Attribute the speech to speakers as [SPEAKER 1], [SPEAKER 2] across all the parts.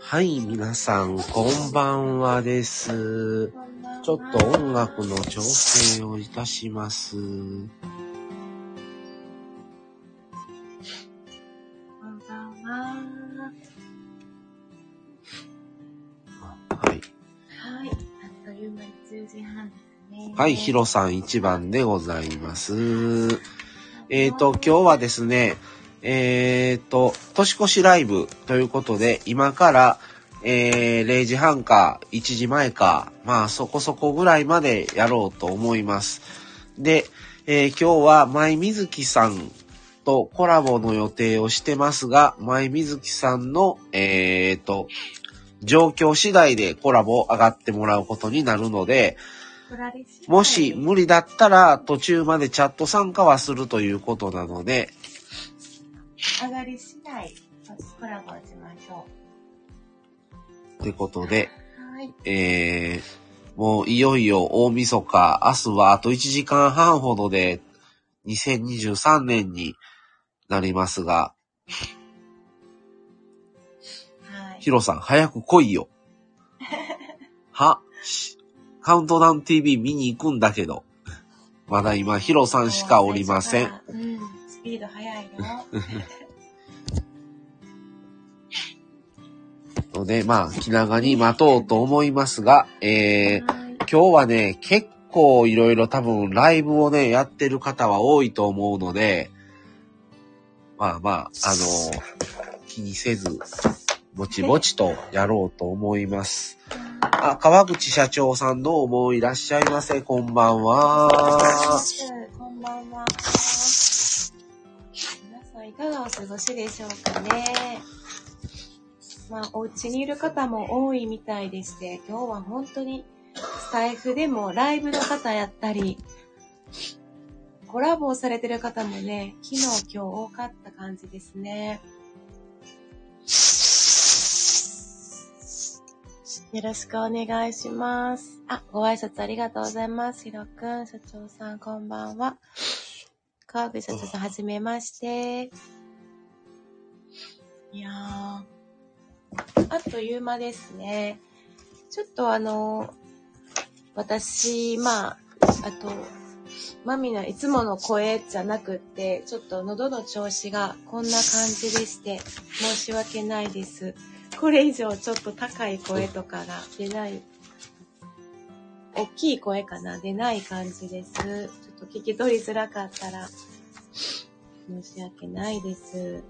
[SPEAKER 1] はい、皆さん、こんばんはです。ちょっと音楽の調整をいたします。
[SPEAKER 2] こんばんは。
[SPEAKER 1] あはい。
[SPEAKER 2] はい。あっという間に10時半ですね。
[SPEAKER 1] はい、ヒロさん1番でございます。えっ、と、今日はですね、えっ、と、年越しライブということで、今から、えー、0時半か1時前か、まあそこそこぐらいまでやろうと思います。で、えー今日は舞水木さんとコラボの予定をしてますが、舞水木さんの、えっ、と、状況次第でコラボ上がってもらうことになるので、
[SPEAKER 2] 取られ次第
[SPEAKER 1] もし無理だったら途中までチャット参加はするということなので、
[SPEAKER 2] 上がり次第、コラボしましょ
[SPEAKER 1] ってことで、
[SPEAKER 2] う。はい。
[SPEAKER 1] えー、もういよいよ大晦日、明日はあと1時間半ほどで2023年になりますが、
[SPEAKER 2] はい。
[SPEAKER 1] ヒロさん早く来いよ。は、しカウントダウン TV 見に行くんだけど、まだ今ヒロさんしかおりません。
[SPEAKER 2] うん。スピード速いよ。
[SPEAKER 1] ので、まあ気長に待とうと思いますが、えー、今日はね、結構いろいろ多分ライブをね、やってる方は多いと思うので、まあまあ、あの気にせず、ぼちぼちとやろうと思います。あ、川口社長さんどうもいらっしゃいませ、こんばんは。
[SPEAKER 2] はい。こんばんは。皆さんいかがお過ごしでしょうかね。まあ、お家にいる方も多いみたいでして、今日は本当にスタイフでもライブの方やったり、コラボをされてる方もね、昨日今日多かった感じですね。よろしくお願いします。あ、ご挨拶ありがとうございます。ひろくん、社長さん、こんばんは。川口社長さん、はじめまして。いやー、あっという間ですね。ちょっとあの、私、まあ、あと、マミのいつもの声じゃなくって、ちょっと喉の調子がこんな感じでして、申し訳ないです。これ以上ちょっと高い声とかが出ない、大きい声かな、出ない感じです。ちょっと聞き取りづらかったら、申し訳ないです。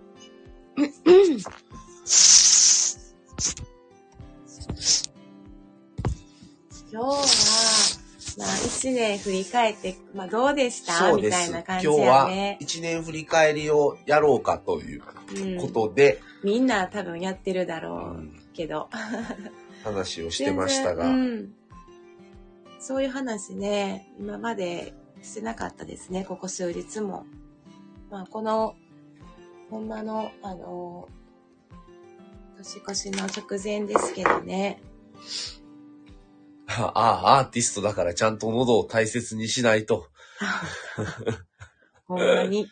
[SPEAKER 2] 今日は、まあ、一年振り返って、まあ、どうでした
[SPEAKER 1] そう
[SPEAKER 2] み
[SPEAKER 1] で
[SPEAKER 2] たい
[SPEAKER 1] す。
[SPEAKER 2] な
[SPEAKER 1] 今
[SPEAKER 2] 感
[SPEAKER 1] 日
[SPEAKER 2] じや
[SPEAKER 1] は
[SPEAKER 2] ね。
[SPEAKER 1] 1年振り返りをやろうかというこ
[SPEAKER 2] うん、
[SPEAKER 1] とで、
[SPEAKER 2] みんな多分やってるだろ
[SPEAKER 1] う
[SPEAKER 2] うんけど。
[SPEAKER 1] 話をしてましたが、
[SPEAKER 2] 全然うん、そういう話ね、今までしてなかったですね、ここ数日も。まあ、この、ほんまの、あの、年越しの直前ですけどね。
[SPEAKER 1] ああ、アーティストだからちゃんと喉を大切にしないと。
[SPEAKER 2] ほんまに。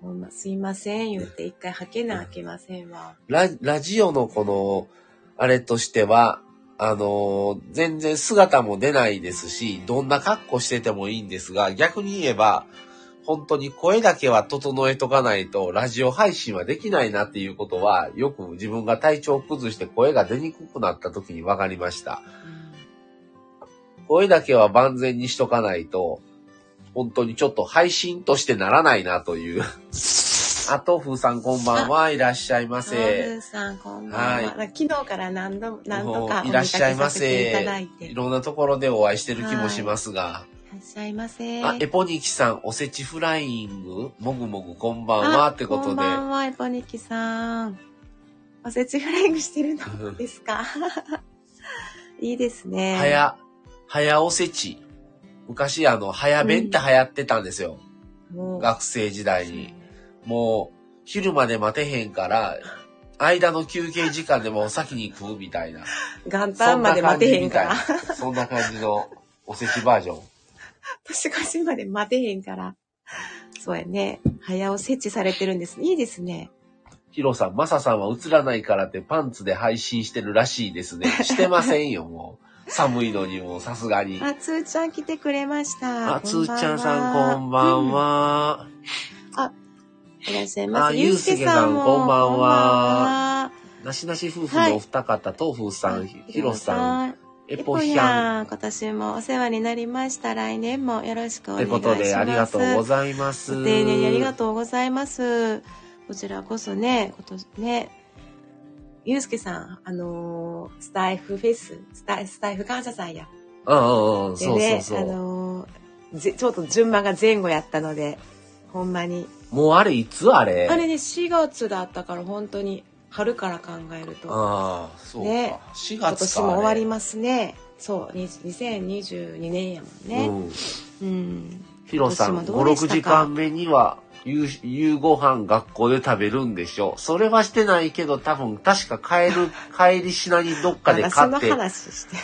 [SPEAKER 2] ほんま、すいません、言って一回吐けなあけませんわ。
[SPEAKER 1] ララジオのこの、あれとしては、あのー全然姿も出ないですし、どんな格好しててもいいんですが、逆に言えば、本当に声だけは整えとかないと、ラジオ配信はできないなっていうことは、よく自分が体調を崩して声が出にくくなった時に分かりました。声だけは万全にしとかないと、本当にちょっと配信としてならないなという。あと、ふーさんこんばんは、いらっしゃいま
[SPEAKER 2] カ
[SPEAKER 1] せ。
[SPEAKER 2] ールさん、こんばんは。
[SPEAKER 1] はい
[SPEAKER 2] なんか昨日から何度も、何度かお
[SPEAKER 1] い
[SPEAKER 2] 見
[SPEAKER 1] ら
[SPEAKER 2] か
[SPEAKER 1] っ
[SPEAKER 2] け
[SPEAKER 1] しゃいま
[SPEAKER 2] させて
[SPEAKER 1] せ。
[SPEAKER 2] いただいて。い
[SPEAKER 1] い
[SPEAKER 2] ら
[SPEAKER 1] ろんなところでお会いしてる気もしますが。
[SPEAKER 2] っしゃいませ。
[SPEAKER 1] あ、エポニキさん、おせちフライングもぐもぐこんばんはってこと
[SPEAKER 2] こん
[SPEAKER 1] で。
[SPEAKER 2] ばんは、エポニキさん。おせちフライングしてる
[SPEAKER 1] うん
[SPEAKER 2] のですか いいですね。
[SPEAKER 1] はや、はやおせち。昔あの、早弁って流行ってたんですよ。
[SPEAKER 2] もう
[SPEAKER 1] 学生時代に。もう、昼まで待てへんから、間の休憩時間でも先に食うみたいな。
[SPEAKER 2] 元旦まで待てへんから。
[SPEAKER 1] そんな感じみたいな。そんな感じのおせちバージョン。
[SPEAKER 2] 年越しまで待てへんから。そうやね。早おせちされてるんです。いいですね。
[SPEAKER 1] ヒロさん、マサさんは映らないからってパンツで配信してるらしい ですね。してませんよ、もう。寒いのにもうさすがに。
[SPEAKER 2] あ、つーちゃん来てくれました。
[SPEAKER 1] あ、つーちゃんさんこんばん
[SPEAKER 2] は。
[SPEAKER 1] は。
[SPEAKER 2] いらっしゃいま
[SPEAKER 1] あ
[SPEAKER 2] せ。ゆうすけさんも。
[SPEAKER 1] ゆうすけさんこんば
[SPEAKER 2] こ
[SPEAKER 1] んは
[SPEAKER 2] は。
[SPEAKER 1] なしなし夫婦のお二方、豆腐さん、ヒロさん、
[SPEAKER 2] ん。
[SPEAKER 1] エ
[SPEAKER 2] エ
[SPEAKER 1] ポ
[SPEAKER 2] ポ
[SPEAKER 1] ヒ
[SPEAKER 2] ヒ
[SPEAKER 1] ャ
[SPEAKER 2] ャ
[SPEAKER 1] ン。
[SPEAKER 2] ン。今年もお世話になりました。来年もよろしくお
[SPEAKER 1] っ
[SPEAKER 2] 願い
[SPEAKER 1] て
[SPEAKER 2] しま
[SPEAKER 1] こ
[SPEAKER 2] す。
[SPEAKER 1] とで、ありがとうご
[SPEAKER 2] い
[SPEAKER 1] ざいます。
[SPEAKER 2] ご丁寧にありがとうございます。こちらこそね、今年ね、ゆうすけさん、あのースタイフフェス、スタイスタイフ感謝祭や。
[SPEAKER 1] うんうんうん、
[SPEAKER 2] で
[SPEAKER 1] そうそ
[SPEAKER 2] ね
[SPEAKER 1] う、そ
[SPEAKER 2] あ
[SPEAKER 1] う。
[SPEAKER 2] のーぜちょっと順番が前後やったので、ほんまに。
[SPEAKER 1] もうあれ、いつあれ
[SPEAKER 2] あれね、4月だったから本当に、春から考えると。
[SPEAKER 1] ああ、そうか。
[SPEAKER 2] ね
[SPEAKER 1] 4月か。
[SPEAKER 2] 今年も終わり
[SPEAKER 1] ま
[SPEAKER 2] ますね。そう、に2022年やもん
[SPEAKER 1] う
[SPEAKER 2] ね。
[SPEAKER 1] ん。
[SPEAKER 2] うん。
[SPEAKER 1] ヒロさん、
[SPEAKER 2] 今
[SPEAKER 1] 5、
[SPEAKER 2] 年もどうでし
[SPEAKER 1] 6
[SPEAKER 2] たか
[SPEAKER 1] 時間目には夕、夕ご飯学校で食べるんでしょう。それはしてないけど、多分、確か 帰る、帰りしなにどっか
[SPEAKER 2] ま
[SPEAKER 1] で
[SPEAKER 2] だそ
[SPEAKER 1] 買
[SPEAKER 2] の
[SPEAKER 1] って
[SPEAKER 2] 話して、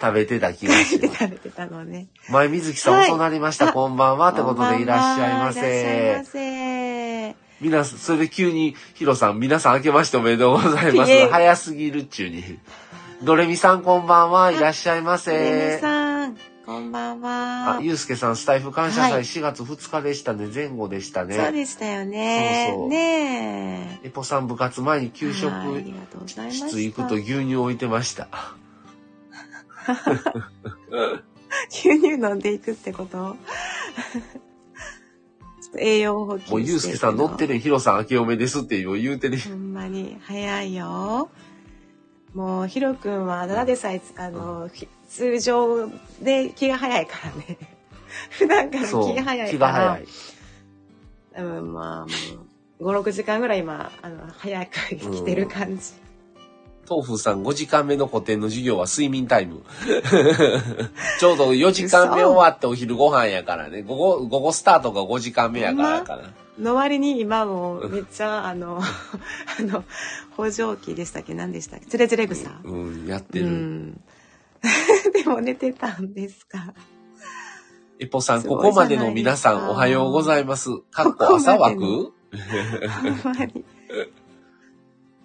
[SPEAKER 1] 食べてた気が
[SPEAKER 2] 書
[SPEAKER 1] し
[SPEAKER 2] いて
[SPEAKER 1] ます。
[SPEAKER 2] 食べてたのね。
[SPEAKER 1] 前、水木さん、
[SPEAKER 2] はい
[SPEAKER 1] 遅なりました。
[SPEAKER 2] あ
[SPEAKER 1] こんばんは。ってことで、いらっしゃい
[SPEAKER 2] い
[SPEAKER 1] ま
[SPEAKER 2] らっ
[SPEAKER 1] せ
[SPEAKER 2] し。ゃいませ。
[SPEAKER 1] 皆さん、それ急に、ヒロさん、皆さん、明けましておめでとうございま
[SPEAKER 2] いえい
[SPEAKER 1] す。
[SPEAKER 2] え
[SPEAKER 1] 早すぎるっちゅうに。ドレミさん、こんばんは。いらっしゃいま
[SPEAKER 2] レ
[SPEAKER 1] せ
[SPEAKER 2] ミ。さん、こんばん
[SPEAKER 1] あ
[SPEAKER 2] は、。
[SPEAKER 1] ゆうすけさん、スタイフ感謝
[SPEAKER 2] は
[SPEAKER 1] 祭
[SPEAKER 2] い
[SPEAKER 1] 4月2日でしたね。前後でしたね。
[SPEAKER 2] そうでしたよね。
[SPEAKER 1] そうそう
[SPEAKER 2] ねえ。
[SPEAKER 1] エポさん部活前に給食
[SPEAKER 2] はいありがとうございました。
[SPEAKER 1] 室行くと牛乳置いてました。
[SPEAKER 2] 牛乳飲んでいくってこと ちょっと栄養補給して
[SPEAKER 1] もうゆうすけさん乗ってるヒロさん明けおめですってよう言うて る。
[SPEAKER 2] ほんまに早いよ。もうヒロ君はただでさえあの、ひ通常で気が早いからね。 普段から
[SPEAKER 1] そう。
[SPEAKER 2] 気が早い
[SPEAKER 1] 気
[SPEAKER 2] か
[SPEAKER 1] が
[SPEAKER 2] ら。
[SPEAKER 1] 早い。
[SPEAKER 2] うん、まあもう5、6時間ぐらい今、あの、早く来てる感じ。
[SPEAKER 1] 豆腐さん5時間目の古典の授業は睡眠タイム。 ちょうど4時間目終わってお昼ご飯やからね。午後、午後スタートが5時間目やからかな。
[SPEAKER 2] の割に今もうめっちゃ、あの、 あの、補助器でしたっけ何でしたっけつれつれ草。
[SPEAKER 1] うん、やっ
[SPEAKER 2] う
[SPEAKER 1] てる。
[SPEAKER 2] ん。 でも寝てたんですか。
[SPEAKER 1] エポさん、
[SPEAKER 2] すご
[SPEAKER 1] こ
[SPEAKER 2] い
[SPEAKER 1] こまでの皆さ
[SPEAKER 2] じゃないです
[SPEAKER 1] ん
[SPEAKER 2] か
[SPEAKER 1] おはようございます。か
[SPEAKER 2] こ
[SPEAKER 1] っ
[SPEAKER 2] こ
[SPEAKER 1] こ
[SPEAKER 2] までの
[SPEAKER 1] 朝枠
[SPEAKER 2] ほんまに。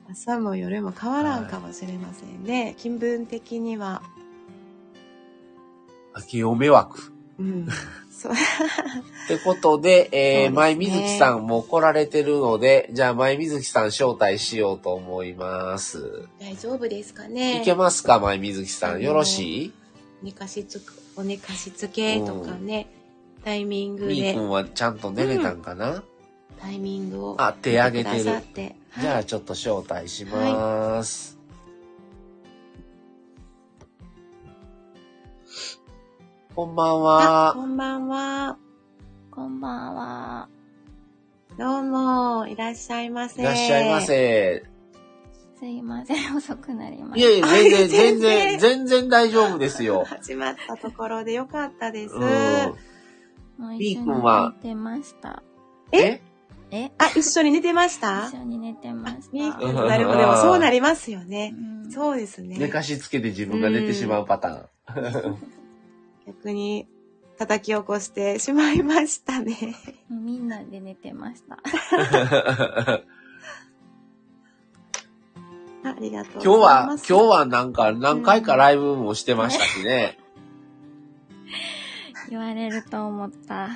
[SPEAKER 2] 朝も夜も変わらんかもしれませんね。気分的には。
[SPEAKER 1] 明けおめ枠。
[SPEAKER 2] うん。そう。
[SPEAKER 1] ってことで、えー、
[SPEAKER 2] そうですね
[SPEAKER 1] 前水木さんも来られてるので、じゃあ前水木さん招待しようと思います。
[SPEAKER 2] 大丈夫ですか
[SPEAKER 1] いけ
[SPEAKER 2] ね。
[SPEAKER 1] ますか前水木さ
[SPEAKER 2] あ
[SPEAKER 1] ん。
[SPEAKER 2] の
[SPEAKER 1] よろし
[SPEAKER 2] 寝かしつく、お寝かしつけとかね。タイミン
[SPEAKER 1] い
[SPEAKER 2] グ
[SPEAKER 1] みー
[SPEAKER 2] で
[SPEAKER 1] く、んはちゃんと寝れたんかな、
[SPEAKER 2] タイミングを。
[SPEAKER 1] あ、手挙げ
[SPEAKER 2] くだ
[SPEAKER 1] て
[SPEAKER 2] さ
[SPEAKER 1] る
[SPEAKER 2] っ。て。
[SPEAKER 1] じゃ
[SPEAKER 2] は
[SPEAKER 1] あちょっと招待します。こんばん
[SPEAKER 2] いあ、
[SPEAKER 1] は。
[SPEAKER 2] こんばんは。
[SPEAKER 3] こんばんは。
[SPEAKER 2] どうも、いらっしゃいませ。
[SPEAKER 1] いらっしゃいま。せ。
[SPEAKER 3] すいません、 遅くなりま
[SPEAKER 1] い
[SPEAKER 3] し
[SPEAKER 1] えいえ、全然、全
[SPEAKER 2] 全
[SPEAKER 1] 然、
[SPEAKER 2] 然
[SPEAKER 1] 全然大丈夫ですよ。
[SPEAKER 2] 始まったところでよかったです。
[SPEAKER 1] うん。
[SPEAKER 3] た。もう
[SPEAKER 1] みー
[SPEAKER 3] 一緒
[SPEAKER 1] くん
[SPEAKER 3] に
[SPEAKER 1] は
[SPEAKER 3] 寝てました。
[SPEAKER 1] え
[SPEAKER 3] え
[SPEAKER 2] あ、一緒に寝てました
[SPEAKER 3] 一緒に寝てまし
[SPEAKER 2] みー
[SPEAKER 3] た。
[SPEAKER 2] く
[SPEAKER 1] うん
[SPEAKER 2] なるほど。でもそうなりますよね。
[SPEAKER 3] うん
[SPEAKER 2] そうですね。
[SPEAKER 1] 寝かしつけて自分が寝てしまうパターン。
[SPEAKER 2] 逆に叩き起こしてしまいましたね。
[SPEAKER 3] みんなで寝てました。
[SPEAKER 2] ありがとう
[SPEAKER 1] 今日
[SPEAKER 2] ござい
[SPEAKER 1] は、
[SPEAKER 2] ま
[SPEAKER 1] 今
[SPEAKER 2] す。
[SPEAKER 1] 日はなんか何回かライブもしてましたしね。
[SPEAKER 3] 言われると 思った。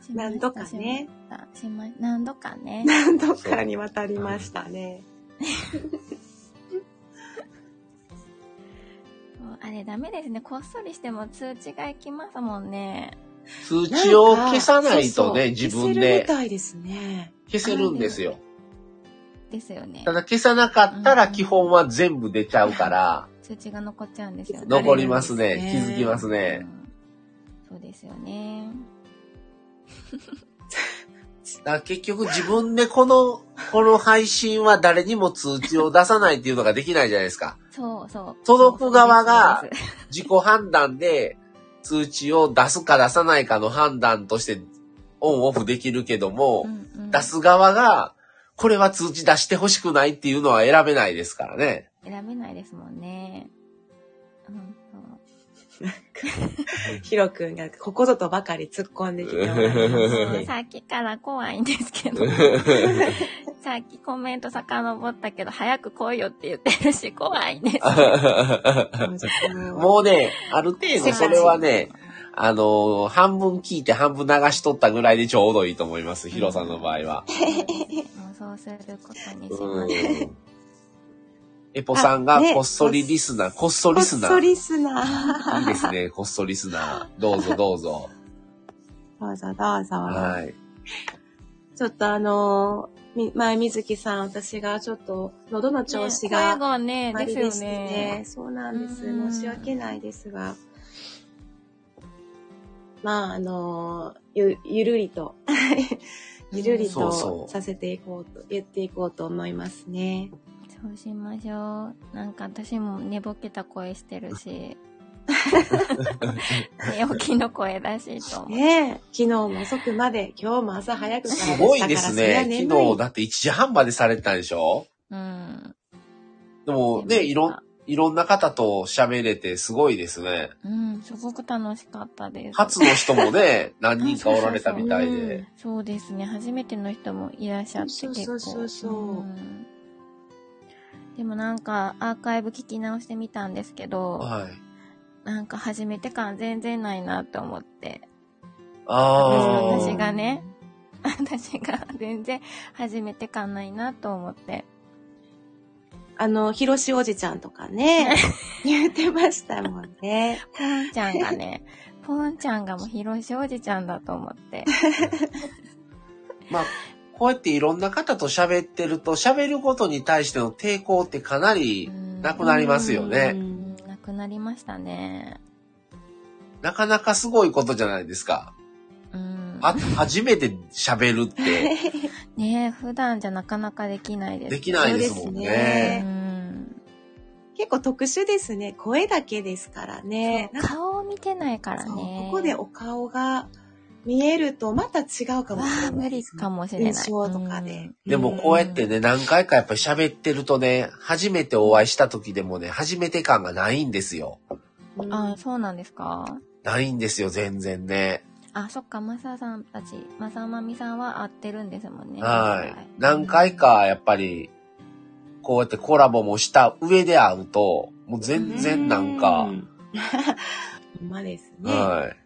[SPEAKER 3] しま
[SPEAKER 2] 何
[SPEAKER 3] した
[SPEAKER 2] 度かね。
[SPEAKER 3] しましたしま何度かね。
[SPEAKER 2] 何度かにわたりましたね。
[SPEAKER 3] もうあれダメですね。こっそりしても通知が行きますもんね。
[SPEAKER 1] 通知を消さないとね、自
[SPEAKER 2] 消せる
[SPEAKER 1] 分
[SPEAKER 2] み
[SPEAKER 1] で
[SPEAKER 2] たいですね。
[SPEAKER 1] 消せるんですよ。
[SPEAKER 3] ですよね
[SPEAKER 1] た。だ消さなかったら
[SPEAKER 3] うん
[SPEAKER 1] 基本は全部出ちゃうから、
[SPEAKER 3] 通知が残っちゃうんですよね。
[SPEAKER 1] 残ります
[SPEAKER 2] あ
[SPEAKER 1] ね。
[SPEAKER 2] れ
[SPEAKER 1] 気
[SPEAKER 2] なんですね。
[SPEAKER 1] づきます
[SPEAKER 3] う
[SPEAKER 1] ね。
[SPEAKER 3] んそうですよね。
[SPEAKER 1] だから結局自分でこの、この配信は誰にも通知を出さないっていうのができないじゃないですか。
[SPEAKER 3] そうそう。
[SPEAKER 1] 届く側が
[SPEAKER 3] そうです
[SPEAKER 1] 自己判断で通知を出すか出さないかの判断としてオンオフできるけども、
[SPEAKER 3] うんうん
[SPEAKER 1] 出す側が、これは通知出してほしくないっていうのは選べないですからね。
[SPEAKER 3] 選べないですもんね。うん、そう
[SPEAKER 2] なんかヒロ君がここぞとばかり突っ込んできてもらいま
[SPEAKER 1] う
[SPEAKER 2] し
[SPEAKER 1] ん
[SPEAKER 2] て。
[SPEAKER 3] さっきから怖いんです けど、さっきコメント遡ったけど、早く来いよって言ってるし、怖いんです。
[SPEAKER 1] もうね、ある程度それはね、あのー半分聞いて半分流しとったぐらいでちょうどいいと思います。ヒロさんの場合は。
[SPEAKER 3] もうそうすることにし
[SPEAKER 1] う
[SPEAKER 3] ま
[SPEAKER 1] ん
[SPEAKER 3] す。。
[SPEAKER 1] エポさんが
[SPEAKER 2] あね
[SPEAKER 1] こっそりリスナー、こっそ
[SPEAKER 2] こ
[SPEAKER 1] リ
[SPEAKER 2] っ
[SPEAKER 1] スナ
[SPEAKER 2] そ
[SPEAKER 1] ー。い
[SPEAKER 2] リス ナー。
[SPEAKER 1] いですね、こっそリスナー。どうぞどうぞ。
[SPEAKER 2] どうぞどうぞ。
[SPEAKER 1] はい。
[SPEAKER 2] ちょっとあのーみ前水木さん、私がちょっと喉の調子
[SPEAKER 3] ね声
[SPEAKER 2] が、
[SPEAKER 3] がね、
[SPEAKER 2] あ
[SPEAKER 3] で
[SPEAKER 2] れ
[SPEAKER 3] すよ
[SPEAKER 2] でして
[SPEAKER 3] ね。
[SPEAKER 2] そうなんです。
[SPEAKER 3] うん
[SPEAKER 2] 申し訳ないですが。まあ、あのーゆ、ゆるりと、 ゆるり
[SPEAKER 1] そうそ
[SPEAKER 2] と
[SPEAKER 1] う
[SPEAKER 2] させていこうと、言っていこうと思いますね。
[SPEAKER 3] そうしましょう。なんか私も寝ぼけた声して るし。寝起きの声だしと思う。
[SPEAKER 2] ねえ、昨日も遅くまで、今日も朝早くから
[SPEAKER 1] すごいですね。昨日
[SPEAKER 2] だ。
[SPEAKER 1] だって1時半までされてたでしょ
[SPEAKER 3] うん。
[SPEAKER 1] でもね、いろん、いろんな方と喋れてすごいですね。
[SPEAKER 3] うん、すごく楽しかったです。
[SPEAKER 1] 初の人も ね、何人かおられたみたいで。
[SPEAKER 3] そうですね。初めての人もいらっしゃって
[SPEAKER 2] そ
[SPEAKER 3] 結
[SPEAKER 2] う
[SPEAKER 3] 構。
[SPEAKER 2] そうそうそう
[SPEAKER 3] うんでもなんかアーカイブ聞き直してみたんですけど、
[SPEAKER 1] はい。
[SPEAKER 3] なんか初めて感全然ないなって思って。
[SPEAKER 1] あ
[SPEAKER 3] 私
[SPEAKER 1] あ。
[SPEAKER 3] がね、私が全然初めて感ないなと思って。
[SPEAKER 2] あの、ひろしおじちゃんとか ね、言ってましたもんね。
[SPEAKER 3] ポンちゃんが ね、ポンちゃんがもう広しおじちゃんだと思って。
[SPEAKER 1] まあ、こうやっていろんな方と喋ってると、喋ることに対しての抵抗ってかなりなくなりますよ
[SPEAKER 2] う
[SPEAKER 1] ね。
[SPEAKER 3] うん
[SPEAKER 2] ん
[SPEAKER 3] なくなりましたね。
[SPEAKER 1] なかなかすごいことじゃないですか。
[SPEAKER 3] うん。
[SPEAKER 1] あ、初めて喋る って
[SPEAKER 3] ねえ普段じゃなかなかできないです。
[SPEAKER 1] できないですもんね。
[SPEAKER 3] うん。
[SPEAKER 2] 結構特殊ですね。声だけですからね。なんか
[SPEAKER 3] 顔を見てないから
[SPEAKER 2] そう
[SPEAKER 3] ね。
[SPEAKER 2] ここでお顔が見えるとまた違うかもしれ
[SPEAKER 3] は
[SPEAKER 2] ない。
[SPEAKER 3] 無理かもしれない。
[SPEAKER 2] 印象とかで
[SPEAKER 3] うん。
[SPEAKER 1] でもこうやってね、何回かやっぱり喋ってるとね、初めてお会いした時でもね、初めて感がないんですよ。
[SPEAKER 2] うん
[SPEAKER 3] あ、そうなんですか
[SPEAKER 1] ないんですよ、全然ね。
[SPEAKER 3] あ、そっか、マサさんたち、マサマミさんは会ってるんですもんね。
[SPEAKER 1] はい。何回。かやっぱり、こうやってコラボもした上で会うと、もう全然なんか
[SPEAKER 2] う、 ほんまですね、
[SPEAKER 1] はい。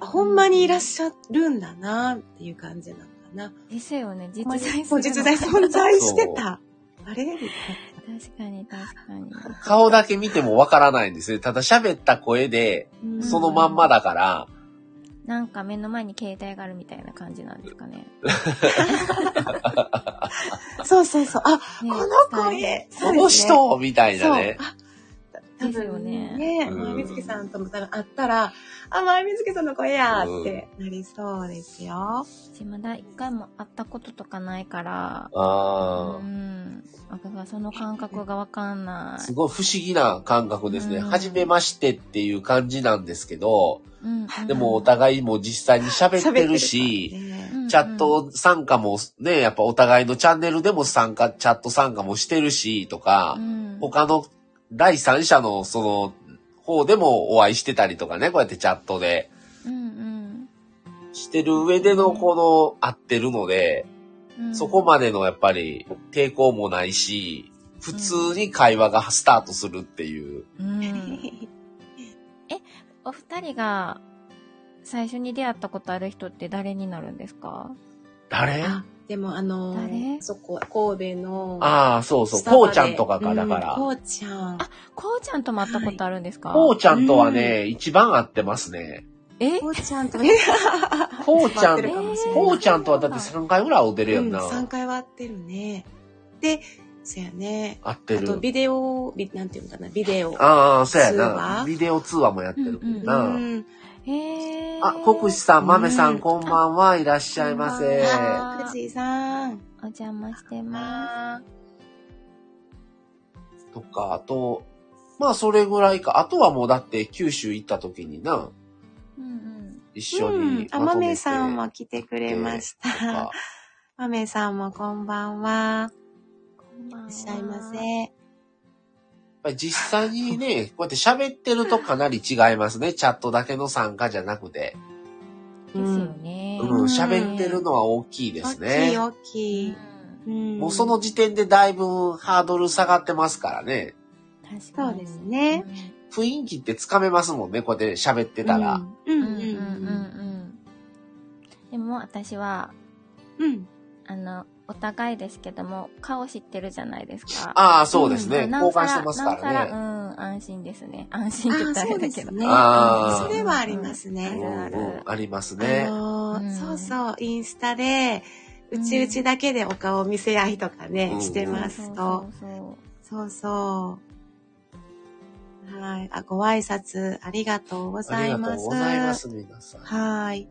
[SPEAKER 2] あ。ほんまにいらっしゃるんだなっていう感じなのかな。
[SPEAKER 3] ですよね、実
[SPEAKER 2] ほんま
[SPEAKER 3] 在
[SPEAKER 2] に
[SPEAKER 3] す
[SPEAKER 2] そ
[SPEAKER 3] るの
[SPEAKER 2] う実在存在してた。あれみたい
[SPEAKER 3] 確かに、確かに。
[SPEAKER 1] 顔だけ見てもわからないんですね。ただ喋った声で、
[SPEAKER 2] なうん
[SPEAKER 1] そのまんまだから、
[SPEAKER 3] なんか目の前に携帯があるみたいな感じなんですかね。
[SPEAKER 2] そうそうそう。あ、
[SPEAKER 3] ね
[SPEAKER 2] この
[SPEAKER 3] 伝え
[SPEAKER 2] 声、
[SPEAKER 1] この人みたい
[SPEAKER 2] そう
[SPEAKER 1] な
[SPEAKER 2] ですね
[SPEAKER 1] ね。
[SPEAKER 2] そうあ多
[SPEAKER 3] ですよ
[SPEAKER 2] 分
[SPEAKER 3] ね
[SPEAKER 2] ね、ね
[SPEAKER 1] うん
[SPEAKER 2] 前水木さんとも多分会ったら、あ、前水木さんの声やーってなりそうですよ。
[SPEAKER 3] 私まだ一回も会ったこととかないから、う
[SPEAKER 1] ああ。
[SPEAKER 3] ん。僕はその感覚がわかんな
[SPEAKER 1] す
[SPEAKER 3] い。
[SPEAKER 1] ごい不思議な感覚ですね。
[SPEAKER 3] うん
[SPEAKER 1] はじめましてっていう感じなんですけど、
[SPEAKER 3] うん
[SPEAKER 1] でもお、互いも実際に喋ってるし、
[SPEAKER 2] ね
[SPEAKER 3] うん
[SPEAKER 1] チャッ、ト参加もね、やっぱお互いのチャンネルでも参加、チャット参加もしてるし、とか
[SPEAKER 3] う、ん
[SPEAKER 1] 他の第三者のその方でもお会いしてたりとかね、こうやってチャットで。
[SPEAKER 3] うん
[SPEAKER 1] してる上でのこの合ってるので、
[SPEAKER 3] うん。
[SPEAKER 1] そこまでのやっぱり抵抗もないし、普通に会話がスタートするっていう。
[SPEAKER 3] で。 うん。お二人が最初に出会ったことある人って誰になるんですか
[SPEAKER 1] 誰あ
[SPEAKER 2] あ、でもあのー、
[SPEAKER 3] 誰
[SPEAKER 2] そこ、神戸の、
[SPEAKER 1] あー、そうそう、
[SPEAKER 2] スタバ
[SPEAKER 1] こ
[SPEAKER 2] で
[SPEAKER 1] うちゃんとかかだから。
[SPEAKER 2] うんこうちゃん。
[SPEAKER 3] こうちゃんとも会ったことあるんですか、
[SPEAKER 1] こうちゃんとはね、一番合ってますね。
[SPEAKER 3] え
[SPEAKER 2] こうちゃんと、
[SPEAKER 1] こうちゃ
[SPEAKER 2] 合っ
[SPEAKER 1] ん
[SPEAKER 2] てるかもしれない
[SPEAKER 1] こうちゃんとはだって3回ぐらい会うてるやんな。
[SPEAKER 2] 3回は合ってるね。で、そやね。
[SPEAKER 1] 合って
[SPEAKER 2] あと、
[SPEAKER 1] る。
[SPEAKER 2] ビデオ、ビなんていうのかな、ビデオ。
[SPEAKER 1] ああ、そうや
[SPEAKER 2] 通
[SPEAKER 1] な
[SPEAKER 2] 話。
[SPEAKER 1] ビデオ通話もやってるもんな。
[SPEAKER 2] うん。
[SPEAKER 3] えー、
[SPEAKER 1] あ、国士さん、豆さ、
[SPEAKER 2] うんん
[SPEAKER 1] こんばんは。いらっしゃいませ。
[SPEAKER 3] あ
[SPEAKER 2] あ、藤井さん。
[SPEAKER 3] お邪魔してま
[SPEAKER 2] まあ、
[SPEAKER 1] とか、あと、まあそれぐらいか。あとはもうだって九州行った時にな、
[SPEAKER 3] す。うん
[SPEAKER 1] 一緒に
[SPEAKER 2] うん。あ、
[SPEAKER 1] ま
[SPEAKER 2] ま
[SPEAKER 1] とめて。
[SPEAKER 2] めさんも来てくれまし
[SPEAKER 1] とか
[SPEAKER 2] た。まめさんもこんばんは。
[SPEAKER 3] うん。
[SPEAKER 2] いらっしゃいませ。
[SPEAKER 1] ぱり実際にね、 こうやって喋ってるとかなり違いますね。チャットだけの参加じゃなくて。
[SPEAKER 3] ですよね。
[SPEAKER 1] うん、喋ってるのは大きいです
[SPEAKER 2] 大
[SPEAKER 1] ね。
[SPEAKER 2] きい大きい。うん
[SPEAKER 1] もうその時点でだいぶハードル下がってますからね。
[SPEAKER 3] 確
[SPEAKER 2] そうですね。
[SPEAKER 1] 雰囲気ってつかめますもんね、こうやって喋ってたら。
[SPEAKER 2] う
[SPEAKER 3] うんんうんうんう
[SPEAKER 2] うん
[SPEAKER 3] ん。でも私は、
[SPEAKER 2] うん。うん。
[SPEAKER 3] あの、お互いですけども、顔知ってるじゃないですか。
[SPEAKER 1] ああ、そうですね。
[SPEAKER 3] ん
[SPEAKER 1] 交換してますから
[SPEAKER 3] なお
[SPEAKER 1] ね。
[SPEAKER 3] さらうん、安心ですね。安心って言
[SPEAKER 2] あ
[SPEAKER 3] っ
[SPEAKER 2] あ、
[SPEAKER 3] た
[SPEAKER 2] そ
[SPEAKER 3] らあれ
[SPEAKER 2] う
[SPEAKER 3] だ
[SPEAKER 2] で
[SPEAKER 3] け
[SPEAKER 2] す
[SPEAKER 3] ど。
[SPEAKER 2] ね。
[SPEAKER 1] あー
[SPEAKER 2] それはあります
[SPEAKER 3] う
[SPEAKER 1] う
[SPEAKER 3] さら
[SPEAKER 2] ね。
[SPEAKER 1] ん
[SPEAKER 3] な
[SPEAKER 1] うん、あります
[SPEAKER 2] あ
[SPEAKER 1] ね。
[SPEAKER 2] のー
[SPEAKER 3] うん
[SPEAKER 2] そうそう、インスタで、うちうちだけでお顔見せ合いとかね、
[SPEAKER 1] うん
[SPEAKER 2] してますと。
[SPEAKER 3] そうそう
[SPEAKER 2] そうそう。はい。あ、ご挨拶ありがとうご
[SPEAKER 1] あ
[SPEAKER 2] ざい
[SPEAKER 1] りがと
[SPEAKER 2] ま
[SPEAKER 1] う
[SPEAKER 2] す。
[SPEAKER 1] ございます、皆さん。
[SPEAKER 2] はい。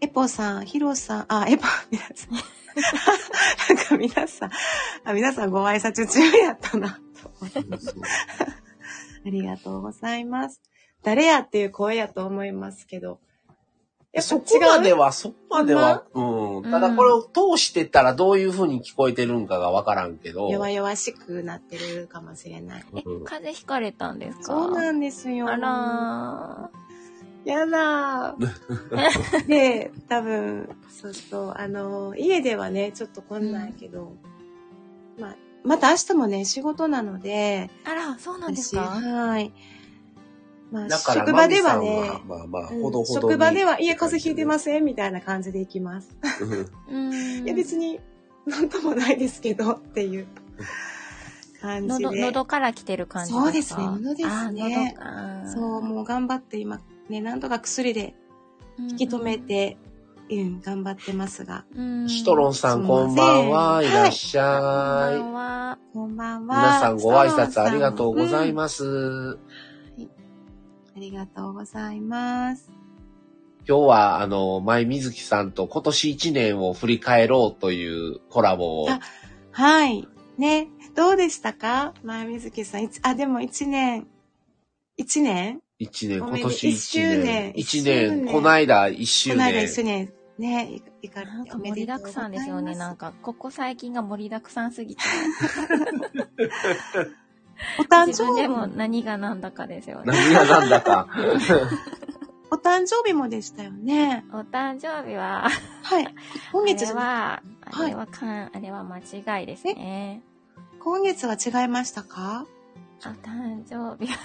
[SPEAKER 2] エポさん、ヒロさん、あ、エポ、 皆さん。なんか皆さん、あ、皆さんご挨拶中やったな。
[SPEAKER 1] うんそう
[SPEAKER 2] ありがとうございます。誰やっていう声やと思いますけど。やっぱ
[SPEAKER 1] そこまで
[SPEAKER 2] 違う
[SPEAKER 1] は、そこまでは、うん。ただこれを通してたらどういう風に聞こえてるんかがわからんけど。
[SPEAKER 2] 弱々しくなってるかもしれない。
[SPEAKER 3] え、
[SPEAKER 1] うん
[SPEAKER 3] 風邪ひかれたんですか
[SPEAKER 2] そうなんですよ。
[SPEAKER 3] あらー。
[SPEAKER 2] やだーで、多分、そうそう、あのー、家ではね、ちょっと来んないけど、まあ、また明日もね、仕事なので、
[SPEAKER 3] あら、そうなんです
[SPEAKER 2] 私、
[SPEAKER 3] か
[SPEAKER 2] はい。まあ、
[SPEAKER 1] だから
[SPEAKER 2] 職場では
[SPEAKER 1] マミ
[SPEAKER 2] ね
[SPEAKER 1] さ、んまあまあ、
[SPEAKER 2] うん
[SPEAKER 1] ほどほどに
[SPEAKER 2] 職場では、いや、風邪ひいてませんみたいな感じで行きます。
[SPEAKER 1] うん
[SPEAKER 3] うん。
[SPEAKER 2] いや、別に、なんともないですけど、っていう感じ
[SPEAKER 3] 喉、
[SPEAKER 2] で。
[SPEAKER 3] 喉から来てる感じですか
[SPEAKER 2] そうですね喉ですね
[SPEAKER 3] あー喉か。
[SPEAKER 2] そう、もう頑張って今、ね、なんとか薬で
[SPEAKER 3] うん、
[SPEAKER 2] 引き止めて、うん、頑張ってますが。
[SPEAKER 3] うん。
[SPEAKER 1] シトロンさん、こんばんは。
[SPEAKER 2] す
[SPEAKER 1] い
[SPEAKER 2] いません
[SPEAKER 1] らっし
[SPEAKER 3] こんば
[SPEAKER 1] ゃい。
[SPEAKER 3] んは。
[SPEAKER 2] こんばんは。
[SPEAKER 1] 皆さんご挨拶ありがとうござい
[SPEAKER 2] ま
[SPEAKER 1] ます。
[SPEAKER 2] す。ありがとうございます。
[SPEAKER 1] 今日は、あの、前水木さんと今年1年を振り返ろうというコラボを。
[SPEAKER 2] あはい。ね。どうでしたか前水木さん。いつあ、でも一年。一年
[SPEAKER 1] 1年、
[SPEAKER 2] お
[SPEAKER 1] 今
[SPEAKER 2] めで
[SPEAKER 1] 年1年。
[SPEAKER 2] 一
[SPEAKER 1] 1
[SPEAKER 2] 周年
[SPEAKER 1] 年、こないだ1周
[SPEAKER 2] この間一
[SPEAKER 1] 年。
[SPEAKER 2] 年。ね。いいか
[SPEAKER 3] なんか盛りだくさんですよね。なん
[SPEAKER 2] か。
[SPEAKER 3] か、ここ最近が盛りだくさんすぎて。
[SPEAKER 2] お誕
[SPEAKER 3] 自
[SPEAKER 2] 生
[SPEAKER 3] 分でも
[SPEAKER 2] 日。
[SPEAKER 3] 何がなんだかですよね。
[SPEAKER 1] 何がなんだ か。
[SPEAKER 2] お誕生日もでしたよね。
[SPEAKER 3] お誕生日 は、
[SPEAKER 2] はい。今
[SPEAKER 3] あ
[SPEAKER 2] 月じ
[SPEAKER 3] れ
[SPEAKER 2] ゃな
[SPEAKER 3] は、
[SPEAKER 2] はい
[SPEAKER 3] あれはかん、あれは間違いですね。
[SPEAKER 2] 今月は違いましたか
[SPEAKER 3] お誕生日は、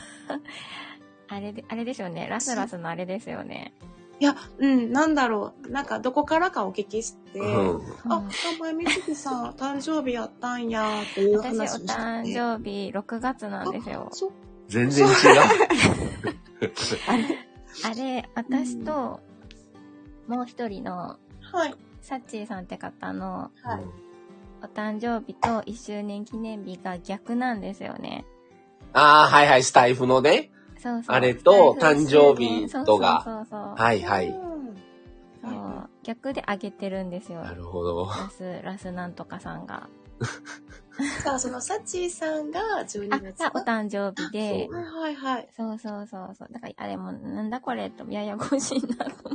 [SPEAKER 3] あれで、あれですよね。ラスラスのあれですよね。
[SPEAKER 2] いや、うん、なんだろう。なんか、どこからかお聞きして。
[SPEAKER 1] うん
[SPEAKER 2] あ
[SPEAKER 3] うん、
[SPEAKER 2] 前みつきさん、 誕生日やったんや、っていう
[SPEAKER 3] 私、お
[SPEAKER 2] 話をした、
[SPEAKER 3] 誕
[SPEAKER 2] ね。
[SPEAKER 3] 生日6月なんですよ。
[SPEAKER 2] そう
[SPEAKER 1] 全然違う。
[SPEAKER 2] あれ
[SPEAKER 3] あれ、私と、もう一人の、
[SPEAKER 2] はい。
[SPEAKER 3] サッチーさんって方の
[SPEAKER 2] はい
[SPEAKER 3] お誕生日と1周年記念日が逆なんですよね。
[SPEAKER 1] ああ、はいはい、スタイフのね。
[SPEAKER 3] そうそう。
[SPEAKER 1] あれと、
[SPEAKER 2] スタイ
[SPEAKER 1] 誕
[SPEAKER 2] フ
[SPEAKER 1] 生日と
[SPEAKER 3] そ
[SPEAKER 1] が。
[SPEAKER 3] うそうそうそう。
[SPEAKER 1] はいはい。
[SPEAKER 2] うん
[SPEAKER 3] そう逆であげてるんですよ。
[SPEAKER 1] なるほど。
[SPEAKER 3] ラス、ラスなんとかさんが。
[SPEAKER 2] じゃあ、その、サチーさんが12
[SPEAKER 3] あ、
[SPEAKER 2] 月
[SPEAKER 3] がお誕生日で
[SPEAKER 1] そ。
[SPEAKER 2] はいはいはい。
[SPEAKER 3] そうそうそうそう。だから、あれも、なんだこれと、ややこしいなと。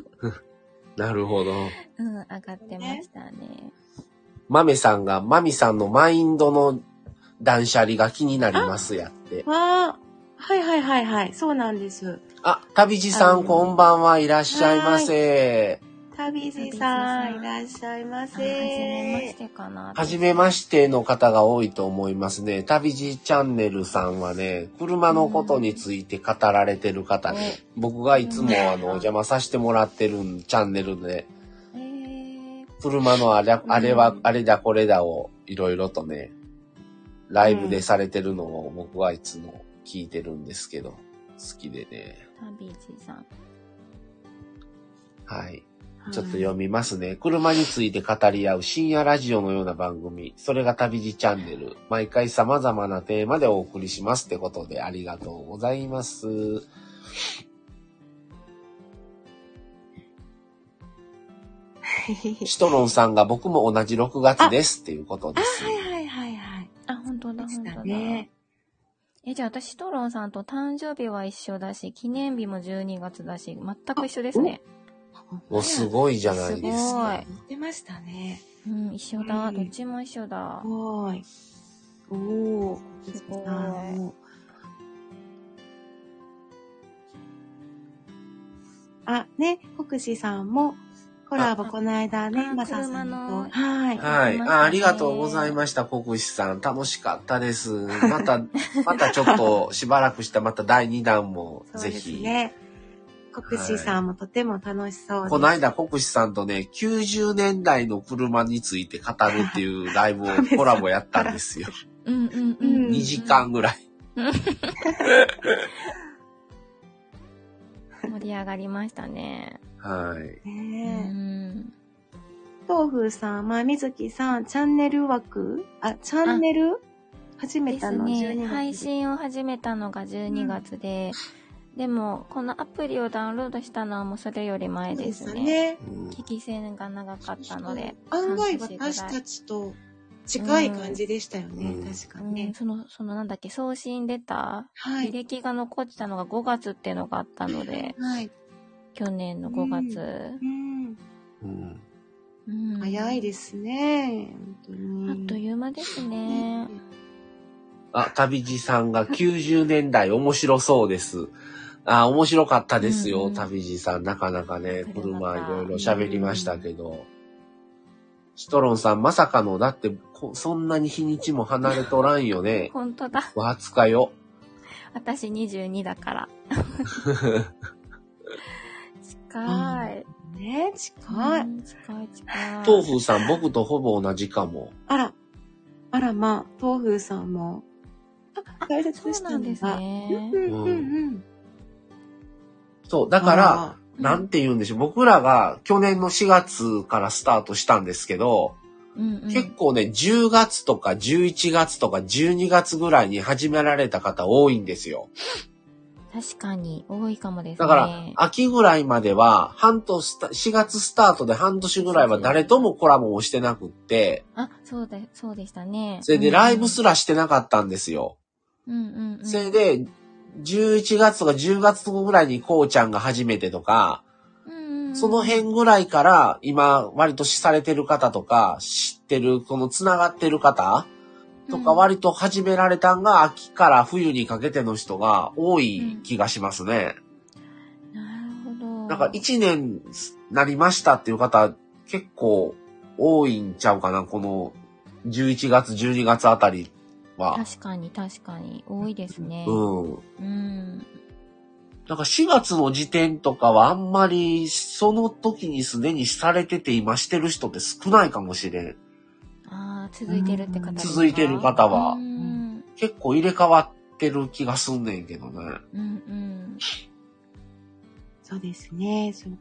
[SPEAKER 1] なるほど。
[SPEAKER 3] うん、上がってましたね。
[SPEAKER 1] マメさんが、マミさんのマインドの断捨離が気になりますやって。
[SPEAKER 2] わあ、はいはいはいはい。そうなんです。
[SPEAKER 1] あ、旅路さ
[SPEAKER 2] あの
[SPEAKER 1] んこんばんはいらっしゃいませ。
[SPEAKER 2] 旅路さん、
[SPEAKER 3] 旅路さ
[SPEAKER 2] い
[SPEAKER 3] ん
[SPEAKER 2] らっしゃいま
[SPEAKER 3] あはじめま
[SPEAKER 2] せ
[SPEAKER 3] し。てかな。
[SPEAKER 1] はじめましての方が多いと思いますね。旅路チャンネルさんはね、車のことについて語られてる方で、僕がいつもあの、お邪魔させてもらってるチャンネルで、
[SPEAKER 3] えー、
[SPEAKER 1] 車のあれあれ
[SPEAKER 2] う
[SPEAKER 1] は
[SPEAKER 2] ん、
[SPEAKER 1] あれだこれだをいろいろとね、ライブでされてるのを僕はいつも聞いてるんですけど、好きでね。
[SPEAKER 3] 旅路さん。
[SPEAKER 1] はい。ちょっと読みますね。車について語り合う深夜ラジオのような番組。それが旅路チャンネル。毎回様々なテーマでお送りしますってことでありがとうございます。
[SPEAKER 2] はい
[SPEAKER 1] シトロンさんが僕も同じ6月ですっていうことです。
[SPEAKER 2] はいはいはい。
[SPEAKER 3] あ、本当だ、
[SPEAKER 2] で
[SPEAKER 3] 本
[SPEAKER 2] し
[SPEAKER 3] 当
[SPEAKER 2] た
[SPEAKER 3] だ。
[SPEAKER 2] ね。
[SPEAKER 3] え、じゃあ私、トロンさんと誕生日は一緒だし、記念日も12月だし、全く一緒ですね。
[SPEAKER 1] もうすごいじゃないです
[SPEAKER 3] すご
[SPEAKER 1] か
[SPEAKER 3] い。
[SPEAKER 2] 出ましたね。
[SPEAKER 3] うん、一緒だ。
[SPEAKER 2] うん
[SPEAKER 3] どっちも一緒だ。
[SPEAKER 2] おーい。おー。
[SPEAKER 3] すごい。
[SPEAKER 2] あーもうあ、ね、国士さんも、コラボ
[SPEAKER 3] あ
[SPEAKER 2] この間ね、
[SPEAKER 3] あ
[SPEAKER 2] マサさん
[SPEAKER 3] 車の
[SPEAKER 2] と。はい。
[SPEAKER 1] はい。
[SPEAKER 3] あ
[SPEAKER 1] あありがとうございました、国士さん。楽しかったです。また、またちょっとしばらくしたまた第2弾も
[SPEAKER 2] そう
[SPEAKER 1] ぜ
[SPEAKER 2] です
[SPEAKER 1] ひ。
[SPEAKER 2] ね。国士さんもとても楽しそうです。
[SPEAKER 1] この間、国士さんとね、90年代の車について語るっていうライブをコラボやったんですよ。
[SPEAKER 3] うんうんう。
[SPEAKER 2] うん
[SPEAKER 1] 2時。間ぐらい。
[SPEAKER 3] 盛り上がりましたね。
[SPEAKER 1] はい。
[SPEAKER 3] う
[SPEAKER 2] ねえ。
[SPEAKER 3] ん。
[SPEAKER 2] 豆腐さん、まあ、みずきさん、チャンネル枠あ、チャンネル始め
[SPEAKER 3] で
[SPEAKER 2] た
[SPEAKER 3] す
[SPEAKER 2] の12
[SPEAKER 3] ね。
[SPEAKER 2] 月。
[SPEAKER 3] 配信を始めたのが12月で、でも、このアプリをダウンロードしたのはもうそれより前です
[SPEAKER 2] そう
[SPEAKER 3] ね。
[SPEAKER 2] ね。
[SPEAKER 1] うん
[SPEAKER 3] 聞き戦が長かったので。
[SPEAKER 2] 案外
[SPEAKER 3] 半年ぐらい
[SPEAKER 2] 私たちと近い感じでしたよね、
[SPEAKER 1] うん
[SPEAKER 2] 確か
[SPEAKER 3] うん
[SPEAKER 2] ね。
[SPEAKER 3] その、そのなんだっけ、送信レター、
[SPEAKER 2] はい
[SPEAKER 3] 履。歴が残ってたのが5月っていうのがあったので、
[SPEAKER 2] はい。
[SPEAKER 3] 去年の5月。
[SPEAKER 2] うん。
[SPEAKER 1] うん
[SPEAKER 3] うん
[SPEAKER 2] 早いですね。本当に。
[SPEAKER 3] あっという間ですね。
[SPEAKER 1] あ、旅路さんが90年代面白そうです。あ、面白かったです
[SPEAKER 3] うん
[SPEAKER 1] よ、
[SPEAKER 3] うん
[SPEAKER 1] 旅路さん。なかなかね、
[SPEAKER 3] 車
[SPEAKER 1] 車
[SPEAKER 3] か
[SPEAKER 1] いろいろ喋りましたけど。シトロンさん、まさかの、だって、こそんなに日にちも離れとらんよね。
[SPEAKER 3] 本当だ。
[SPEAKER 1] わつか よ。
[SPEAKER 3] 私22だから。近い。
[SPEAKER 2] ね、近
[SPEAKER 3] う
[SPEAKER 2] い。
[SPEAKER 3] ん近い近い。
[SPEAKER 1] 豆腐さん、僕とほぼ同じかも。
[SPEAKER 2] あら、あらまあ、豆腐さんも。あ、解説したのが
[SPEAKER 3] そうなんですね
[SPEAKER 2] うんうんうん。
[SPEAKER 1] そう、だから、
[SPEAKER 2] あ
[SPEAKER 3] うん
[SPEAKER 1] なんて言うんでしょう。僕らが去年の4月からスタートしたんですけど、
[SPEAKER 3] うんうん、
[SPEAKER 1] 結構ね、10月とか11月とか12月ぐらいに始められた方多いんですよ。
[SPEAKER 3] 確かに多いかもですね。
[SPEAKER 1] だから、秋ぐらいまでは、半年スタ、4月スタートで半年ぐらいは誰ともコラボもしてなくって、
[SPEAKER 3] あ、そうで、そうでしたね。
[SPEAKER 1] それでライブす
[SPEAKER 3] る。
[SPEAKER 1] らしてなかったんですよ。
[SPEAKER 3] うんうんうん。
[SPEAKER 1] それで、11月とか10月ぐらいにこうちゃんが初めてとか、
[SPEAKER 3] うんうんうん
[SPEAKER 1] その辺ぐらいから、今、割とされてる方とか、知ってる、この繋がってる方とか、
[SPEAKER 3] うん
[SPEAKER 1] 割と始められたんが、秋から冬にかけての人が多い気がしますね。
[SPEAKER 3] なるほど。
[SPEAKER 1] なんか、1年なりましたっていう方、結構多いんちゃうかな、この、11月、12月あたりは。
[SPEAKER 3] 確かに確かに多いですね。
[SPEAKER 1] うん。
[SPEAKER 3] うん。
[SPEAKER 1] なんか4月の時点とかはあんまり、その時にすでにされてて今してる人って少ないかもしれん。
[SPEAKER 3] ああ、続いてるって方ですか
[SPEAKER 1] 続いてる方は
[SPEAKER 3] うん
[SPEAKER 1] 結構入れ替わってる気がすんねんけどね。
[SPEAKER 3] うんうん。
[SPEAKER 2] そうですね。そう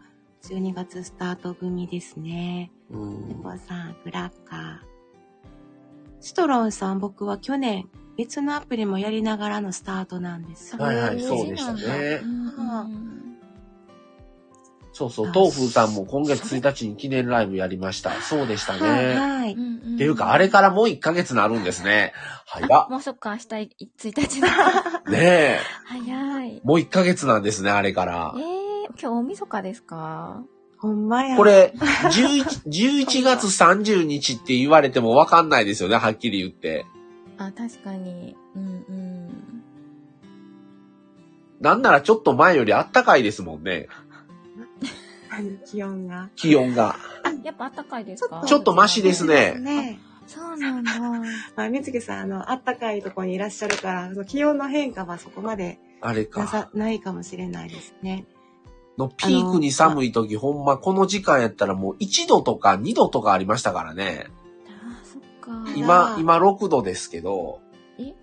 [SPEAKER 2] 12月スタート組ですね。
[SPEAKER 1] うん。
[SPEAKER 2] 猫さん、グラッカー。ストロンさん、僕は去年、別のアプリもやりながらのスタートなんです。
[SPEAKER 1] はいはい
[SPEAKER 3] 同
[SPEAKER 1] そう
[SPEAKER 3] じ
[SPEAKER 1] でし
[SPEAKER 3] な
[SPEAKER 1] た
[SPEAKER 3] ん
[SPEAKER 1] ね
[SPEAKER 3] だうんうん
[SPEAKER 1] そうそう
[SPEAKER 2] あ、
[SPEAKER 1] 豆腐さんも今月1日に記念ライブやりました。そうでした
[SPEAKER 2] はい、
[SPEAKER 1] ね。
[SPEAKER 2] はい。
[SPEAKER 3] うんうん。
[SPEAKER 1] っていうか、あれからもう1ヶ月なるんですね。
[SPEAKER 3] あ
[SPEAKER 1] 早
[SPEAKER 3] もうそっか、明日い1日だ。
[SPEAKER 1] っ。ねえ。
[SPEAKER 3] 早い。
[SPEAKER 1] もう1ヶ月なんですね、あれか
[SPEAKER 3] え
[SPEAKER 1] ら
[SPEAKER 3] ー。、今日大晦日ですか
[SPEAKER 2] ほんまや。
[SPEAKER 1] こ、れ、11, 11月30日って言われてもわかんないですよね、はっきり言って。
[SPEAKER 3] あ、確かに。うんうん。
[SPEAKER 1] なんならちょっと前よりあったかいですもんね、
[SPEAKER 2] 気温が。
[SPEAKER 1] 気温が。
[SPEAKER 3] やっぱ暖かいですか
[SPEAKER 1] ちょっとマシですね
[SPEAKER 2] ね
[SPEAKER 3] そうなんだ。
[SPEAKER 2] まあ、みつきさん、あの、あったかいところにいらっしゃるから、その気温の変化はそこまで
[SPEAKER 1] あれ
[SPEAKER 2] な
[SPEAKER 1] か。
[SPEAKER 2] さ、ないかもしれないですね。
[SPEAKER 1] のピークに寒い時、ほんまこの時間やったらもう1度とか2度とかありましたからね。
[SPEAKER 3] あー、そっか。
[SPEAKER 2] あ、
[SPEAKER 1] 今
[SPEAKER 2] ら
[SPEAKER 1] 今6度ですけど
[SPEAKER 3] え。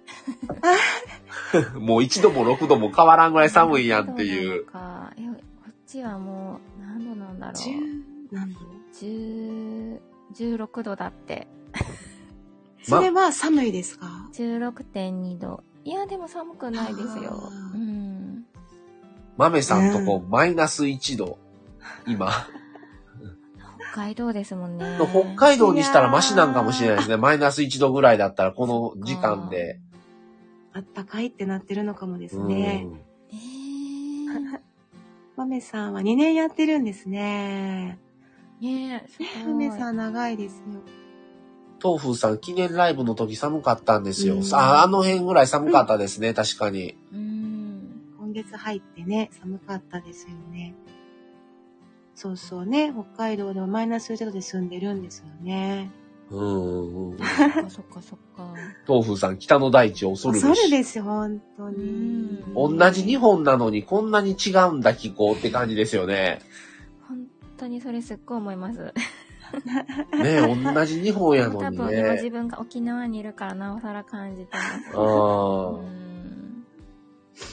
[SPEAKER 1] もう1度も6度も変わらんぐらい寒いやんっていう。
[SPEAKER 3] そうなのかえこっちはもう、何度なんだろ
[SPEAKER 2] 十
[SPEAKER 3] う。
[SPEAKER 2] 何度
[SPEAKER 3] 10 16度だって。
[SPEAKER 1] ま
[SPEAKER 2] それは寒いですか
[SPEAKER 3] 16.2度。いや、でも寒くないですよ
[SPEAKER 2] あ。ー
[SPEAKER 3] うん。
[SPEAKER 1] 豆さんとこマイナス1度。今。
[SPEAKER 3] 北海道ですもんね。
[SPEAKER 1] 北海道にしたらマシなんかもしれないですね。マイナス1度ぐらいだったらこの時間で。
[SPEAKER 2] あったかいってなってるのかもです
[SPEAKER 1] う
[SPEAKER 2] ね。
[SPEAKER 1] ん
[SPEAKER 3] えー
[SPEAKER 2] マメさんは2年やってるんですね。
[SPEAKER 3] ねえ、す
[SPEAKER 2] マ
[SPEAKER 3] ごい。
[SPEAKER 2] メさん長いですよ。
[SPEAKER 1] 東風さん、記念ライブの時寒かったんですよ。
[SPEAKER 3] うん
[SPEAKER 1] さあ、あの辺ぐらい寒かったですね、確かに。
[SPEAKER 3] うん。
[SPEAKER 2] 今月入ってね、寒かったですよね。そうそうね、北海道でもマイナス0度で住んでるんですよね。
[SPEAKER 1] うん。
[SPEAKER 3] そっかそっかそっか。
[SPEAKER 1] 東風さん、北の大地を恐る
[SPEAKER 2] 恐
[SPEAKER 1] べ
[SPEAKER 2] る
[SPEAKER 1] し。
[SPEAKER 2] ですよ、本当に。
[SPEAKER 3] うん
[SPEAKER 1] 同じ日本なのにこんなに違うんだ気候って感じですよね。
[SPEAKER 3] 本当にそれすっごい思います。
[SPEAKER 1] ねえ、同じ日本やの
[SPEAKER 3] 多
[SPEAKER 1] に
[SPEAKER 3] 分今自
[SPEAKER 1] ね。
[SPEAKER 3] 分が沖縄にいるからなおさら感じてます。
[SPEAKER 1] あ
[SPEAKER 3] う
[SPEAKER 1] あ、
[SPEAKER 3] ん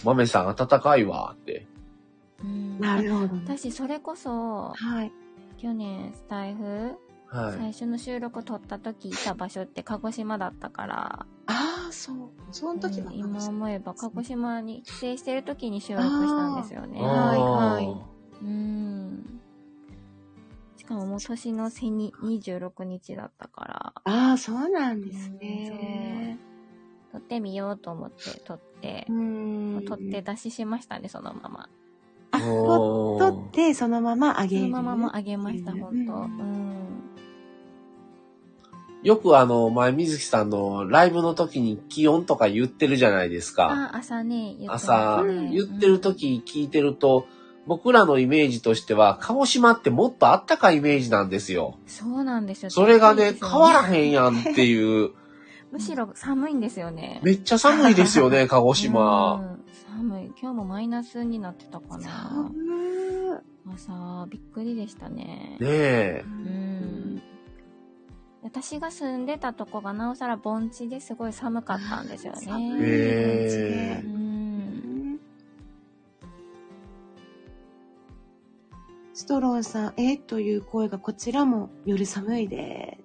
[SPEAKER 1] 豆さん暖かいわって。
[SPEAKER 3] うん
[SPEAKER 2] なるほど、ね。
[SPEAKER 3] 私それこそ
[SPEAKER 2] はい。
[SPEAKER 3] 去年スタイフ
[SPEAKER 1] はい。
[SPEAKER 3] 最初の収録撮った時いた場所って鹿児島だったから、
[SPEAKER 2] ああ、そう。その時は、
[SPEAKER 3] うん今思えば鹿児島に帰省してる時に収録したんですよね。
[SPEAKER 2] はいはい
[SPEAKER 1] あー
[SPEAKER 3] うん。しかももう年のせに26日だったから。
[SPEAKER 2] ああ、そうなんです
[SPEAKER 3] うん
[SPEAKER 2] ね。
[SPEAKER 3] 撮ってみようと思って撮って
[SPEAKER 2] う、ん。
[SPEAKER 3] 撮って出ししましたね、そのまま。
[SPEAKER 2] あ、と
[SPEAKER 1] おー
[SPEAKER 2] 取って、そのままあ
[SPEAKER 3] そ
[SPEAKER 2] げる。
[SPEAKER 3] のままもあげました、
[SPEAKER 2] うん
[SPEAKER 3] ほんと。うん。
[SPEAKER 1] よくあの、前水木さんのライブの時に気温とか言ってるじゃないですか。
[SPEAKER 3] あ、朝ね、言ってました
[SPEAKER 1] 朝
[SPEAKER 3] ね
[SPEAKER 1] 言ってる時聞いてると、僕らのイメージとしては、鹿児島ってもっとあったかいイメージなんですよ。
[SPEAKER 3] そうなんですよ。
[SPEAKER 1] それがね、
[SPEAKER 3] 高
[SPEAKER 1] 変わ
[SPEAKER 3] いんですよ
[SPEAKER 1] らへんやんっ ていう、
[SPEAKER 3] むしろ寒いんですよね。
[SPEAKER 1] めっちゃ寒いですよね、鹿児
[SPEAKER 3] う
[SPEAKER 1] 島。
[SPEAKER 3] ん寒い。今日もマイナスになってたかな。
[SPEAKER 2] 寒
[SPEAKER 3] 朝、びっくりでしたね。
[SPEAKER 1] ねえ。
[SPEAKER 3] う
[SPEAKER 2] い
[SPEAKER 3] ん。私が住んでたとこがなおさら盆地ですごい寒かったんですよ
[SPEAKER 2] 寒い
[SPEAKER 3] ね。
[SPEAKER 1] へ
[SPEAKER 3] う
[SPEAKER 1] ー
[SPEAKER 3] ん。
[SPEAKER 2] ストロンさん、えーという声がこちらも夜寒いで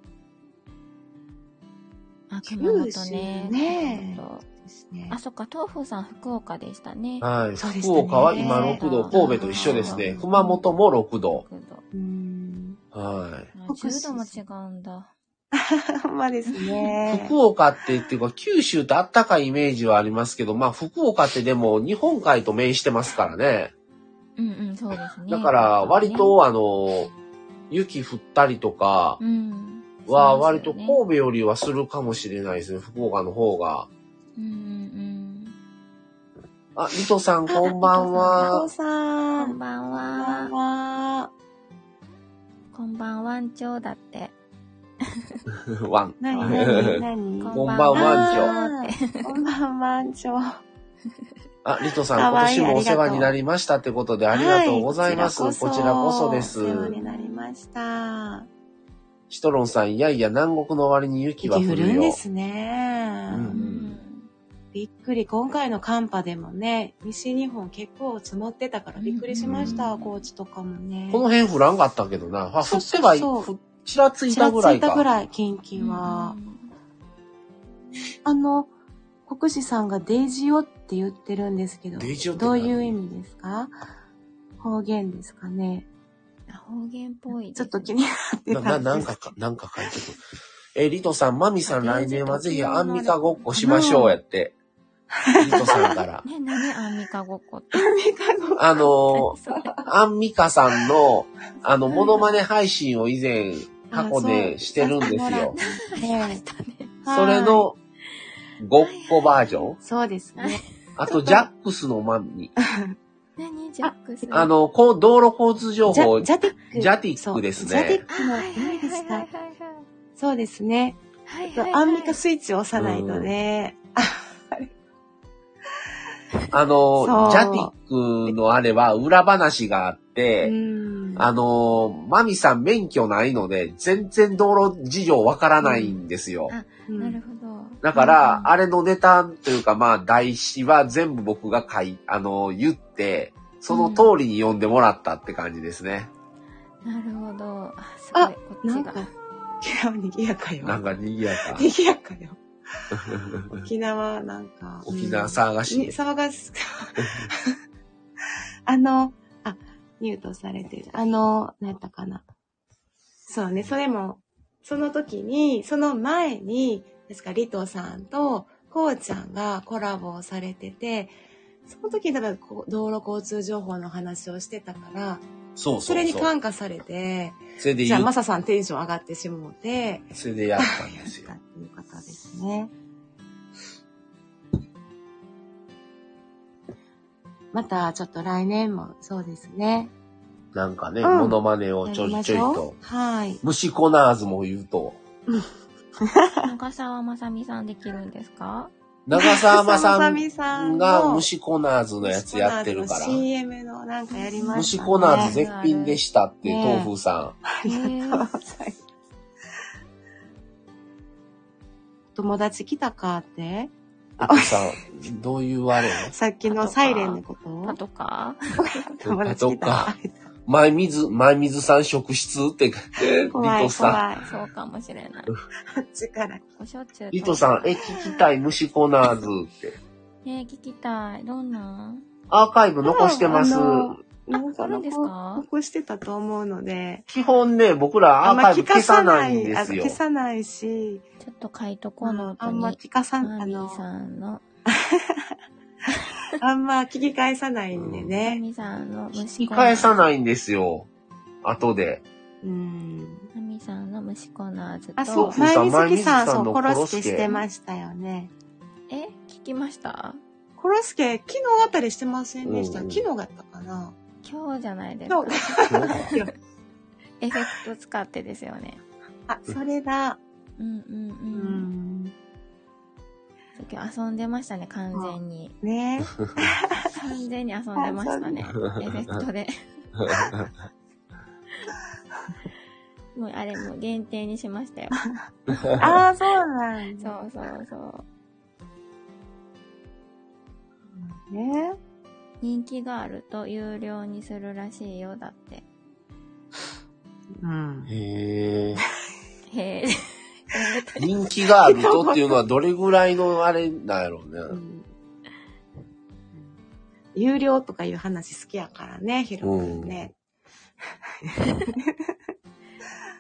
[SPEAKER 3] あ、熊
[SPEAKER 2] 九
[SPEAKER 3] 本
[SPEAKER 2] 州
[SPEAKER 3] ね。
[SPEAKER 2] ね
[SPEAKER 3] 熊本
[SPEAKER 2] すね。
[SPEAKER 3] あ、そっか、東風さん福岡でしたね。
[SPEAKER 1] はい。
[SPEAKER 2] そうですね
[SPEAKER 1] 福岡は今6度、神戸と一緒ですね。熊本も6度。
[SPEAKER 3] 6度。
[SPEAKER 2] うん。
[SPEAKER 1] は
[SPEAKER 3] あ
[SPEAKER 2] 北
[SPEAKER 3] 10度も
[SPEAKER 2] 州
[SPEAKER 3] 違うんだ。
[SPEAKER 2] ほんまです
[SPEAKER 1] い。
[SPEAKER 2] ね
[SPEAKER 1] 福。岡ってっていうか、九州ってあったかいイメージはありますけど、まあ福岡ってでも日本海と面してますからね。
[SPEAKER 3] うんうん、そうですね。
[SPEAKER 1] だから割
[SPEAKER 3] ね、
[SPEAKER 1] とあの、雪降ったりとか
[SPEAKER 3] うん。
[SPEAKER 1] は
[SPEAKER 3] そう
[SPEAKER 1] 割
[SPEAKER 3] で
[SPEAKER 1] と
[SPEAKER 3] すよね
[SPEAKER 1] 神戸よりはするかもしれないですね、福岡の方が。
[SPEAKER 3] うんうん
[SPEAKER 1] あ、伊藤さんこんば
[SPEAKER 2] 加
[SPEAKER 1] んは
[SPEAKER 2] 藤。
[SPEAKER 3] うん。
[SPEAKER 2] さ
[SPEAKER 3] こ
[SPEAKER 2] ん
[SPEAKER 3] ん、ばん
[SPEAKER 2] こんば
[SPEAKER 3] は
[SPEAKER 2] ん。は。
[SPEAKER 3] こんばんはんちょうだって。
[SPEAKER 1] ワン。
[SPEAKER 2] なに
[SPEAKER 1] はい
[SPEAKER 2] なになに
[SPEAKER 1] こんばんは
[SPEAKER 3] んちょうって。
[SPEAKER 2] こんばんはんちょ。
[SPEAKER 1] あ、リトさん、
[SPEAKER 2] か
[SPEAKER 1] 今
[SPEAKER 2] わいい
[SPEAKER 1] 年もお世話になりましたってことでありがとうございます。
[SPEAKER 2] はい
[SPEAKER 1] こちらこそです
[SPEAKER 2] お世話になりました。
[SPEAKER 1] シトロンさん、いやいや、南国の割に雪は降
[SPEAKER 2] 降
[SPEAKER 1] る
[SPEAKER 2] るん
[SPEAKER 1] よ。
[SPEAKER 2] ですね。
[SPEAKER 1] う
[SPEAKER 3] うんん。
[SPEAKER 2] びっくり。今回の寒波でもね、西日本結構積もってたからびっくりしました。
[SPEAKER 3] うん
[SPEAKER 2] 高知とかもね。
[SPEAKER 1] この辺降らんかったけどな。あ、降
[SPEAKER 2] そう
[SPEAKER 1] っ
[SPEAKER 2] そ
[SPEAKER 1] て
[SPEAKER 2] う
[SPEAKER 1] はい、
[SPEAKER 2] そう
[SPEAKER 1] ふちらつい
[SPEAKER 2] ち
[SPEAKER 1] た
[SPEAKER 2] ら
[SPEAKER 1] ぐ
[SPEAKER 2] つ
[SPEAKER 1] らい
[SPEAKER 2] いたぐ
[SPEAKER 1] か。
[SPEAKER 2] らい、近畿は
[SPEAKER 3] う。ん。
[SPEAKER 2] あの、国士さんがデイジオって言ってるんですけど、
[SPEAKER 1] デイジオって
[SPEAKER 2] どう
[SPEAKER 1] 何
[SPEAKER 2] いう意味ですか方言ですかね。
[SPEAKER 3] あ方言っぽい
[SPEAKER 2] ち
[SPEAKER 3] ですね。
[SPEAKER 2] ょっと気になって
[SPEAKER 1] な、
[SPEAKER 2] た
[SPEAKER 1] な、
[SPEAKER 2] ん
[SPEAKER 1] な
[SPEAKER 2] で
[SPEAKER 1] ん
[SPEAKER 2] す
[SPEAKER 1] かか、なんか書いてくる。え、リトさん、マミさん
[SPEAKER 3] あ
[SPEAKER 1] 来年はぜひ
[SPEAKER 3] デイジー
[SPEAKER 1] アンミカごっこしましょうやって。リトさん から。
[SPEAKER 3] ね、何アンミカごっこって。
[SPEAKER 1] あのー、
[SPEAKER 3] そう
[SPEAKER 1] アンミカさんの、あの、モノマネ配信を以前、箱でしてるんですよ。
[SPEAKER 2] ねはい
[SPEAKER 1] それの、ごっこバージョン
[SPEAKER 2] そうですね。
[SPEAKER 1] あと、ジャックスのマミ。
[SPEAKER 3] 何ジャックス
[SPEAKER 1] あ、の、こう、道路交通情
[SPEAKER 2] ジ
[SPEAKER 1] 報
[SPEAKER 2] ャ、ジャティック。
[SPEAKER 1] ジャティックですね
[SPEAKER 2] そうジャティッ
[SPEAKER 3] あ
[SPEAKER 2] クの、
[SPEAKER 3] はいは
[SPEAKER 2] 何
[SPEAKER 3] い
[SPEAKER 2] で
[SPEAKER 3] は
[SPEAKER 2] し
[SPEAKER 3] いは
[SPEAKER 2] た
[SPEAKER 3] いはい。
[SPEAKER 2] そうですね。
[SPEAKER 3] はいはいはい
[SPEAKER 2] アンミカスイッチを押さないとね。
[SPEAKER 1] あの
[SPEAKER 2] そ、う
[SPEAKER 1] ジャティックのあれは裏話があっ
[SPEAKER 2] う
[SPEAKER 1] て、
[SPEAKER 2] ん。
[SPEAKER 1] あの、マミさん免許ないので、全然道路事情わからないんですよ
[SPEAKER 3] うん。
[SPEAKER 2] うん
[SPEAKER 3] なるほど。
[SPEAKER 1] だから、
[SPEAKER 3] あ、
[SPEAKER 1] あれのネタというか、まあ、題詞は全部僕が書い、あの、言って、その通りに読んでもらったって感じですね。
[SPEAKER 3] なるほど。あ、す
[SPEAKER 2] あ
[SPEAKER 3] ごい。こ
[SPEAKER 2] な
[SPEAKER 3] っ
[SPEAKER 2] ん
[SPEAKER 3] ちが
[SPEAKER 2] か。、沖縄賑やかよ。
[SPEAKER 1] なんか賑やか。
[SPEAKER 2] 賑やか よ。沖縄なんか。
[SPEAKER 1] 沖縄
[SPEAKER 2] さ、
[SPEAKER 1] 騒がし
[SPEAKER 2] に
[SPEAKER 1] い。
[SPEAKER 2] 騒がしく。あの、あ、ミュートされてる。あの、何やったかな。そうね、それも、その時に、その前に、確かリトさんと、こうちゃんがコラボをされてて、その時、だからこう道路交通情報の話をしてたから、
[SPEAKER 1] そうそうそう。
[SPEAKER 2] それに感化されて、
[SPEAKER 1] それで
[SPEAKER 2] じゃあ、
[SPEAKER 1] 言う
[SPEAKER 2] マサさんテンション上がってしもうて、
[SPEAKER 1] それでやったんです よ
[SPEAKER 2] だ。っていう方ですね。また、ちょっと来年も、そうですね。
[SPEAKER 1] なんかね、
[SPEAKER 2] うん
[SPEAKER 1] モノマネを
[SPEAKER 2] や
[SPEAKER 1] ちょ
[SPEAKER 2] り
[SPEAKER 1] い
[SPEAKER 2] まし
[SPEAKER 1] ちょい
[SPEAKER 2] ょう
[SPEAKER 1] と。
[SPEAKER 2] はい。
[SPEAKER 1] 虫コナーズも言うと、
[SPEAKER 3] 長澤まさみさんできるんですか
[SPEAKER 1] 長澤まさん
[SPEAKER 2] さ
[SPEAKER 1] が虫コナーズのやつやってるか
[SPEAKER 2] 虫コナー
[SPEAKER 1] ら
[SPEAKER 2] ズ、の CM のなんかやりまし
[SPEAKER 1] 虫
[SPEAKER 2] たね。
[SPEAKER 1] コナーズ絶品でしたって、
[SPEAKER 2] ね
[SPEAKER 1] 豆腐さ
[SPEAKER 3] えー、
[SPEAKER 2] 友達来たかって
[SPEAKER 1] ん。豆腐さん、どういうあれ
[SPEAKER 2] さっきのサイレンのこと
[SPEAKER 3] パトカー
[SPEAKER 2] 友達来た。
[SPEAKER 1] 前水、前水さん職質って、リ
[SPEAKER 2] 怖い
[SPEAKER 1] トさん。
[SPEAKER 2] 怖い。
[SPEAKER 3] そうかもしれない。
[SPEAKER 2] こっちから。
[SPEAKER 3] ごしょっちゅう。
[SPEAKER 1] リトさん、え、聞きたい虫コナーズって。
[SPEAKER 3] えー、聞きたい。どんな
[SPEAKER 1] アーカイブ残してます
[SPEAKER 2] あ。のなんか
[SPEAKER 3] あるんですか
[SPEAKER 2] 残してたと思うので。
[SPEAKER 1] 基本ね、僕らアーカイブ消さないんで
[SPEAKER 2] あ
[SPEAKER 1] すよ
[SPEAKER 2] 消。さないし、
[SPEAKER 3] ちょっと書いとこうの
[SPEAKER 2] あ
[SPEAKER 3] 後
[SPEAKER 2] ん
[SPEAKER 3] に。
[SPEAKER 2] ま聞かさ
[SPEAKER 3] マ
[SPEAKER 2] あ
[SPEAKER 3] ミ
[SPEAKER 2] の
[SPEAKER 3] ー、さんの、
[SPEAKER 2] あんま聞き返さないんで
[SPEAKER 3] マ
[SPEAKER 2] ね。
[SPEAKER 3] ミーさんの
[SPEAKER 1] 聞
[SPEAKER 3] 虫
[SPEAKER 1] き
[SPEAKER 3] コナ
[SPEAKER 1] 返
[SPEAKER 3] ー。
[SPEAKER 1] さないんですよ。後で。
[SPEAKER 2] うん。
[SPEAKER 3] マミーさんの虫コナーズと。
[SPEAKER 2] あ、そう、
[SPEAKER 1] そう
[SPEAKER 2] 前
[SPEAKER 1] そう
[SPEAKER 2] 水木さん、
[SPEAKER 1] 前水木さ
[SPEAKER 2] そ
[SPEAKER 1] んの
[SPEAKER 2] う、コロス
[SPEAKER 1] コロスケ
[SPEAKER 2] ケしてましたよね。
[SPEAKER 3] え聞きました
[SPEAKER 2] コロスケ、昨日あたりしてませんでした。
[SPEAKER 1] うん
[SPEAKER 2] 昨日だったか な
[SPEAKER 3] 今日じゃないです
[SPEAKER 2] 昨
[SPEAKER 3] か
[SPEAKER 2] 日。
[SPEAKER 3] エフェクト使ってですよね。
[SPEAKER 2] あ、それだ。
[SPEAKER 3] うんうんう。
[SPEAKER 2] うんん。
[SPEAKER 3] 今日遊んでましたね、完全に。
[SPEAKER 2] ね。
[SPEAKER 3] 完全に遊んでましたね。エフェクトで。もうあれもう限定にしましたよ。
[SPEAKER 2] ああ、そうなん
[SPEAKER 3] そ
[SPEAKER 2] だ。
[SPEAKER 3] うそうそう。
[SPEAKER 2] ね。
[SPEAKER 3] 人気があると有料にするらしいよ、だって。
[SPEAKER 2] うん。
[SPEAKER 1] へえ。
[SPEAKER 3] へえ。
[SPEAKER 1] 人気があるとっていうのはどれぐらいのあれなんやろう
[SPEAKER 2] う
[SPEAKER 1] ね。
[SPEAKER 2] ん有料とかいう話好きやからね、ヒロ君ね。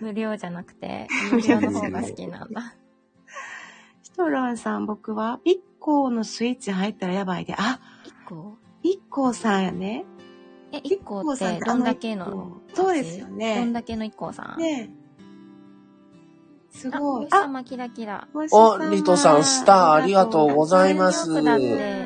[SPEAKER 3] 無料じゃなくて、有料の方が好きなんだ。
[SPEAKER 2] ヒトロンさん、僕は、ピッコーのスイッチ入ったらやばいで。あ、
[SPEAKER 3] 1個
[SPEAKER 2] ピッコーさんやね。
[SPEAKER 3] え、1個
[SPEAKER 2] ピッコ
[SPEAKER 3] っ
[SPEAKER 2] ーさんってて
[SPEAKER 3] どんだけ
[SPEAKER 2] あの
[SPEAKER 3] の
[SPEAKER 2] 一個そうですよ
[SPEAKER 3] どん
[SPEAKER 2] ね。
[SPEAKER 3] だけの1個さん
[SPEAKER 2] ねえす
[SPEAKER 3] あ、
[SPEAKER 2] ごい
[SPEAKER 3] お。日
[SPEAKER 2] あ、
[SPEAKER 3] 様キラキラ。
[SPEAKER 2] お
[SPEAKER 1] おリトさんスターありがとうございます
[SPEAKER 3] ニューヨークだっ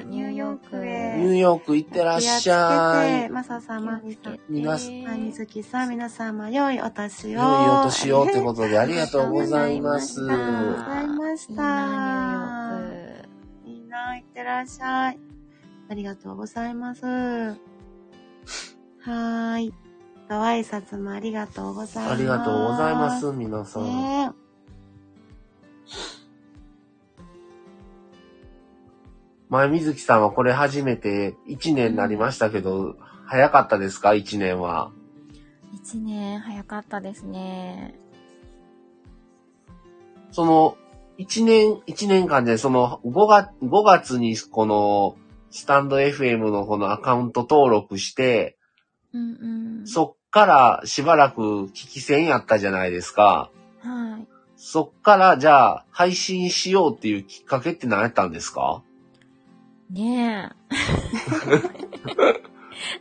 [SPEAKER 3] て、ニューヨーク
[SPEAKER 1] ニュー
[SPEAKER 3] へ。
[SPEAKER 1] ヨーク行ってらっしゃい。
[SPEAKER 2] マサさん、マミさん。
[SPEAKER 1] 皆さ
[SPEAKER 2] あ、みずきさん、皆様、良いお年を。
[SPEAKER 1] 良いお年をってことでありがとうございます。
[SPEAKER 2] ありがとうございま
[SPEAKER 3] い
[SPEAKER 2] し
[SPEAKER 3] い
[SPEAKER 2] た。
[SPEAKER 3] な、ニューヨーク。
[SPEAKER 2] みんな、いってらっしゃい。ありがとうございます。はーい。ご挨拶もありがとうございます。
[SPEAKER 1] ありがとうございます、皆さん。
[SPEAKER 2] ね
[SPEAKER 1] 前水木さんはこれ初めて1年になりましたけど、早かったですか ?1 年は。
[SPEAKER 3] 一年早かったですね。
[SPEAKER 1] その、1年、一年間で、その、5月、5月にこの、スタンド FM のこのアカウント登録して、
[SPEAKER 3] うんうん。
[SPEAKER 1] そっからしばらく聞き戦やったじゃないですか。
[SPEAKER 3] はい。
[SPEAKER 1] そっからじゃあ配信しようっていうきっかけって何やったんですか
[SPEAKER 3] ねえ。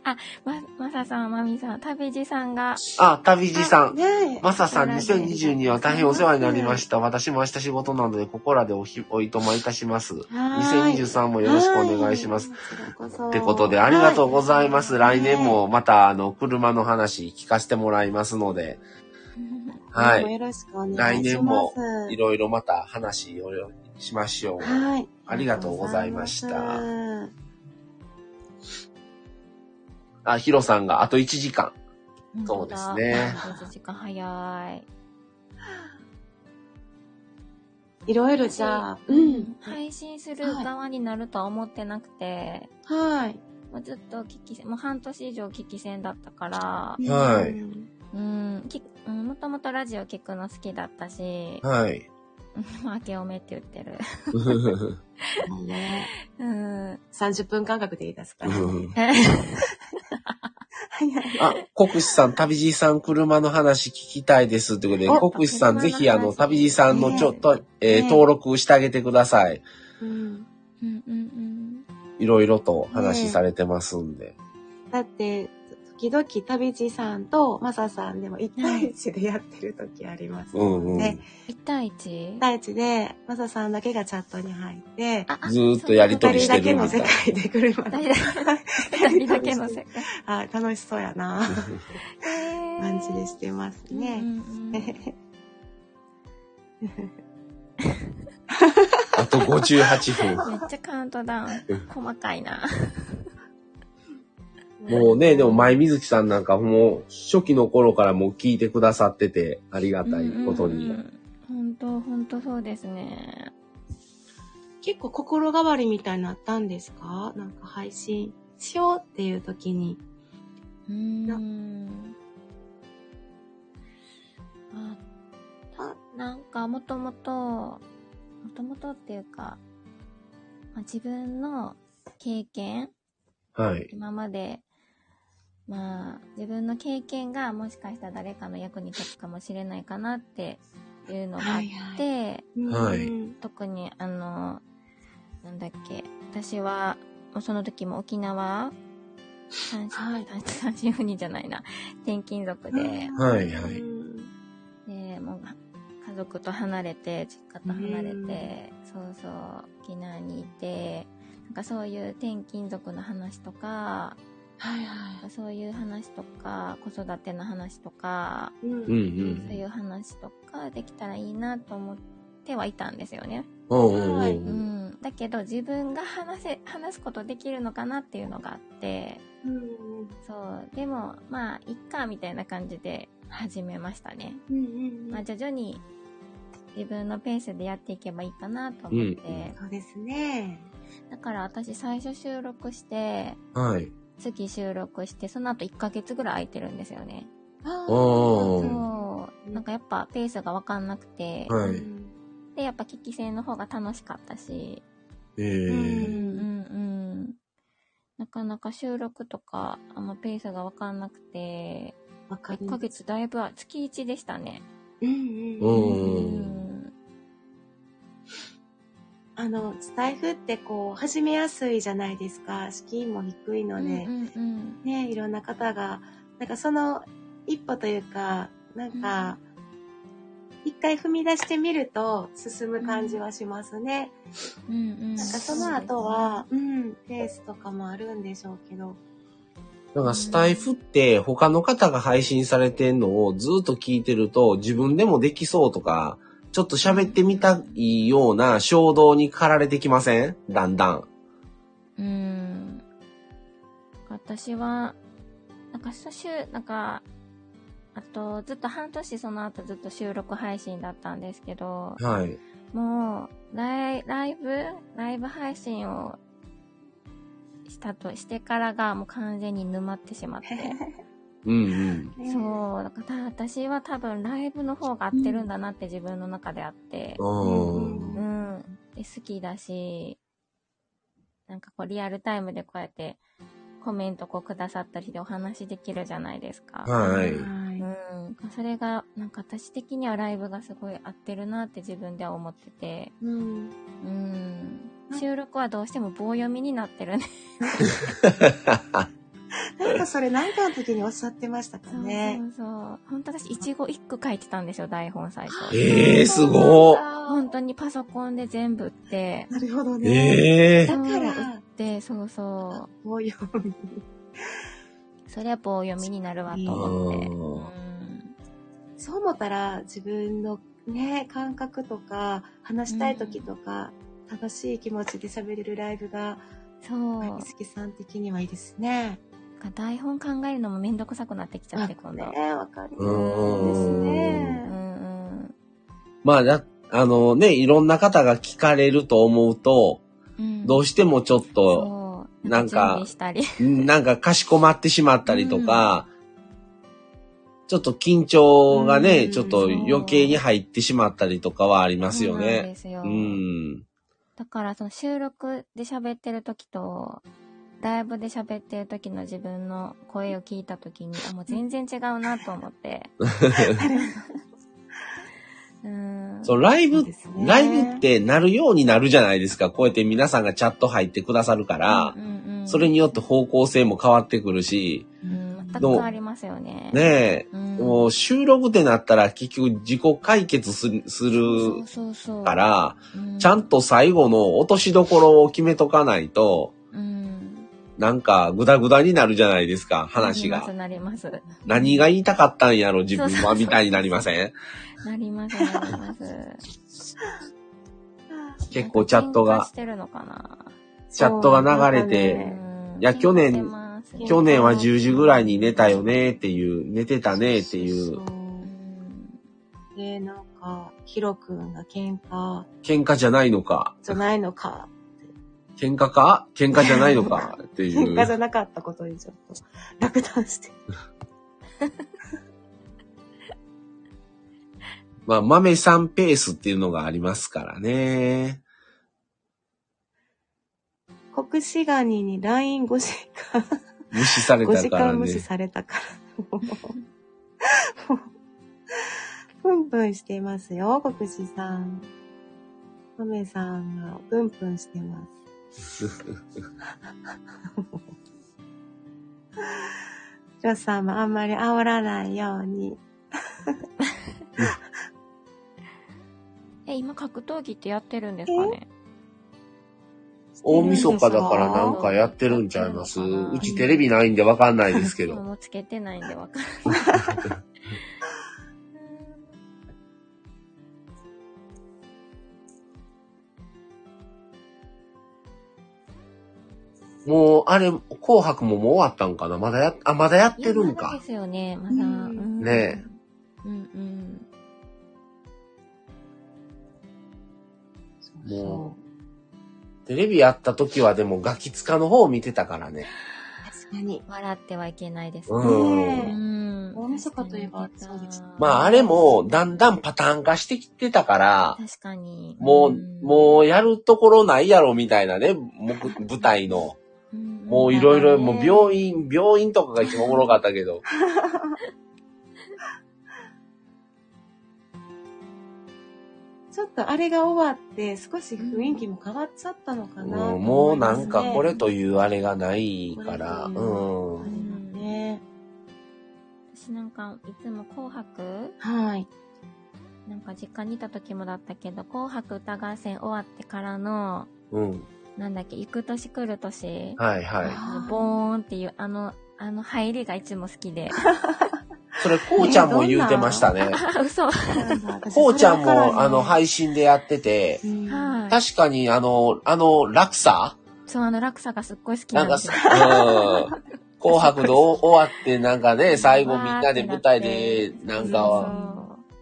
[SPEAKER 3] あ、ま、まささん、まみさん、旅路さんが、
[SPEAKER 1] あ、旅路さ
[SPEAKER 2] あ
[SPEAKER 1] ん。
[SPEAKER 2] ねえ
[SPEAKER 1] マサさん、
[SPEAKER 3] あら
[SPEAKER 1] 2022は大変お世話になりました。私も明日仕事なので、ここらでおひおいとまいたします。
[SPEAKER 2] はーい
[SPEAKER 1] 2023もよろしくお願いします。
[SPEAKER 2] はーい。こちらこそ
[SPEAKER 1] ってことで、ありがとうございます。
[SPEAKER 2] は
[SPEAKER 1] 来年もまた、あの、車の話聞かせてもらいますので、は
[SPEAKER 2] はい。
[SPEAKER 1] い。
[SPEAKER 2] よろしくお願いします。
[SPEAKER 1] 来年もいろいろまた話をしましょう。
[SPEAKER 2] はい。
[SPEAKER 1] ありがとうございました
[SPEAKER 2] ありがとうございます
[SPEAKER 1] あ、ヒロさんがあと1時間。そう
[SPEAKER 3] 本当
[SPEAKER 1] で
[SPEAKER 3] だ
[SPEAKER 1] すね。
[SPEAKER 3] 旅路時間早い。
[SPEAKER 2] いろいろじゃあ、
[SPEAKER 3] うん。配信する側になるとは思ってなくて、
[SPEAKER 2] はい。
[SPEAKER 3] もうずっと聞き、もう半年以上聞き戦だったから、
[SPEAKER 1] はい
[SPEAKER 2] うん
[SPEAKER 3] うん、きうんもともとラジオ聞くの好きだったし、
[SPEAKER 1] はい。
[SPEAKER 3] もう明けおめって言ってる。
[SPEAKER 2] ね
[SPEAKER 3] うん。
[SPEAKER 2] 30分間隔でいいですか
[SPEAKER 1] うん
[SPEAKER 3] え
[SPEAKER 2] 早い
[SPEAKER 1] あ、国士さん、旅路さん、車の話聞きたいですってことで、
[SPEAKER 2] お
[SPEAKER 1] 国士さん、
[SPEAKER 3] 車の
[SPEAKER 1] ぜ
[SPEAKER 3] 話
[SPEAKER 1] ひ、あの、旅路さんのちょっと、えー
[SPEAKER 2] ね
[SPEAKER 1] 登録してあげてください。
[SPEAKER 2] うん
[SPEAKER 3] うんうんうん。
[SPEAKER 1] いろいろと話されてますんで。
[SPEAKER 2] だって、時々旅路さんとマサさんでも1対1でやってる時あります。
[SPEAKER 1] うんうん。
[SPEAKER 2] ね
[SPEAKER 3] 1対 1?
[SPEAKER 2] 1対1で、マサさんだけがチャットに入って、
[SPEAKER 3] あ
[SPEAKER 1] ずーっとやりとり
[SPEAKER 2] 二
[SPEAKER 1] し
[SPEAKER 2] 人
[SPEAKER 1] て
[SPEAKER 2] だ
[SPEAKER 1] る
[SPEAKER 2] け
[SPEAKER 1] みた
[SPEAKER 2] の
[SPEAKER 1] い
[SPEAKER 2] 世界で車
[SPEAKER 3] 二
[SPEAKER 2] で。
[SPEAKER 3] 人だけ、二人だけの世界。
[SPEAKER 2] あ、楽しそうやな。
[SPEAKER 3] えー
[SPEAKER 2] 感じでしてますね。
[SPEAKER 3] うんうんうん
[SPEAKER 1] あと58分。
[SPEAKER 3] めっちゃカウントダウ
[SPEAKER 1] うん
[SPEAKER 3] ン。細かいな。
[SPEAKER 1] もうね、でも前水木さんなんかもう初期の頃からもう聞いてくださっててありがたいことに。
[SPEAKER 3] 本当本当そうですね。
[SPEAKER 2] 結構心変わりみたいになったんですかなんか配信しようっていう時に。
[SPEAKER 3] うーん。あ、た、なんか、もともと、もともとっていうか、まあ、自分の経験、
[SPEAKER 1] はい。
[SPEAKER 3] 今まで、まあ、自分の経験がもしかしたら誰かの役に立つかもしれないかなっていうのがあって、
[SPEAKER 1] はい
[SPEAKER 2] うん
[SPEAKER 3] 特にあのなんだっけ私はもうその時も沖縄単身、
[SPEAKER 2] はい
[SPEAKER 3] 単単身赴任じゃないな転勤族で
[SPEAKER 1] はいはい
[SPEAKER 2] うん
[SPEAKER 3] でもう家族と離れて実家と離れてそうそう沖縄にいてなんかそういう転勤族の話とか
[SPEAKER 2] はいは
[SPEAKER 3] なんかそういう話とか子育ての話とか
[SPEAKER 2] い。うん
[SPEAKER 1] うんう
[SPEAKER 3] そうい
[SPEAKER 1] ん。
[SPEAKER 3] う話とかできたらいいなと思ってはいたんですよね。
[SPEAKER 1] うんうん
[SPEAKER 2] は
[SPEAKER 1] う。
[SPEAKER 2] い
[SPEAKER 3] うんん、だけど自分が話せ話すことできるのかなっていうのがあって
[SPEAKER 2] うん
[SPEAKER 3] そうでもまあいっかみたいな感じで始めましたね、
[SPEAKER 2] うんうんう
[SPEAKER 3] まあ、
[SPEAKER 2] ん
[SPEAKER 3] 徐々に自分のペースでやっていけばいいかなと思って、
[SPEAKER 2] そうですね。
[SPEAKER 3] だから私最初収録して
[SPEAKER 1] はい。
[SPEAKER 3] 次収録してその後1ヶ月ぐらい空いてるんですよね、
[SPEAKER 2] あ
[SPEAKER 1] おー
[SPEAKER 3] そうなんかやっぱペースが分かんなくて、
[SPEAKER 1] は
[SPEAKER 2] う
[SPEAKER 1] い。
[SPEAKER 2] ん
[SPEAKER 3] でやっぱ聞き戦の方が楽しかったし
[SPEAKER 1] え
[SPEAKER 3] う
[SPEAKER 1] ー。
[SPEAKER 3] んうんうん。なかなか収録とか、あんまペースがわかんなくて、
[SPEAKER 2] わか
[SPEAKER 3] 1ヶ月だいぶは、月1でしたね。
[SPEAKER 2] うん
[SPEAKER 1] う
[SPEAKER 2] うん
[SPEAKER 1] ん
[SPEAKER 2] あの、スタイフってこう、始めやすいじゃないですか。敷居も低いので。
[SPEAKER 3] うんうん
[SPEAKER 2] ね、いろんな方が、なんかその一歩というか、なんか、一回踏み出してみると進む感じはしますね。
[SPEAKER 3] うんうん。
[SPEAKER 2] なんかその後は、うん、ペースとかもあるんでしょうけど。
[SPEAKER 1] なんかスタイフって他の方が配信されてんのをずっと聞いてると自分でもできそうとか、ちょっと喋ってみたいような衝動に駆られてきませんだんだん。
[SPEAKER 3] うん。私は、なんか、そう週、なんか、あと、ずっと半年その後ずっと収録配信だったんですけど、
[SPEAKER 1] はい。
[SPEAKER 3] もう、ライライブライブ配信をしたとしてからがもう完全に沼ってしまって。
[SPEAKER 1] うんうん。
[SPEAKER 3] そう、だから私は多分ライブの方が合ってるんだなって自分の中であって。
[SPEAKER 1] うん。
[SPEAKER 3] うん。で好きだし、なんかこうリアルタイムでこうやってコメントこうくださったりでお話できるじゃないですか。
[SPEAKER 1] は
[SPEAKER 2] は
[SPEAKER 1] い。
[SPEAKER 2] い
[SPEAKER 3] うん。それが、なんか私的にはライブがすごい合ってるなって自分では思ってて。
[SPEAKER 2] うん。
[SPEAKER 3] うん収録はどうしても棒読みになってるね。
[SPEAKER 2] なんかそれ何かの時におっしゃってましたかね。
[SPEAKER 3] そうそうそう。本当私、一語一句書いてたんですよ、台本最初。
[SPEAKER 1] ええー、すごっ
[SPEAKER 3] 本当にパソコンで全部打って、
[SPEAKER 2] なるほどね。
[SPEAKER 1] ええ
[SPEAKER 2] だか
[SPEAKER 3] うん
[SPEAKER 2] ら、
[SPEAKER 3] で、そうそ
[SPEAKER 2] こういうふうに。
[SPEAKER 3] う。そりゃ棒読みになるわと思って。
[SPEAKER 1] う
[SPEAKER 2] そう思ったら自分のね、感覚とか、話したい時とか、楽しい気持ちで喋れるライブが、
[SPEAKER 3] うんそう。
[SPEAKER 2] 美月さん的にはいいですね。
[SPEAKER 3] なんか台本考えるのもめんどくさくなってきちゃって、今度。
[SPEAKER 2] ねえ、わかり
[SPEAKER 1] う
[SPEAKER 2] ま
[SPEAKER 1] ん
[SPEAKER 2] す
[SPEAKER 3] う
[SPEAKER 2] ね。
[SPEAKER 3] んうん。
[SPEAKER 1] まあ、だあのね、いろんな方が聞かれると思うと、
[SPEAKER 3] うん
[SPEAKER 1] どうしてもちょっと、
[SPEAKER 3] そう。
[SPEAKER 1] な
[SPEAKER 3] なんん
[SPEAKER 1] か
[SPEAKER 3] か準備したり。
[SPEAKER 1] なんかかしこまってしまったりとか、ちょっと緊張がね、
[SPEAKER 2] うん
[SPEAKER 1] ちょっと余計に入ってしまったりとかはありますよ
[SPEAKER 3] そうなん
[SPEAKER 1] ね。
[SPEAKER 3] ですよ。
[SPEAKER 1] うん。
[SPEAKER 3] だからその収録で喋ってる時と、ライブで喋ってる時の自分の声を聞いた時に、あ、もう全然違うなと思って。うん。
[SPEAKER 1] そう、ライブ、
[SPEAKER 2] ですね
[SPEAKER 1] ライブってなるようになるじゃないですか。こうやって皆さんがチャット入ってくださるから
[SPEAKER 3] う、んうんうん、
[SPEAKER 1] それによって方向性も変わってくるし、
[SPEAKER 3] うん、全
[SPEAKER 1] どう
[SPEAKER 3] くありますよね。
[SPEAKER 1] ね
[SPEAKER 3] う
[SPEAKER 1] え、
[SPEAKER 3] ん、
[SPEAKER 1] もう収録ってなったら結局自己解決するす
[SPEAKER 3] そ
[SPEAKER 1] る
[SPEAKER 3] うそうそう
[SPEAKER 1] から、
[SPEAKER 3] う
[SPEAKER 1] ちゃんと最後の落としどころを決めとかないと、
[SPEAKER 3] うん、
[SPEAKER 1] なんかグダグダになるじゃないですか、話が。
[SPEAKER 3] なります、なります。
[SPEAKER 1] 何が言いたかったんやろ、自分
[SPEAKER 3] そうそう
[SPEAKER 1] は、
[SPEAKER 3] そう
[SPEAKER 1] みたいになりませ ん
[SPEAKER 3] なります、なります。
[SPEAKER 1] 結構チャット
[SPEAKER 3] なんか喧嘩
[SPEAKER 1] が
[SPEAKER 3] し、てるのかな。
[SPEAKER 1] チャットが流れて
[SPEAKER 2] そうなんかね
[SPEAKER 3] うん
[SPEAKER 1] いや去年
[SPEAKER 3] 喧嘩してますね
[SPEAKER 1] 去年は10時ぐらいに寝たよねっていう、寝てたねってい
[SPEAKER 2] そうう、
[SPEAKER 3] うん
[SPEAKER 2] で、なんか、ヒロ君が喧嘩
[SPEAKER 1] 喧嘩じゃないのか、
[SPEAKER 2] じゃないのか、
[SPEAKER 1] 喧嘩か喧嘩じゃないのかってい
[SPEAKER 2] 喧
[SPEAKER 1] う
[SPEAKER 2] 嘩じ。ゃなかったことにちょっと落胆して。
[SPEAKER 1] まあ、豆さんペースっていうのがありますからね。
[SPEAKER 2] 国士ガニに LINE5 時間、
[SPEAKER 1] 無視され
[SPEAKER 2] 5
[SPEAKER 1] た
[SPEAKER 2] 時
[SPEAKER 1] から
[SPEAKER 2] 間無視
[SPEAKER 1] ね。
[SPEAKER 2] されたから。もうもうプンプンしていますよ、国士さん。豆さんがプンプンしてます。 ジョスさんもあんまり煽らないように。
[SPEAKER 3] え、今格闘技ってやってるんですかね
[SPEAKER 1] 大晦日だから
[SPEAKER 2] な
[SPEAKER 1] なんんかやってるんちゃいます
[SPEAKER 3] うん
[SPEAKER 1] うちテレビないんでわかんないですけ
[SPEAKER 3] も
[SPEAKER 1] ど。
[SPEAKER 3] うつけてないんでわかんない。
[SPEAKER 1] もう、あれ、紅白ももう終わったんかなまだや、あ、まだやっ
[SPEAKER 3] い
[SPEAKER 1] て
[SPEAKER 3] や
[SPEAKER 1] るん
[SPEAKER 3] まだ
[SPEAKER 1] か
[SPEAKER 3] で。すよね、まだ。
[SPEAKER 2] うん
[SPEAKER 3] うん
[SPEAKER 1] ね
[SPEAKER 3] うんうん。
[SPEAKER 1] もテレビやった時はでもガキツカの方を見てたからね。
[SPEAKER 2] 確かに。
[SPEAKER 3] 笑ってはいけないですね。
[SPEAKER 1] うん。
[SPEAKER 2] ね
[SPEAKER 3] うん
[SPEAKER 2] 大晦日といえばそうです
[SPEAKER 1] まあ、あれも、だんだんパターン化してきてたから、
[SPEAKER 3] 確かに。
[SPEAKER 1] もう、
[SPEAKER 3] ん
[SPEAKER 1] もうやるところないやろみたいなね、もう舞台の。
[SPEAKER 3] うん
[SPEAKER 1] もういろいろ、
[SPEAKER 3] ね
[SPEAKER 1] もう病院、病院とかが一番おもろかったけど。
[SPEAKER 2] ちょっとあれが終わって、少し雰囲気も変わっちゃったのか
[SPEAKER 1] うん
[SPEAKER 2] なと思います、ね
[SPEAKER 1] もうなんかこれというあれがないから、
[SPEAKER 2] これと
[SPEAKER 1] う
[SPEAKER 2] あ
[SPEAKER 1] ん。
[SPEAKER 2] れがね。
[SPEAKER 3] 私なんか、いつも紅白
[SPEAKER 2] はい。
[SPEAKER 3] なんか実家にいた時もだったけど、紅白歌合戦終わってからの、
[SPEAKER 1] うん。
[SPEAKER 3] なんだっけ、行く年来る年、
[SPEAKER 1] はいはい。
[SPEAKER 3] あのボーンっていう、あの、あの入りがいつも好 きで。
[SPEAKER 1] それ、こうちゃんも言うてましたね。
[SPEAKER 3] あ、嘘。
[SPEAKER 1] こうちゃんも、あの、
[SPEAKER 2] い。
[SPEAKER 1] 配信でやってて、
[SPEAKER 2] うん
[SPEAKER 3] はい
[SPEAKER 1] 確かに、あの、あの、落差
[SPEAKER 3] そう、あの落差がすっごい好きな
[SPEAKER 1] なん
[SPEAKER 3] ん
[SPEAKER 1] か
[SPEAKER 3] です
[SPEAKER 1] さ、
[SPEAKER 3] よ。
[SPEAKER 1] うん。紅白で終わって、なんか ね、最後みんなで舞台で、なん
[SPEAKER 3] そう
[SPEAKER 1] か、
[SPEAKER 3] そ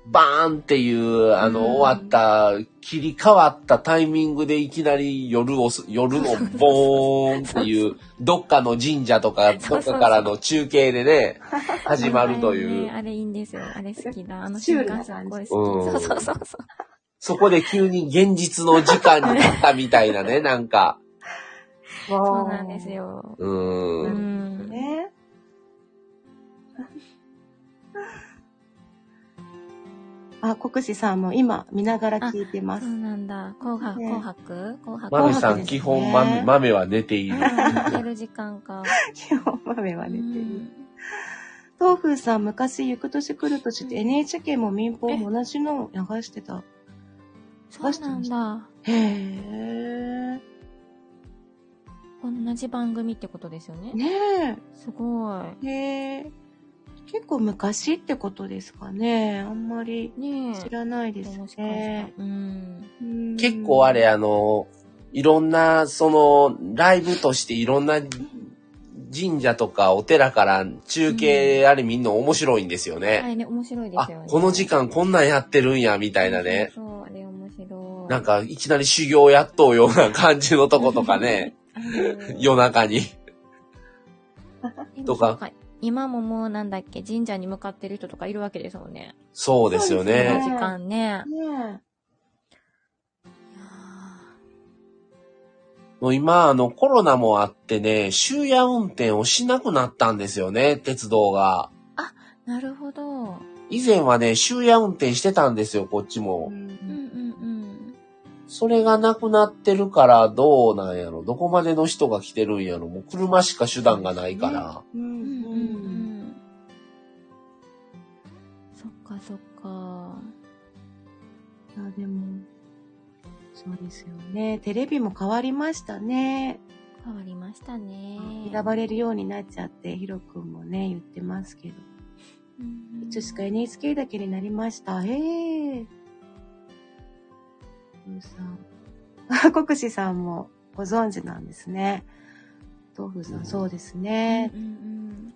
[SPEAKER 1] バーンっていう、あ
[SPEAKER 3] うん
[SPEAKER 1] の、終わった、切り替わったタイミングでいきなり夜をす、夜のボーンって いう、どっかの神社とか、どっかからの中継で ね、
[SPEAKER 3] う
[SPEAKER 1] 始まると
[SPEAKER 3] あれ
[SPEAKER 1] いう。
[SPEAKER 3] ねあれいいんですよ。あれ好きだ。あの
[SPEAKER 2] シュー
[SPEAKER 3] 瞬
[SPEAKER 2] ルな
[SPEAKER 3] 間
[SPEAKER 2] 感じ
[SPEAKER 3] すっごい好き。
[SPEAKER 1] う
[SPEAKER 3] そ
[SPEAKER 1] ん
[SPEAKER 3] うそうそうそう。
[SPEAKER 1] そこで急に現実の時間になったみたいなね、なんか。
[SPEAKER 3] そうなんです。よ。
[SPEAKER 1] う
[SPEAKER 3] う
[SPEAKER 1] ーん。
[SPEAKER 3] ん。
[SPEAKER 2] ね。 あ、国士さんも今見ながら聞いてま
[SPEAKER 3] そ
[SPEAKER 2] す。
[SPEAKER 3] うなんだ。紅白、
[SPEAKER 2] ね
[SPEAKER 3] 紅白紅白。
[SPEAKER 1] 豆
[SPEAKER 2] 紅白で
[SPEAKER 1] さ
[SPEAKER 2] す
[SPEAKER 1] ん、
[SPEAKER 2] ね
[SPEAKER 1] 基本豆、豆は寝ている。
[SPEAKER 3] うん寝てる時間か。
[SPEAKER 2] 基本豆は
[SPEAKER 3] う
[SPEAKER 2] 寝てる。
[SPEAKER 3] ん
[SPEAKER 2] 東風さん昔、ゆく年来る年って NHK も民放も同じのを流してた。
[SPEAKER 3] そうなんだ。
[SPEAKER 2] へえ。
[SPEAKER 3] 同じ番組ってことですよね。
[SPEAKER 2] ね
[SPEAKER 3] すごい。
[SPEAKER 2] え。へえ。結構昔ってことですかね。あんまり
[SPEAKER 3] ね
[SPEAKER 2] 知
[SPEAKER 3] え。
[SPEAKER 2] らないです
[SPEAKER 3] もしかしたら
[SPEAKER 2] ね。
[SPEAKER 3] うん。
[SPEAKER 2] うん
[SPEAKER 1] 結構あれ、あの、いろんな、その、ライブとしていろんな神社とかお寺から中継あれみんな面白いんですよ
[SPEAKER 3] は
[SPEAKER 1] ね。
[SPEAKER 3] いね、面白いで
[SPEAKER 1] あ
[SPEAKER 3] すよね。、
[SPEAKER 1] この時間こんなんやってるんや、み
[SPEAKER 3] み
[SPEAKER 1] たいなね。
[SPEAKER 3] そうそう、あれ面白い。
[SPEAKER 1] なんか、いきなり修行やっとうような感じのとことかね、
[SPEAKER 3] あの、
[SPEAKER 1] 夜中に。とか
[SPEAKER 3] なん。今ももうなんだっけ、神社に向かってる人とかいるわけですもんね。
[SPEAKER 1] そうです
[SPEAKER 2] え
[SPEAKER 1] よ
[SPEAKER 3] こ
[SPEAKER 2] えそう
[SPEAKER 3] の
[SPEAKER 2] です
[SPEAKER 1] ね。
[SPEAKER 3] 時間ね。
[SPEAKER 2] ね
[SPEAKER 3] いや
[SPEAKER 1] もう今、あの、コロナもあってね、終夜運転をしなくなったんですよね、鉄道が。
[SPEAKER 3] ーなるほど。
[SPEAKER 1] 以前はね、終夜運転してたんですよ、こっちも。
[SPEAKER 3] うんうん
[SPEAKER 1] それがなくなってるからどうなんやろどこまでの人が来てるんやろもう車しか手段がないから。
[SPEAKER 2] う
[SPEAKER 3] うん。うん
[SPEAKER 2] ん
[SPEAKER 3] うんうん。そっかそっか。
[SPEAKER 2] いや、でも、そうですよね。テレビも変わりましたね。
[SPEAKER 3] 変わりましたね。
[SPEAKER 2] 選ばれるようになっちゃって、ヒロ君もね、言ってますけど。
[SPEAKER 3] うんうん
[SPEAKER 2] いつしか NHK だけになりました。へえ。うんさん。あ、国士さん もご存知なんですね。豆腐さん、そうですね。
[SPEAKER 3] うんうん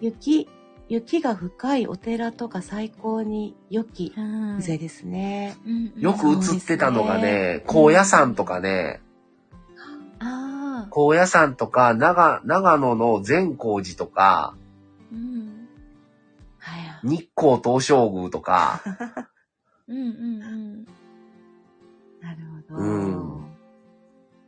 [SPEAKER 2] 雪、雪が深いお寺とか最高に良き
[SPEAKER 3] うん。
[SPEAKER 2] 風ですね。
[SPEAKER 3] うんうん
[SPEAKER 1] よく映ってたのがね、高野山とかね、
[SPEAKER 3] ああ。
[SPEAKER 1] 高野山とか、長、長野の善光寺とか、
[SPEAKER 3] うん。
[SPEAKER 2] はいや。
[SPEAKER 1] 日光東照宮とか、
[SPEAKER 3] うんうんうん。
[SPEAKER 2] なるほど。
[SPEAKER 1] うん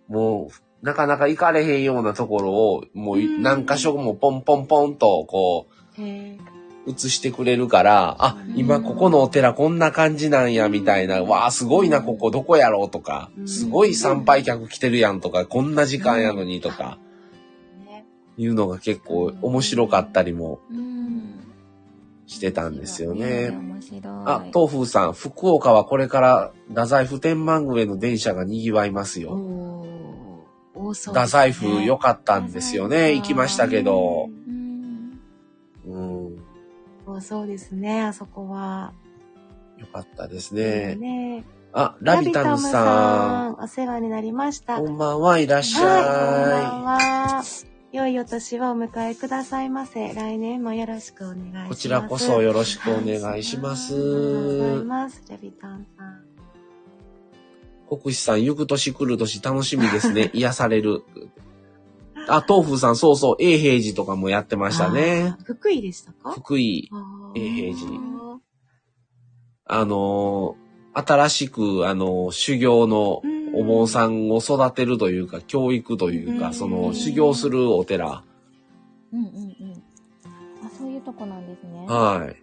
[SPEAKER 1] もう、なかなか行かれへんようなところを、もうい
[SPEAKER 3] うん
[SPEAKER 1] 何箇所もポンポンポンと、こ
[SPEAKER 2] へえ。
[SPEAKER 1] う、映してくれるから、あ、今ここのお寺こんな感じなんや、みたいな、わあ、すごいな、ここどこやろうとか
[SPEAKER 2] う、ん
[SPEAKER 1] すごい参拝客来てるやんとか、こんな時間やのにとか、
[SPEAKER 2] ね。
[SPEAKER 1] いうのが結構面白かったりも
[SPEAKER 3] うん。
[SPEAKER 1] してたんですよ
[SPEAKER 3] 面白い
[SPEAKER 1] ね。
[SPEAKER 3] 面白い。
[SPEAKER 1] あ、東風さん、福岡はこれから、太宰府天満宮への電車が賑わいます
[SPEAKER 2] お
[SPEAKER 1] よ。
[SPEAKER 2] ー。多そう
[SPEAKER 1] 太
[SPEAKER 2] ですね
[SPEAKER 1] 宰府良かったんですよね。
[SPEAKER 3] 太宰府
[SPEAKER 1] 行きましたけど。
[SPEAKER 3] うん。
[SPEAKER 1] うん。
[SPEAKER 2] 多そうですね、あそこは。
[SPEAKER 1] 良かったですね。
[SPEAKER 2] ねえ
[SPEAKER 1] あ、ラビタムさん。
[SPEAKER 2] ん。お世話になりました。
[SPEAKER 1] こんばんはいらっし
[SPEAKER 2] はい、こんばんは。
[SPEAKER 1] ゃ
[SPEAKER 2] 良いお年をお迎えくださいませ。来年もよろしくお願いします。
[SPEAKER 1] い。こちらこそよろしくお願いしま
[SPEAKER 2] ありがとうござい
[SPEAKER 1] す。
[SPEAKER 2] ます。ジャビタンさん。
[SPEAKER 1] 国士さん、行く年来る年楽しみで すね。癒される。あ、東風さん、そうそう、永平寺とかもやってましたね
[SPEAKER 2] あ。ー。福井でしたか
[SPEAKER 1] 福井。永平寺にあのー新しく、あのー修行のお坊
[SPEAKER 2] ん。
[SPEAKER 1] さんを育てるというか、教育という
[SPEAKER 2] う
[SPEAKER 1] か、
[SPEAKER 2] ん
[SPEAKER 1] その、修行するお寺。
[SPEAKER 3] うんうんうん。あ、そういうとこなんですね。
[SPEAKER 1] はい。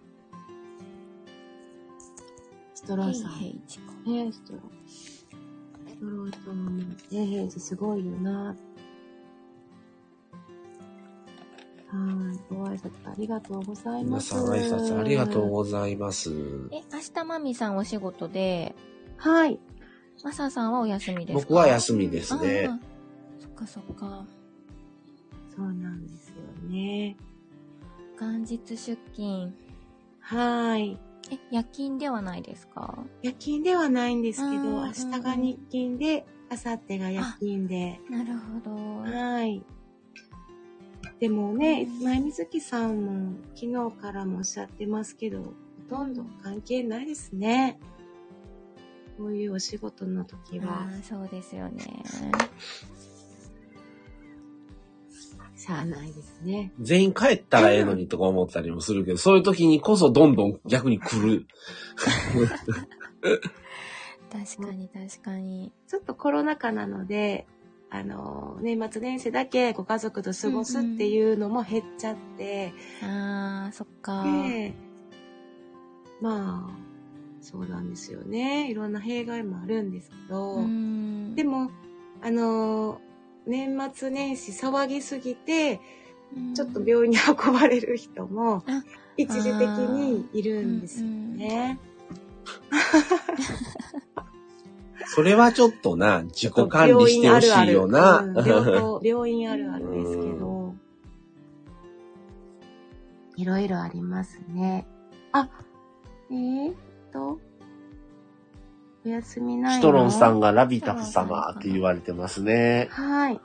[SPEAKER 2] ストロ
[SPEAKER 3] へい
[SPEAKER 2] ーさん。
[SPEAKER 3] へいちか。
[SPEAKER 2] ねえ、ストロー。ストローさんもね、永平寺すごいよな。はい、ご挨拶ありがとうございま
[SPEAKER 1] 皆
[SPEAKER 2] す。
[SPEAKER 1] さん挨拶ありがとうございます。
[SPEAKER 3] え、明日まみさんお仕事で、
[SPEAKER 2] はい。
[SPEAKER 3] まささんはお休みですか
[SPEAKER 1] 僕は休みですね
[SPEAKER 3] あ。ーそっかそっか。
[SPEAKER 2] そうなんですよね。
[SPEAKER 3] 元日出勤。
[SPEAKER 2] はい。
[SPEAKER 3] え、夜勤ではないですか
[SPEAKER 2] 夜勤ではないんですけ
[SPEAKER 3] うん
[SPEAKER 2] ど、
[SPEAKER 3] うんうん
[SPEAKER 2] 明日が日勤で、明後日が夜勤で。
[SPEAKER 3] なるほど。
[SPEAKER 2] はい。でもね
[SPEAKER 3] う、ん
[SPEAKER 2] 前水木さんも昨日からもおっしゃってますけど、ほとんど関係ないですね。こういうお仕事の時は
[SPEAKER 3] あ。ーそうですよね。
[SPEAKER 2] しゃあないですね。
[SPEAKER 1] 全員帰ったらええのにとか思ったりもするけど、そういう時にこそどんどん逆に来 る。
[SPEAKER 3] 確かに確かに。
[SPEAKER 2] ちょっとコロナ禍なので、あの、年末年始だけご家族と過ごすっていうのも減っちゃって、
[SPEAKER 3] あー、そっか。
[SPEAKER 2] で、まあ、そうなんですよね。いろんな弊害もあるんですけど、
[SPEAKER 3] うん。
[SPEAKER 2] でも、あのー年末年始騒ぎすぎて、
[SPEAKER 3] うん、
[SPEAKER 2] ちょっと病院に運ばれる人も
[SPEAKER 3] あ、
[SPEAKER 2] 一時的にいるんですよね。
[SPEAKER 1] それはちょっとな、自己管理
[SPEAKER 2] 病
[SPEAKER 1] して
[SPEAKER 2] 院
[SPEAKER 1] ほ
[SPEAKER 2] あ
[SPEAKER 1] し
[SPEAKER 2] るあ
[SPEAKER 1] い
[SPEAKER 2] る。
[SPEAKER 1] よな。
[SPEAKER 2] うん病棟病院あるあるですけど、いろいろありますね。あ、えー、っと、おやすみないの
[SPEAKER 1] シトロンさんがラビタフ様って言われてますね。
[SPEAKER 2] はい。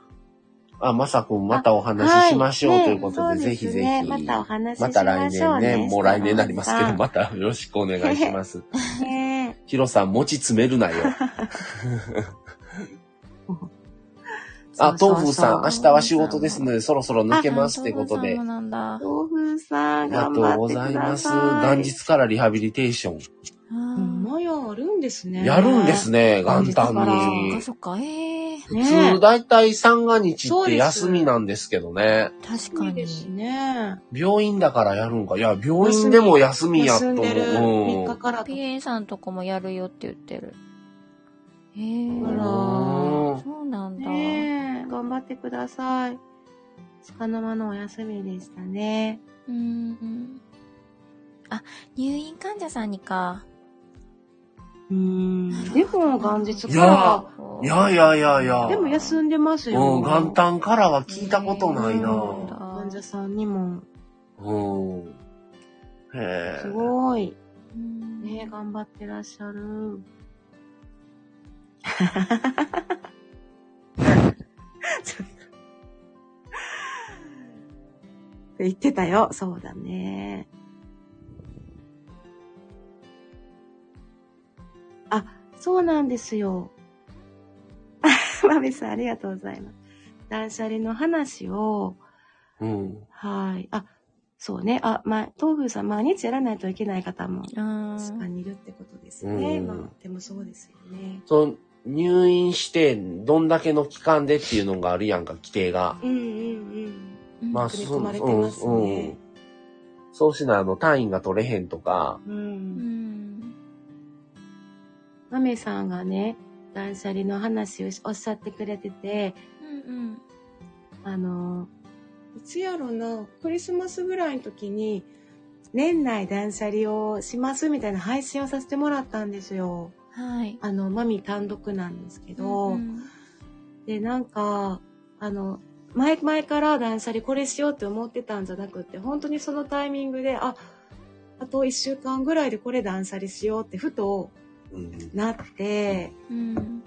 [SPEAKER 1] あ、まさくんまたお話ししましょうということで、
[SPEAKER 2] はいね
[SPEAKER 1] ぜひぜ
[SPEAKER 2] そうです
[SPEAKER 1] ひ。
[SPEAKER 2] ねまたお話しし
[SPEAKER 1] ま
[SPEAKER 2] ましょ
[SPEAKER 1] た
[SPEAKER 2] うね。
[SPEAKER 1] 来年ね、もう来年になりますけ
[SPEAKER 2] さ
[SPEAKER 1] ど、
[SPEAKER 2] ん
[SPEAKER 1] またよろしくお願い します。
[SPEAKER 2] ね
[SPEAKER 1] ヒロさん、餅詰めるなよ。あ、
[SPEAKER 2] そうそう
[SPEAKER 1] 豆腐
[SPEAKER 2] そう
[SPEAKER 1] さん、明日は仕事ですので、そろそろ抜けますってことで
[SPEAKER 3] あ。なんだそう
[SPEAKER 2] 豆腐さ
[SPEAKER 1] あ
[SPEAKER 2] ん、
[SPEAKER 1] りがと
[SPEAKER 2] 頑
[SPEAKER 1] う
[SPEAKER 2] 張
[SPEAKER 1] ご
[SPEAKER 2] ってください。
[SPEAKER 1] ざいます。元日からリハビリテーション。
[SPEAKER 3] なんだ。あー
[SPEAKER 2] 模様あるんですね。
[SPEAKER 1] やるんですね、元
[SPEAKER 2] 元日か
[SPEAKER 1] 旦
[SPEAKER 2] ら
[SPEAKER 3] そっ
[SPEAKER 1] に
[SPEAKER 3] か。そっか。ええー。
[SPEAKER 1] 普
[SPEAKER 2] ね
[SPEAKER 1] 通、だいたい三が日
[SPEAKER 2] そ
[SPEAKER 1] っ
[SPEAKER 2] う
[SPEAKER 1] て
[SPEAKER 2] です
[SPEAKER 1] 休みなんですけどね。
[SPEAKER 3] 確
[SPEAKER 2] い
[SPEAKER 3] か
[SPEAKER 2] い
[SPEAKER 3] に。
[SPEAKER 2] ですね。
[SPEAKER 1] 病院だからやるんか。いや、病院でも休みやと
[SPEAKER 2] 休ん
[SPEAKER 1] 思
[SPEAKER 2] でる3
[SPEAKER 1] う
[SPEAKER 2] 日
[SPEAKER 1] うん。
[SPEAKER 2] からと
[SPEAKER 3] PA さんとかもやるよって言ってる。へえ
[SPEAKER 2] あら
[SPEAKER 1] ー
[SPEAKER 3] そうなんだ。
[SPEAKER 2] ねえ、頑張ってください。束の間のお休みでしたね。
[SPEAKER 3] うんうん。あ、入院患者さんにか。
[SPEAKER 2] うーん。でも、元日
[SPEAKER 1] い
[SPEAKER 2] か
[SPEAKER 1] や
[SPEAKER 2] ら、
[SPEAKER 1] いやいやいやいや
[SPEAKER 2] でも休
[SPEAKER 3] ん
[SPEAKER 2] んでますよ。
[SPEAKER 1] うん、元旦からは聞いたこと
[SPEAKER 3] も
[SPEAKER 1] ないな
[SPEAKER 2] うん
[SPEAKER 1] ぁ。
[SPEAKER 2] 患者さんにも、
[SPEAKER 1] うん。へ
[SPEAKER 2] す
[SPEAKER 1] え。
[SPEAKER 2] ごい。ね
[SPEAKER 3] ね
[SPEAKER 2] え、頑張ってらっしゃる。ちょっと言ってたよ。そうだね。あ、そうなんです よ。まめさん、ありがとうございます。断捨離の話を、
[SPEAKER 1] うん。
[SPEAKER 2] はい。あ、そうね。あ、ま、東風さん、毎日やらないといけない方も
[SPEAKER 3] うん。
[SPEAKER 2] 確かにいるってことですね。
[SPEAKER 1] うん
[SPEAKER 2] まあ、でもそうですよね。
[SPEAKER 1] その、入院して、どんだけの期間でっていうのがあるやんか、規定が。
[SPEAKER 2] うんうん
[SPEAKER 3] うん
[SPEAKER 1] まあ、
[SPEAKER 2] 組み
[SPEAKER 1] そ
[SPEAKER 2] 込
[SPEAKER 1] う、
[SPEAKER 2] まれてますね
[SPEAKER 1] うん、うん。そうしな、あの、単位が取れへんとか、
[SPEAKER 2] うん。う。
[SPEAKER 3] うんん。
[SPEAKER 2] マメさんがね、断捨離の話をおっしゃってくれてて、
[SPEAKER 3] うん
[SPEAKER 2] あの、いつやろな、クリスマスぐらいの時に、年内断捨離をしますみたいな配信をさせてもらったんですよ。
[SPEAKER 3] うん。はい。
[SPEAKER 2] あの、マミ単独なんですけど、
[SPEAKER 3] うん
[SPEAKER 2] で、なんか、あの、前々から断捨離これしようって思ってたんじゃなくって、本当にそのタイミングで、あ、あと一週間ぐらいでこれ断捨離しようってふと
[SPEAKER 1] うん。
[SPEAKER 2] なって、
[SPEAKER 3] うん。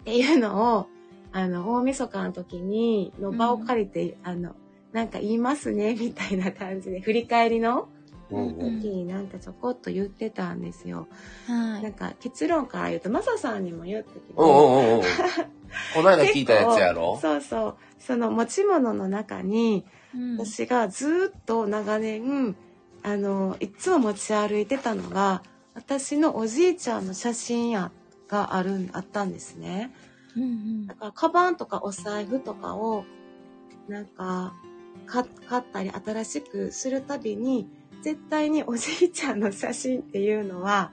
[SPEAKER 2] っていうのを、あの、大晦日の時に、の場を借りて、あの、なんか言いますね、 みたいな感じで、振り返りの
[SPEAKER 1] うん
[SPEAKER 3] う
[SPEAKER 1] うん
[SPEAKER 3] ん
[SPEAKER 2] 時になんかちょこっと言ってたんですよ。
[SPEAKER 3] は
[SPEAKER 2] なん
[SPEAKER 3] い。
[SPEAKER 2] か結論から言うと、マサさんにも言ったけ
[SPEAKER 1] う
[SPEAKER 2] ど、
[SPEAKER 1] んうんうん。こないだ聞いたやつやろ
[SPEAKER 2] そうそう、その持ち物の中に、
[SPEAKER 3] うん
[SPEAKER 2] 私がずーっと長年あのいつも持ち歩いてたのが私のおじいちゃんの写真やがあるんあったんですね
[SPEAKER 3] うんうん
[SPEAKER 2] だからカバンとかお財布とかをなんかか買ったり新しくするたびに絶対におじいちゃんの写真っていうのは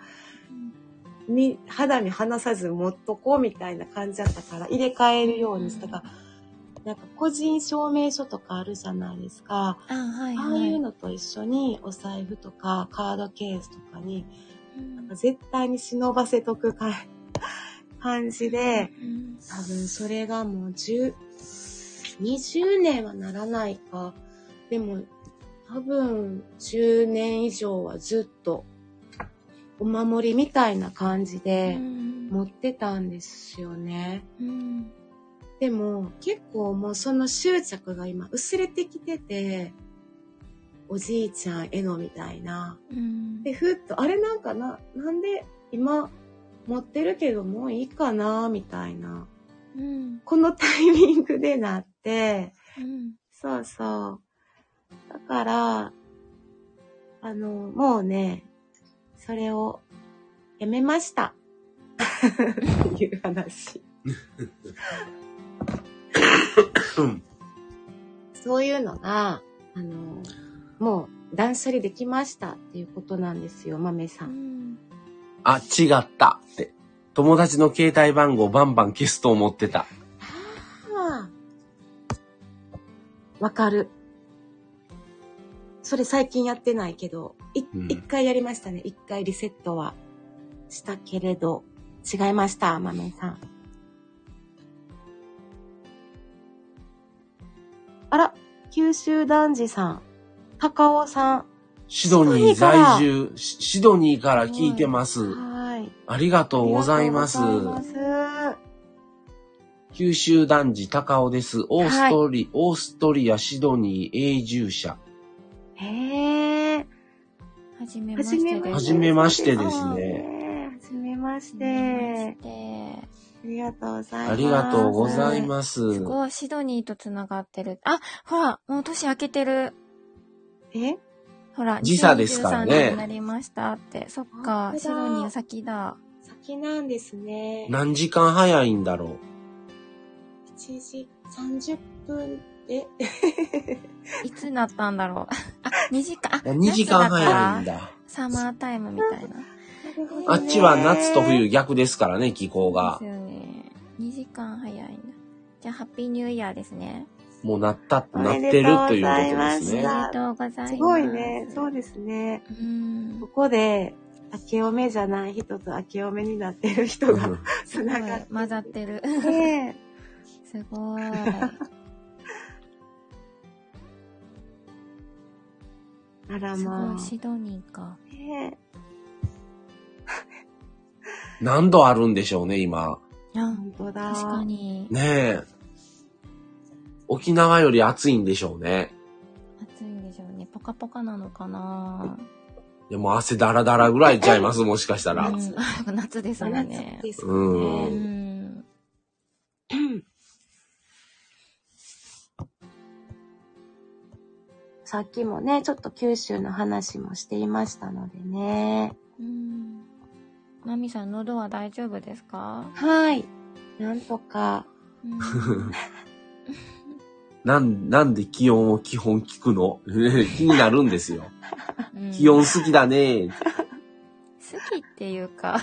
[SPEAKER 2] に肌身離さず持っとこうみたいな感じだったから入れ替えるようにしたからなんか個人証明書とかあるじゃないですか。
[SPEAKER 3] あ、はい
[SPEAKER 2] あ
[SPEAKER 3] は
[SPEAKER 2] あ
[SPEAKER 3] い。
[SPEAKER 2] いうのと一緒にお財布とかカードケースとかに
[SPEAKER 3] うん
[SPEAKER 2] 絶対に忍ばせとくか 感じで
[SPEAKER 3] うん
[SPEAKER 2] 多分それがもう10 20年はならないかでも多分10年以上はずっとお守りみたいな感じで
[SPEAKER 3] うん
[SPEAKER 2] 持ってたんですよね。
[SPEAKER 3] うん
[SPEAKER 2] でも結構もうその執着が今薄れてきてておじいちゃんへのみたいな。
[SPEAKER 3] うん
[SPEAKER 2] でふっとあれなんかななんで今持ってるけどもういいかなみたいな
[SPEAKER 3] うん
[SPEAKER 2] このタイミングでなって
[SPEAKER 3] うん
[SPEAKER 2] そうそうだからあのもうねそれをやめましたっていう話。
[SPEAKER 1] うん。
[SPEAKER 2] そういうのが、あの、もう断捨離できましたっていうことなんですよ、豆さ。
[SPEAKER 3] うんん
[SPEAKER 1] あ、違ったって。友達の携帯番号バンバン消すと思ってた。
[SPEAKER 2] あーわかる。それ最近やってないけど、い
[SPEAKER 1] うん
[SPEAKER 2] 一、回やりましたね。一回リセットはしたけれど、違いました、豆さん。あら、九州男児さん、高尾さ
[SPEAKER 1] シドニー在住、シシドニーから聞いてます。
[SPEAKER 2] ん。はい。
[SPEAKER 1] ありがとうございます
[SPEAKER 2] あ。りがとうございます
[SPEAKER 1] 九州男児高尾です。オーストリ、オーストリア、シドニー永住者。
[SPEAKER 2] へえ。
[SPEAKER 3] はじめま
[SPEAKER 2] は
[SPEAKER 3] して
[SPEAKER 2] じめ
[SPEAKER 3] です。
[SPEAKER 2] まして。
[SPEAKER 1] はじめましてですね。
[SPEAKER 2] ね。はじめまして。
[SPEAKER 3] はじめまして
[SPEAKER 2] ありがとうございます。
[SPEAKER 1] ありがとうござい
[SPEAKER 2] す。
[SPEAKER 1] ます。
[SPEAKER 3] すごい、シドニーとつながってる。あ、ほら、もう年明けてる。
[SPEAKER 2] え
[SPEAKER 3] ほら、
[SPEAKER 1] 時差ですからね
[SPEAKER 3] 2023年になりましたって。そっか
[SPEAKER 2] 本当、だ
[SPEAKER 3] シドニー先だ。
[SPEAKER 2] 先なんですね。
[SPEAKER 1] 何時間早いんだろ
[SPEAKER 2] 1時30分で、
[SPEAKER 3] いつなったんだろう。あ、2 時間、あ、
[SPEAKER 1] 2時間
[SPEAKER 3] 夏だから
[SPEAKER 1] 早いんだ。
[SPEAKER 3] サマータイムみたいな。
[SPEAKER 2] なるほどね
[SPEAKER 1] あっちは夏と冬逆ですからね、気候が
[SPEAKER 3] です。よね。2時間早いな。じゃあ、ハッピーニューイヤーですね。
[SPEAKER 1] もうなった、なってるということです
[SPEAKER 3] お
[SPEAKER 2] い
[SPEAKER 3] めで
[SPEAKER 1] ね
[SPEAKER 2] や。
[SPEAKER 3] とうございます。
[SPEAKER 2] すごいね。そうですね。
[SPEAKER 3] うん
[SPEAKER 2] こ。こで、明けおめじゃない人と明けおめになってる人
[SPEAKER 1] う
[SPEAKER 2] が
[SPEAKER 1] ん
[SPEAKER 2] つながって。
[SPEAKER 3] 混ざってる。
[SPEAKER 2] ね
[SPEAKER 3] すごい。
[SPEAKER 2] えあら
[SPEAKER 3] すご
[SPEAKER 2] ま
[SPEAKER 3] い、シドニーか。
[SPEAKER 2] あ。ね
[SPEAKER 1] 何度あるんでしょうね、今。
[SPEAKER 2] え
[SPEAKER 3] あ、
[SPEAKER 2] 本当だ。
[SPEAKER 3] 確か。に。
[SPEAKER 1] ねえ。沖縄より暑いんでしょうね。
[SPEAKER 3] 暑いんでしょうね。ポカポカなのかない
[SPEAKER 1] やもう汗だらだらぐらいちゃいます、もしかした
[SPEAKER 3] う
[SPEAKER 1] ら。
[SPEAKER 3] ん、 あ夏ですもんね
[SPEAKER 2] 夏。ですね。
[SPEAKER 1] うん
[SPEAKER 3] うん。
[SPEAKER 2] さっきもね、ちょっと九州の話もしていましたのでね。
[SPEAKER 3] うん。マミさん、喉は大丈夫ですか
[SPEAKER 2] はい。なんとか。
[SPEAKER 3] うん
[SPEAKER 1] なん、なんで気温を基本聞くの 気になるんですよ。気温
[SPEAKER 3] うん
[SPEAKER 1] 好きだね。
[SPEAKER 3] 好きっていうか、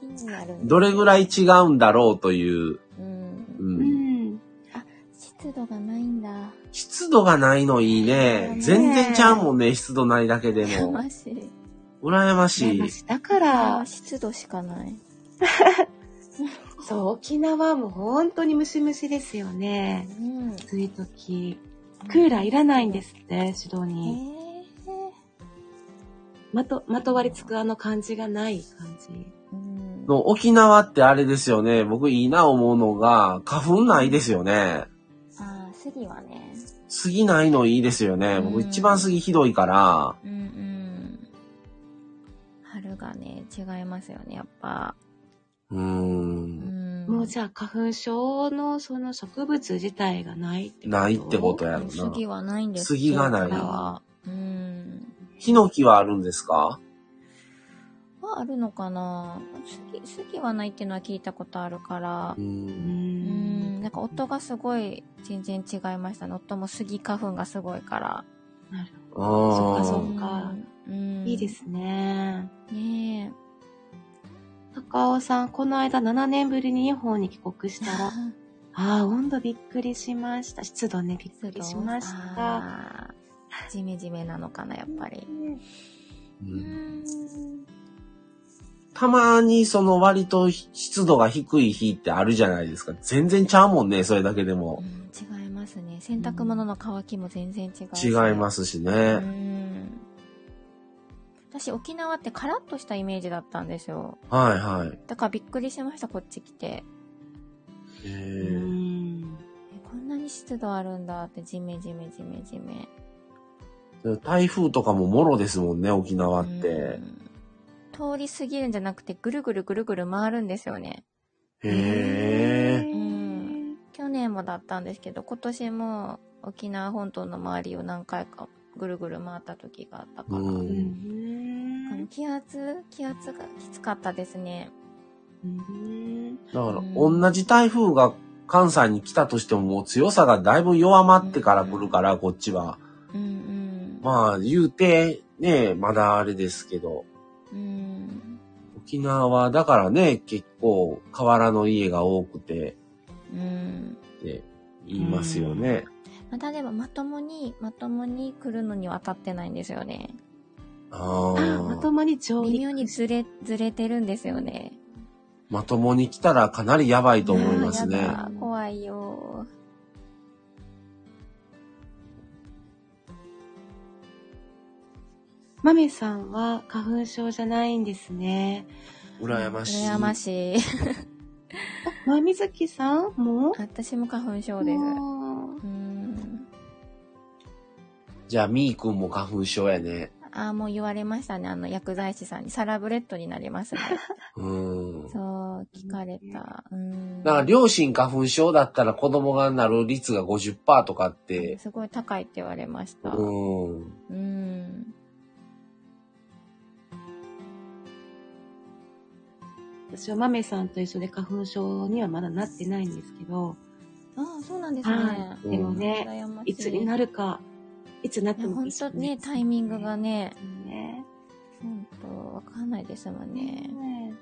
[SPEAKER 3] 気になるんです
[SPEAKER 1] どれぐらい違うんだろうという。
[SPEAKER 3] うん。
[SPEAKER 2] う
[SPEAKER 1] う、
[SPEAKER 2] んん。
[SPEAKER 3] 湿度がないんだ。
[SPEAKER 1] 湿度がないのいいね
[SPEAKER 3] ね。
[SPEAKER 1] 全然ちゃうもんね、湿度ないだけで
[SPEAKER 3] や
[SPEAKER 1] も。
[SPEAKER 3] ましい。
[SPEAKER 1] 羨ましい。
[SPEAKER 2] 私だか
[SPEAKER 3] あ
[SPEAKER 2] ら、
[SPEAKER 3] 湿度しかない。
[SPEAKER 2] そう、沖縄も本当にムシムシですよね。
[SPEAKER 3] うん。
[SPEAKER 2] 暑い時。クーラーいらないんですって、シド
[SPEAKER 3] え
[SPEAKER 2] ニー。
[SPEAKER 3] ー
[SPEAKER 2] まと、まとわりつくあの感じがない感じ。
[SPEAKER 3] うん
[SPEAKER 1] の沖縄ってあれですよね。僕いいな思うのが、花粉ないですよね。
[SPEAKER 3] ああ、杉はね。
[SPEAKER 1] 杉ないのいいですよね。僕
[SPEAKER 3] うん
[SPEAKER 1] 一番杉ひどいから。
[SPEAKER 3] うんうん。春がね、違いますよね、やっぱ。
[SPEAKER 1] うーん。
[SPEAKER 3] ん
[SPEAKER 2] もうじゃあ花粉症のその植物自体がないってこと
[SPEAKER 1] ないってことやろ
[SPEAKER 3] うん
[SPEAKER 1] な。
[SPEAKER 3] 杉はないんです
[SPEAKER 1] 杉がない
[SPEAKER 3] これはうん。
[SPEAKER 1] ヒノキはあるんですか
[SPEAKER 3] はあるのかな杉、杉はないっていうのは聞いたことあるから
[SPEAKER 1] う。。
[SPEAKER 2] うん。
[SPEAKER 3] うんん。なんか夫がすごい、全然違いましたね。夫も杉花粉がすごいから。
[SPEAKER 2] なる
[SPEAKER 1] あ
[SPEAKER 2] そっか
[SPEAKER 1] あ。
[SPEAKER 2] そっか
[SPEAKER 3] うん。うん
[SPEAKER 2] いいで。すね。
[SPEAKER 3] ね
[SPEAKER 2] 高尾さん、この間7年ぶりに日本に帰国し
[SPEAKER 3] え。
[SPEAKER 2] たら、ああ、温度びっくりしました。湿度ね、びっくりしました。
[SPEAKER 3] た。ジメジメなのかな、やっぱり。
[SPEAKER 2] ね
[SPEAKER 1] うんたまにその割と湿度が低い日ってあるじゃないですか。全然ちゃうもんね、それだけで
[SPEAKER 3] う
[SPEAKER 1] も。
[SPEAKER 3] ん違いますね。洗濯物の乾きも全然違うし。
[SPEAKER 1] 違いますし
[SPEAKER 3] う
[SPEAKER 1] ね。
[SPEAKER 3] ん。私、沖縄ってカラッとしたイメージだったんですよ。
[SPEAKER 1] はいはい。
[SPEAKER 3] だからびっくりしました、こっち来て。
[SPEAKER 2] う
[SPEAKER 1] へー
[SPEAKER 2] ん。
[SPEAKER 3] えこんなに湿度あるんだって、ジメジメジメジメ。
[SPEAKER 1] 台風とかももろですもんね、沖縄
[SPEAKER 3] あ
[SPEAKER 1] って。。
[SPEAKER 3] 通り過ぎるんじゃなくて、ぐるぐるぐるぐる回るんですよね。
[SPEAKER 1] へえ。
[SPEAKER 3] うん去年もだったんですけど、今年も沖縄本島の周りを何回かぐるぐる回った時があったから。
[SPEAKER 1] う。
[SPEAKER 2] うん
[SPEAKER 3] あの
[SPEAKER 2] ん。
[SPEAKER 3] 気圧、気圧がきつかったですね。
[SPEAKER 2] うん。
[SPEAKER 1] だから、
[SPEAKER 3] うん
[SPEAKER 1] 同じ台風が関西に来たとしても、もう強さがだいぶ弱まってから来るから、こっちは。
[SPEAKER 3] うんうん。
[SPEAKER 1] まあ、言うて、ね、まだあれですけど。
[SPEAKER 3] うん。
[SPEAKER 1] 沖縄は、だからね、結構、河原の家が多くて、
[SPEAKER 3] うん。
[SPEAKER 1] って言いますよね。
[SPEAKER 3] またでもまともに、まともに来るのには当たってないんですよね。
[SPEAKER 1] あ
[SPEAKER 2] あ
[SPEAKER 1] あ
[SPEAKER 2] あ、まともに上
[SPEAKER 3] 微
[SPEAKER 2] 陸
[SPEAKER 3] 妙にずれ、ずれてるんですよね。
[SPEAKER 1] まともに来たらかなりやばいと思います
[SPEAKER 3] あーや
[SPEAKER 1] ね。
[SPEAKER 3] だ怖いよ。
[SPEAKER 2] マメさんは花粉症じゃないんですね。
[SPEAKER 1] 羨ましい。
[SPEAKER 3] 羨ましい。
[SPEAKER 2] まみずきさんも
[SPEAKER 3] 私も花粉症です。
[SPEAKER 2] もう
[SPEAKER 3] うん。
[SPEAKER 1] じゃあ、みーくんも花粉症やね。
[SPEAKER 3] ああ、もう言われましたね。あの、薬剤師さんに。サラブレッドになりますね。
[SPEAKER 1] うん。
[SPEAKER 3] そう、聞かれた。うん。
[SPEAKER 1] だから、両親花粉症だったら子供がなる率が50%とかって、
[SPEAKER 3] すごい高いって言われました。
[SPEAKER 1] うん。
[SPEAKER 3] うん。
[SPEAKER 2] 私は豆さんと一緒で花粉症にはまだなってないんですけど、
[SPEAKER 3] ああ、そうなんですね
[SPEAKER 2] は。い。でもね、
[SPEAKER 3] 羨まし
[SPEAKER 2] いつになるか、いつになっ
[SPEAKER 3] い
[SPEAKER 2] て
[SPEAKER 3] や、
[SPEAKER 2] も
[SPEAKER 3] ほ
[SPEAKER 2] い
[SPEAKER 3] ん
[SPEAKER 2] い
[SPEAKER 3] とね、タイミングがね、
[SPEAKER 2] ね。
[SPEAKER 3] ほんと、わかんないですもんね。
[SPEAKER 2] ね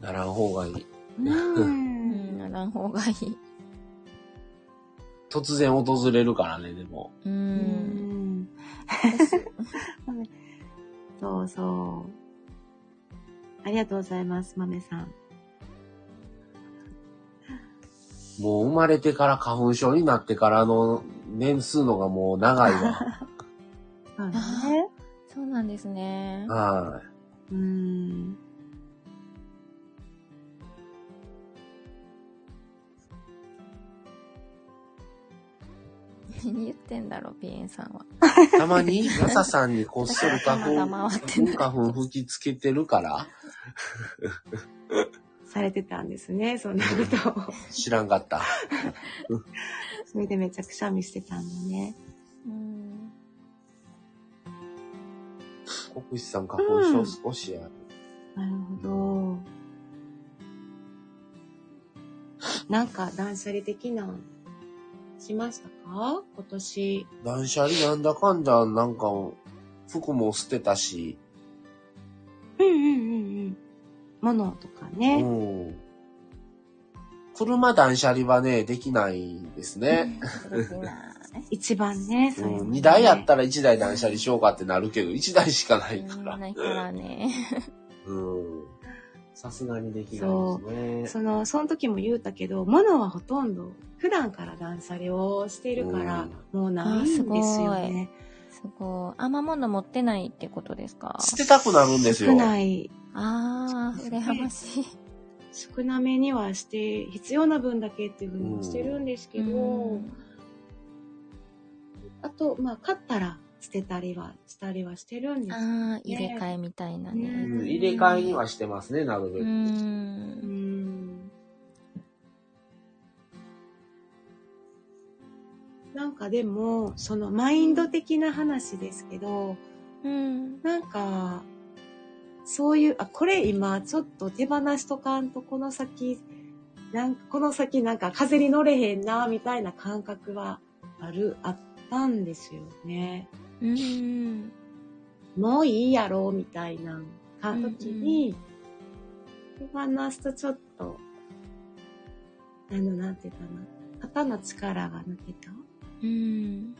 [SPEAKER 1] ならん方がいい。
[SPEAKER 2] う
[SPEAKER 3] うんん、。ならん方がいい。
[SPEAKER 1] 突然訪れるからね、でも。
[SPEAKER 3] う。
[SPEAKER 2] うんん。そうそう。ありがとうございます、豆さん。
[SPEAKER 1] もう生まれてから花粉症になってからの年数のがもう長いわ。
[SPEAKER 2] そうだね。
[SPEAKER 3] そうなんですね。
[SPEAKER 1] は
[SPEAKER 2] うん。
[SPEAKER 3] 何言ってんだろう、ピエンさんは。
[SPEAKER 1] い。たまに、マサさんにこっそり花粉、
[SPEAKER 3] 頭回ってない
[SPEAKER 1] 花粉吹きつけてるから、
[SPEAKER 2] されてたんですね、そんなことを。
[SPEAKER 1] 知らんかった。
[SPEAKER 2] それでめちゃくちゃみしてたんだね。
[SPEAKER 3] うん。
[SPEAKER 1] 国士さん花粉症少しある。
[SPEAKER 2] なるほど。なんか断捨離的な、しましたか今年。
[SPEAKER 1] 断捨離なんだかんだ、なんか、服も捨てたし、
[SPEAKER 2] うんうんうんうん。物とか
[SPEAKER 1] う
[SPEAKER 2] ね。
[SPEAKER 1] ん。車断捨離はね、できないんですね。
[SPEAKER 3] できない。
[SPEAKER 2] 一番ね、そうれもね、
[SPEAKER 1] ん、2台あったら1台断捨離しようかってなるけど、1台しかないか
[SPEAKER 3] うん
[SPEAKER 1] ら。
[SPEAKER 3] ないからね。
[SPEAKER 1] うん。さすがにできないですね。
[SPEAKER 2] その、その時も言うたけど、物はほとんど普段から断捨離をしているから、もうないんですよね。
[SPEAKER 3] すごい。あんま物持ってないってことですか
[SPEAKER 1] 捨てたくなるんですよ。
[SPEAKER 2] 少ない、
[SPEAKER 3] ああ、羨ましい。
[SPEAKER 2] 少なめにはして、必要な分だけっていうふうにしてるんですけど、
[SPEAKER 3] うん
[SPEAKER 2] あと、まあ、買ったら捨てたりはしたりはしてるんです。
[SPEAKER 3] ああ、入れ替えみたいな
[SPEAKER 2] う
[SPEAKER 1] うん
[SPEAKER 3] ね。
[SPEAKER 1] 入れ替えにはしてますね、なるべ
[SPEAKER 3] う
[SPEAKER 1] く。
[SPEAKER 2] うー
[SPEAKER 3] ん。
[SPEAKER 2] ん。なんかでも、そのマインド的な話ですけど、
[SPEAKER 3] うん。
[SPEAKER 2] なんか、そういう、あ、これ今ちょっと手放しとかんとこの先、なんかこの先なんか風に乗れへんな、みたいな感覚はある、あったんですよね。
[SPEAKER 3] うん。
[SPEAKER 2] もういいやろ、みたいな、か、
[SPEAKER 3] うんうん
[SPEAKER 2] 時に、手放すとちょっと、あの、なんて言うかな、肩の力が抜けた
[SPEAKER 3] うん。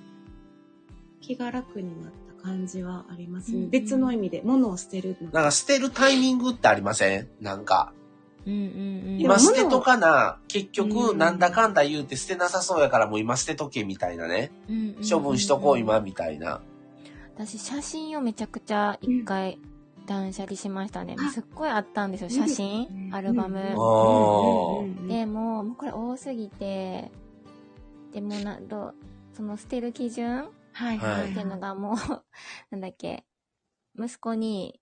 [SPEAKER 2] 気が楽になった感じはありますね。
[SPEAKER 3] うんうん
[SPEAKER 2] 別の意味で、物を捨てるの。
[SPEAKER 1] なんか捨てるタイミングってありませんなんか。
[SPEAKER 3] うんうん
[SPEAKER 2] いや
[SPEAKER 1] 今捨てとかな、結局
[SPEAKER 2] うん
[SPEAKER 1] なんだかんだ言うて捨てなさそうやからもう今捨てとけみたいなね。
[SPEAKER 3] うん。
[SPEAKER 1] 処分しとこう今
[SPEAKER 3] ん
[SPEAKER 1] みたいな。
[SPEAKER 3] 私、写真をめちゃくちゃ一回断捨離しましたね
[SPEAKER 2] あ。
[SPEAKER 3] すっごいあったんですよ。
[SPEAKER 2] うん
[SPEAKER 3] 写真、アルバム。
[SPEAKER 1] あー
[SPEAKER 2] で、
[SPEAKER 3] でも、もうこれ多すぎて、でもな、どう、その捨てる基準
[SPEAKER 2] はいは
[SPEAKER 1] はい
[SPEAKER 2] い。
[SPEAKER 3] っていうのがもう、 なんだっけ、息子に、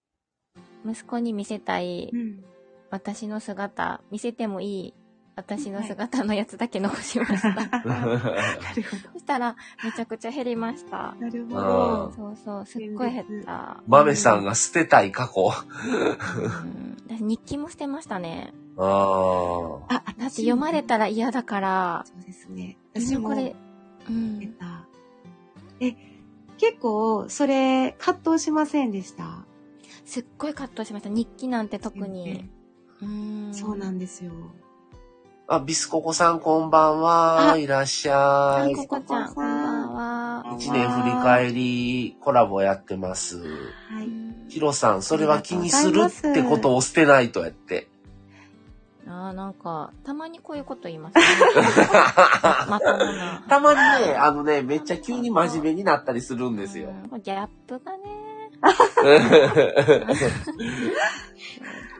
[SPEAKER 3] 息子に見せたい
[SPEAKER 2] うん
[SPEAKER 3] 私の姿、見せてもいい私の姿のやつだけ残しました。
[SPEAKER 2] なるほ
[SPEAKER 3] そしたら、めちゃくちゃ減りました
[SPEAKER 2] ど。。なるほ
[SPEAKER 1] あ
[SPEAKER 2] ど。
[SPEAKER 3] そうそう、すっごい減った。
[SPEAKER 1] 豆さんが捨てたい過去。
[SPEAKER 3] うん私日記も捨てましたね。
[SPEAKER 1] あ
[SPEAKER 2] あ、
[SPEAKER 1] あ。
[SPEAKER 3] だって読まれたら嫌だから、
[SPEAKER 2] そうですね。
[SPEAKER 3] 私もこれ、う
[SPEAKER 2] 出
[SPEAKER 3] ん。
[SPEAKER 2] た。え、結構、それ、葛藤しませんでした
[SPEAKER 3] すっごい葛藤しました。日記なんて特に。。うん。
[SPEAKER 2] そうなんですよ。
[SPEAKER 1] あ、ビスココさんこんばんは。
[SPEAKER 2] あ
[SPEAKER 1] いらっし
[SPEAKER 3] あ
[SPEAKER 1] ゃい。
[SPEAKER 3] ここちゃん、こんばんは。
[SPEAKER 1] 一年振り返りコラボやってます。
[SPEAKER 2] は
[SPEAKER 3] う
[SPEAKER 2] い。
[SPEAKER 3] ん
[SPEAKER 1] ヒロさん、それは気にするってことを捨てないとやって。
[SPEAKER 3] あーなんか、たまにこういうこと言いますね。まともな。
[SPEAKER 1] たまにね、あのね、めっちゃ急に真面目になったりするんです よ。
[SPEAKER 3] うんギャップがね。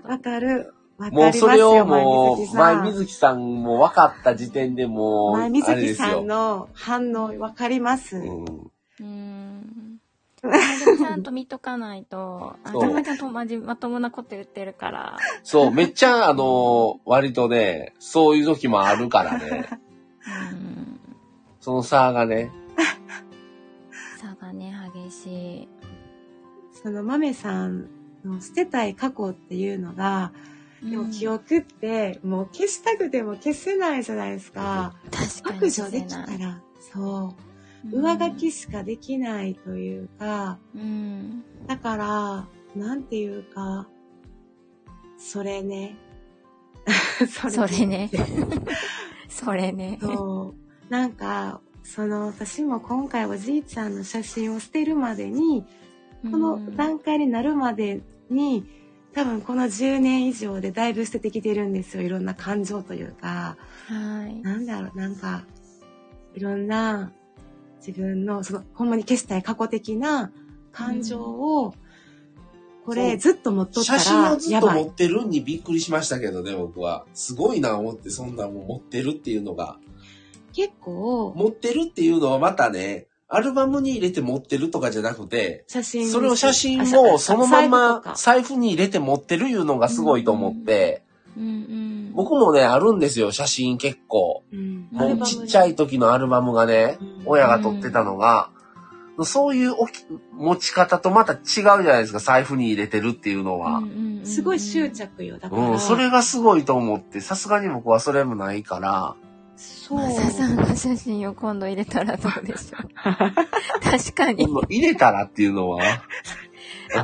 [SPEAKER 2] わかる。わかり
[SPEAKER 1] も
[SPEAKER 2] ま
[SPEAKER 1] う
[SPEAKER 2] す
[SPEAKER 1] そ
[SPEAKER 2] よ、
[SPEAKER 1] れをもう、前
[SPEAKER 2] 前水木
[SPEAKER 1] 水木さんも分かった時点でもう、
[SPEAKER 2] さん。前水
[SPEAKER 1] あれで
[SPEAKER 2] 木
[SPEAKER 1] す
[SPEAKER 2] さん
[SPEAKER 1] よ。
[SPEAKER 2] の反応、わかります。
[SPEAKER 1] うん
[SPEAKER 3] うん。でもちゃんと見とかないと、あ、
[SPEAKER 1] そう
[SPEAKER 3] たまちゃんとまじまともなこと言ってるから。
[SPEAKER 1] そう、めっちゃ、あの、割とね、そういう時もあるからね、
[SPEAKER 3] うん。
[SPEAKER 1] その差がね、
[SPEAKER 3] 差がね、激しい。
[SPEAKER 2] その、豆さんの捨てたい過去っていうのが、でも記
[SPEAKER 3] 憶
[SPEAKER 2] 憶ってもう消したくても消せないじゃないですか。
[SPEAKER 3] 確かに
[SPEAKER 2] 削除できた
[SPEAKER 3] 消せない
[SPEAKER 2] ら、そうう、
[SPEAKER 3] ん
[SPEAKER 2] 上書きしかできないというか、
[SPEAKER 3] うん
[SPEAKER 2] だから、なんていうか、それね。 そ
[SPEAKER 3] それねそれね
[SPEAKER 2] そう。なんか、その、私も今回おじいちゃんの写真を捨てるまでに、この段階になるまでに、多分この10年以上でだいぶ捨ててきてるんですよ。いろんな感情というか、
[SPEAKER 3] はい
[SPEAKER 2] なんだろう、なんか、いろんな自分の、その、ほんまに消したい過去的な感情を、こ
[SPEAKER 1] そ
[SPEAKER 2] れ
[SPEAKER 1] う
[SPEAKER 2] ずっと持っとった
[SPEAKER 1] 写真
[SPEAKER 2] ら
[SPEAKER 1] を、ずっ
[SPEAKER 2] や
[SPEAKER 1] と
[SPEAKER 2] ば
[SPEAKER 1] 持
[SPEAKER 2] い。
[SPEAKER 1] ってるんにびっくりしましたけどね、僕は。すごいな、思って、そんなもん持ってるっていうのが。
[SPEAKER 2] 結構、
[SPEAKER 1] 持ってるっていうのはまたね、アルバムに入れて持ってるとかじゃなくて、
[SPEAKER 2] 写真に
[SPEAKER 1] それを写真
[SPEAKER 2] あ
[SPEAKER 1] を
[SPEAKER 2] あ
[SPEAKER 1] そのま
[SPEAKER 2] 財布と
[SPEAKER 1] ま
[SPEAKER 2] か
[SPEAKER 1] 財布に入れて持ってるいうのがすごいと思って、
[SPEAKER 3] うんうん
[SPEAKER 1] 僕もね、あるんですよ、写真結構。
[SPEAKER 2] うん
[SPEAKER 3] ア
[SPEAKER 1] も
[SPEAKER 3] ル
[SPEAKER 1] う
[SPEAKER 3] バム
[SPEAKER 1] ちっちゃい時のアルバムがね
[SPEAKER 2] うん、
[SPEAKER 1] 親が撮ってたのが、そういう置き持ち方とまた違うじゃないですか、財布に入れてるっていうのは。
[SPEAKER 2] すごい執着よ。だから、
[SPEAKER 1] うん、それがすごいと思って、さすがに僕はそれもないから、
[SPEAKER 2] そう。
[SPEAKER 3] マサさんの写真を今度入れたらどうでし ょう確か
[SPEAKER 1] で
[SPEAKER 3] に。
[SPEAKER 1] も入れたらっていうのは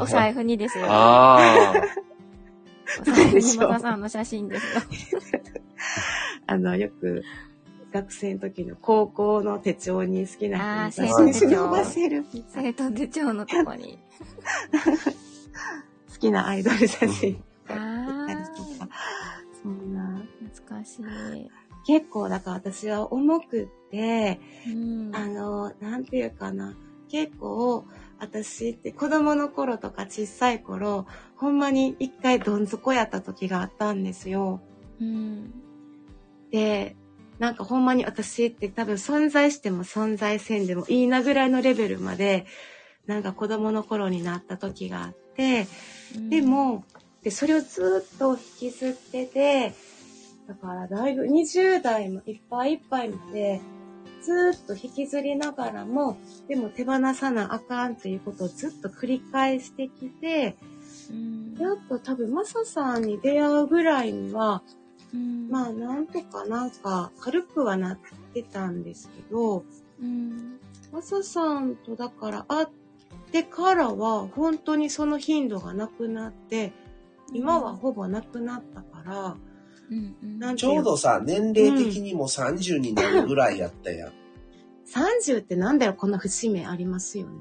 [SPEAKER 3] お財布にですよ
[SPEAKER 1] ああ。
[SPEAKER 3] お財布にマサさんの写真ですよ
[SPEAKER 2] あの、よく、学生の時の高校の手帳に好きな人
[SPEAKER 1] あー
[SPEAKER 2] に写真
[SPEAKER 1] 青
[SPEAKER 2] を伸
[SPEAKER 1] 春手帳
[SPEAKER 2] ばせるみたいな
[SPEAKER 3] 生徒手帳のとこに
[SPEAKER 2] 好きなアイドル写真
[SPEAKER 3] あ
[SPEAKER 2] 行ったりと
[SPEAKER 3] ー
[SPEAKER 2] か。そんな。
[SPEAKER 3] 懐かしい、
[SPEAKER 2] 結構、だから私は重くって、
[SPEAKER 3] うん、
[SPEAKER 2] あの、なんていうかな。結構、私って子供の頃とか小さい頃、ほんまに一回どん底やった時があったんですよ。
[SPEAKER 3] うん
[SPEAKER 2] で、なんかほんまに私って多分存在しても存在せんでもいいなぐらいのレベルまで、なんか子供の頃になった時があって、でも、で、それをずっと引きずってて、だからだいぶ20代もいっぱいいっぱいまで、ずっと引きずりながらも、でも手放さなあかんということをずっと繰り返してきて、
[SPEAKER 3] うん、
[SPEAKER 2] やっと多分マサさんに出会うぐらいには、
[SPEAKER 3] うん
[SPEAKER 2] まあなんとかなんか軽くはなってたんですけど、
[SPEAKER 3] うん
[SPEAKER 2] マサさんとだから会ってからは本当にその頻度がなくなって、今はほぼなくなったから、
[SPEAKER 3] うんうん
[SPEAKER 2] なん
[SPEAKER 1] ちょうどさ、年齢的にも30になるぐらいやったやん。
[SPEAKER 2] 30ってなんだよこんな節目ありますよね。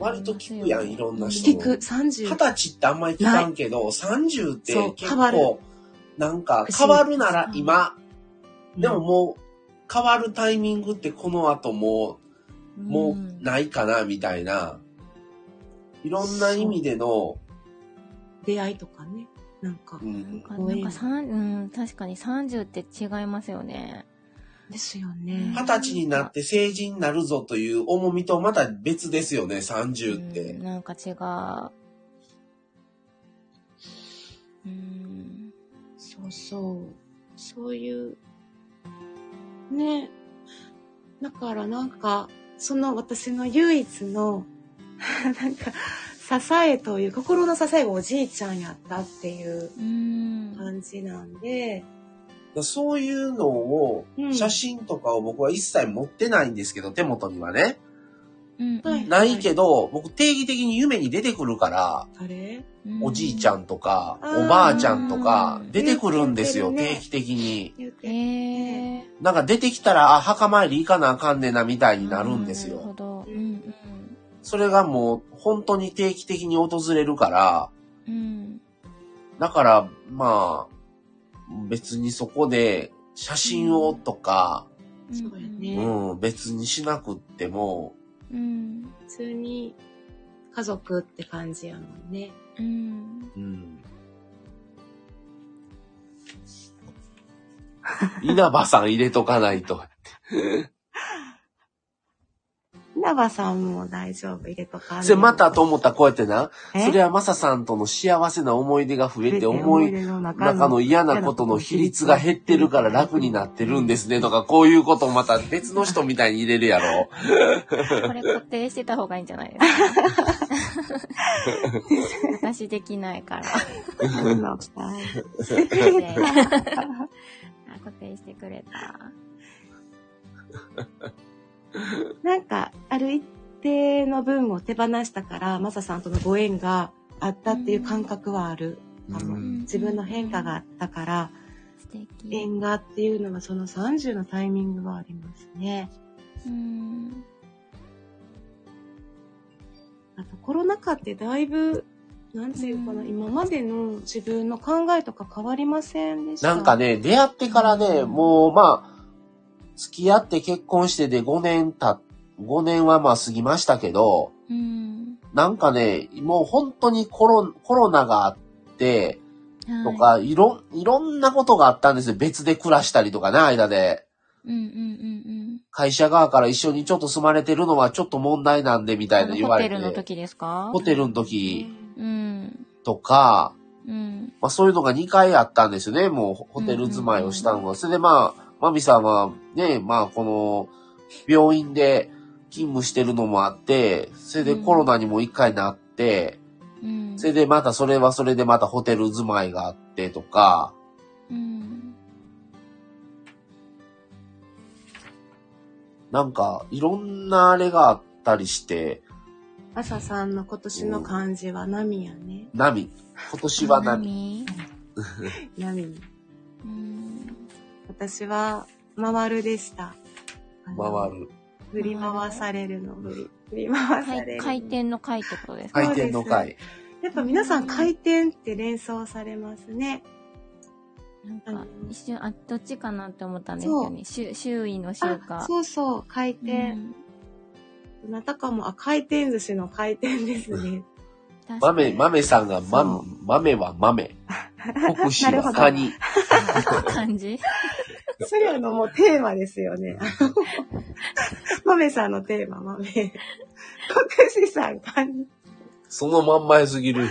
[SPEAKER 1] 割と聞くやん、いろんな人
[SPEAKER 2] 聞
[SPEAKER 1] の。
[SPEAKER 2] く、
[SPEAKER 1] 二十
[SPEAKER 2] 30。
[SPEAKER 1] 歳ってあんまり聞かんけど、30って
[SPEAKER 2] そう
[SPEAKER 1] 結
[SPEAKER 2] 変わる
[SPEAKER 1] 構、なんか変わるなら今、
[SPEAKER 2] うん
[SPEAKER 1] でももう変わるタイミングってこの後もう、も
[SPEAKER 3] うん
[SPEAKER 1] うないかな、みたいな。いろんな意味での、
[SPEAKER 2] 出会いとかね。なんか
[SPEAKER 1] う。
[SPEAKER 3] なん
[SPEAKER 1] ん、
[SPEAKER 3] かなんか三うん確かに30って違いますよね
[SPEAKER 2] ですよね。
[SPEAKER 1] 二十歳になって成人になるぞという重みとまた別ですよね、30っ
[SPEAKER 3] うん
[SPEAKER 1] て。
[SPEAKER 3] なんか違ううん
[SPEAKER 2] そうそう。そういう、ね。だからなんか、その私の唯一の、 なんか、支えという、心の支えがおじいちゃんやったっていう
[SPEAKER 3] うん
[SPEAKER 2] 感じなんで、
[SPEAKER 1] そういうのを
[SPEAKER 2] うん、
[SPEAKER 1] 写真とかを僕は一切持ってないんですけど、手元にはね。
[SPEAKER 3] うん
[SPEAKER 2] はい
[SPEAKER 1] ないけど、僕定義的に夢に出てくるから、
[SPEAKER 2] あれ
[SPEAKER 3] うん
[SPEAKER 1] おじいちゃんとか、
[SPEAKER 2] うん
[SPEAKER 1] おばあちゃんとか
[SPEAKER 3] う、ん
[SPEAKER 1] 出てくるんですよ、
[SPEAKER 2] 出てくるね
[SPEAKER 1] 定期的に。
[SPEAKER 2] 言って、
[SPEAKER 3] へえ
[SPEAKER 1] なんか出てきたら、あ、墓参り行かなあかんねんな、みたいになるんです
[SPEAKER 3] なるほ
[SPEAKER 1] よ。
[SPEAKER 3] どうん
[SPEAKER 1] それがもう、本当に定期的に訪れるから、
[SPEAKER 3] うんうん
[SPEAKER 1] だから、まあ、別にそこで、写真をとか、
[SPEAKER 2] そうや
[SPEAKER 1] う
[SPEAKER 2] ね
[SPEAKER 1] ん、別にしなくっても、
[SPEAKER 3] うん
[SPEAKER 2] 普通に家族って感じやもんね。
[SPEAKER 3] うん
[SPEAKER 1] うん。 稲葉さん入れとかないと。
[SPEAKER 2] 稲ラバさんも大丈夫、入れとか。
[SPEAKER 1] それまたと思ったらこうやってな、
[SPEAKER 2] え、
[SPEAKER 1] それはマサさんとの幸せな思い出が増えて、思い、
[SPEAKER 2] 出の
[SPEAKER 1] 中の嫌なことの比率が減ってるから楽になってるんですねとか、こういうことをまた別の人みたいに入れるやろ。
[SPEAKER 3] これ固定してた方がいいんじゃない ですか私できないから。
[SPEAKER 2] うん はい
[SPEAKER 3] であ固定してくれた。
[SPEAKER 2] なんか、ある一定の分を手放したから、マサさんとのご縁があったっていう感覚はある。かも
[SPEAKER 1] うん
[SPEAKER 2] 自分の変化があったから、
[SPEAKER 3] 素敵。
[SPEAKER 2] 縁がっていうのはその30のタイミングはありますね。
[SPEAKER 3] うん。
[SPEAKER 2] あとコロナ禍ってだいぶ、なんていうかな、
[SPEAKER 3] うん
[SPEAKER 2] 今までの自分の考えとか変わりませんでした。
[SPEAKER 1] なんかね、出会ってからね、もうまあ、付き合って結婚してで5年た、5年はまあ過ぎましたけど、
[SPEAKER 3] うん。
[SPEAKER 1] なんかね、もう本当にコロ、コロナがあって、
[SPEAKER 3] はい
[SPEAKER 1] と、か、いろ、いろんなことがあったんですよ。別で暮らしたりとかね、間で。
[SPEAKER 3] うんうんうん
[SPEAKER 1] 会社側から一緒にちょっと住まれてるのはちょっと問題なんで、みた
[SPEAKER 3] う。
[SPEAKER 1] いなん言
[SPEAKER 3] あのホ
[SPEAKER 1] われ
[SPEAKER 3] テ
[SPEAKER 1] て。
[SPEAKER 3] ルの時ですか
[SPEAKER 1] ホテルの時
[SPEAKER 3] うん。
[SPEAKER 1] とか、
[SPEAKER 3] うん。
[SPEAKER 1] まあそういうのが2回あったんですよね。もうホホテル住まいをしたのは。それでまあ、マミさんはね、まあこの病院で勤務してるのもあって、それでコロナにも1回なって、
[SPEAKER 3] うん。
[SPEAKER 1] それでまたそれはそれでまたホテル住まいがあってとか、
[SPEAKER 3] うん。
[SPEAKER 1] なんかいろんなあれがあったりして、
[SPEAKER 2] 朝さんの今年の漢字は波やね。
[SPEAKER 1] 波。今年は波。
[SPEAKER 3] 波
[SPEAKER 2] 波。
[SPEAKER 3] うん。
[SPEAKER 2] 私は、回るでした。あの
[SPEAKER 1] 回る。
[SPEAKER 2] 振り回されるの振り。振り回さ
[SPEAKER 3] 回
[SPEAKER 2] れる。
[SPEAKER 3] 回転の回ってことですか
[SPEAKER 1] 回転の回。
[SPEAKER 2] やっぱ皆さん回転って連想されますね。
[SPEAKER 3] なんか一瞬、あ、どっちかなって思ったんですよね。周周囲の周
[SPEAKER 2] あ
[SPEAKER 3] か。、
[SPEAKER 2] そうそう、回転。
[SPEAKER 3] うん
[SPEAKER 2] どなたかも、あ、回転寿司の回転ですね。
[SPEAKER 3] 確か
[SPEAKER 1] 豆、
[SPEAKER 3] に
[SPEAKER 1] 豆さんが、ま
[SPEAKER 2] そ、
[SPEAKER 1] 豆は 豆。国士はカニ。
[SPEAKER 3] 感じ
[SPEAKER 2] それあの、もうテーマですよね。あ の豆さんのテーマ、豆。国士さん、カニ。
[SPEAKER 1] そのまんまやすぎる。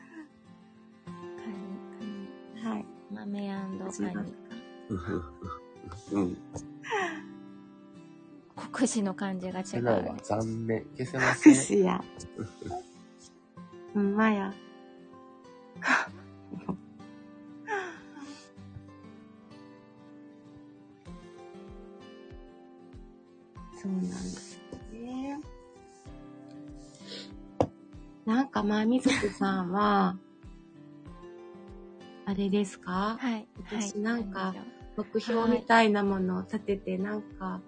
[SPEAKER 2] はい。
[SPEAKER 3] カニ、カニ、豆カニ。
[SPEAKER 1] うん。
[SPEAKER 3] 国士の感じが違
[SPEAKER 1] せ
[SPEAKER 3] う
[SPEAKER 1] ない
[SPEAKER 3] ね
[SPEAKER 1] わ。。残念。消せ ませ
[SPEAKER 2] 国
[SPEAKER 1] ん。
[SPEAKER 2] 士や。うんまや。そうなんですね。なんか、まあ、みずくさんは、あれですか
[SPEAKER 3] はい。
[SPEAKER 2] 私
[SPEAKER 3] はい
[SPEAKER 2] なんか、目標みたいなものを立てて、なんか、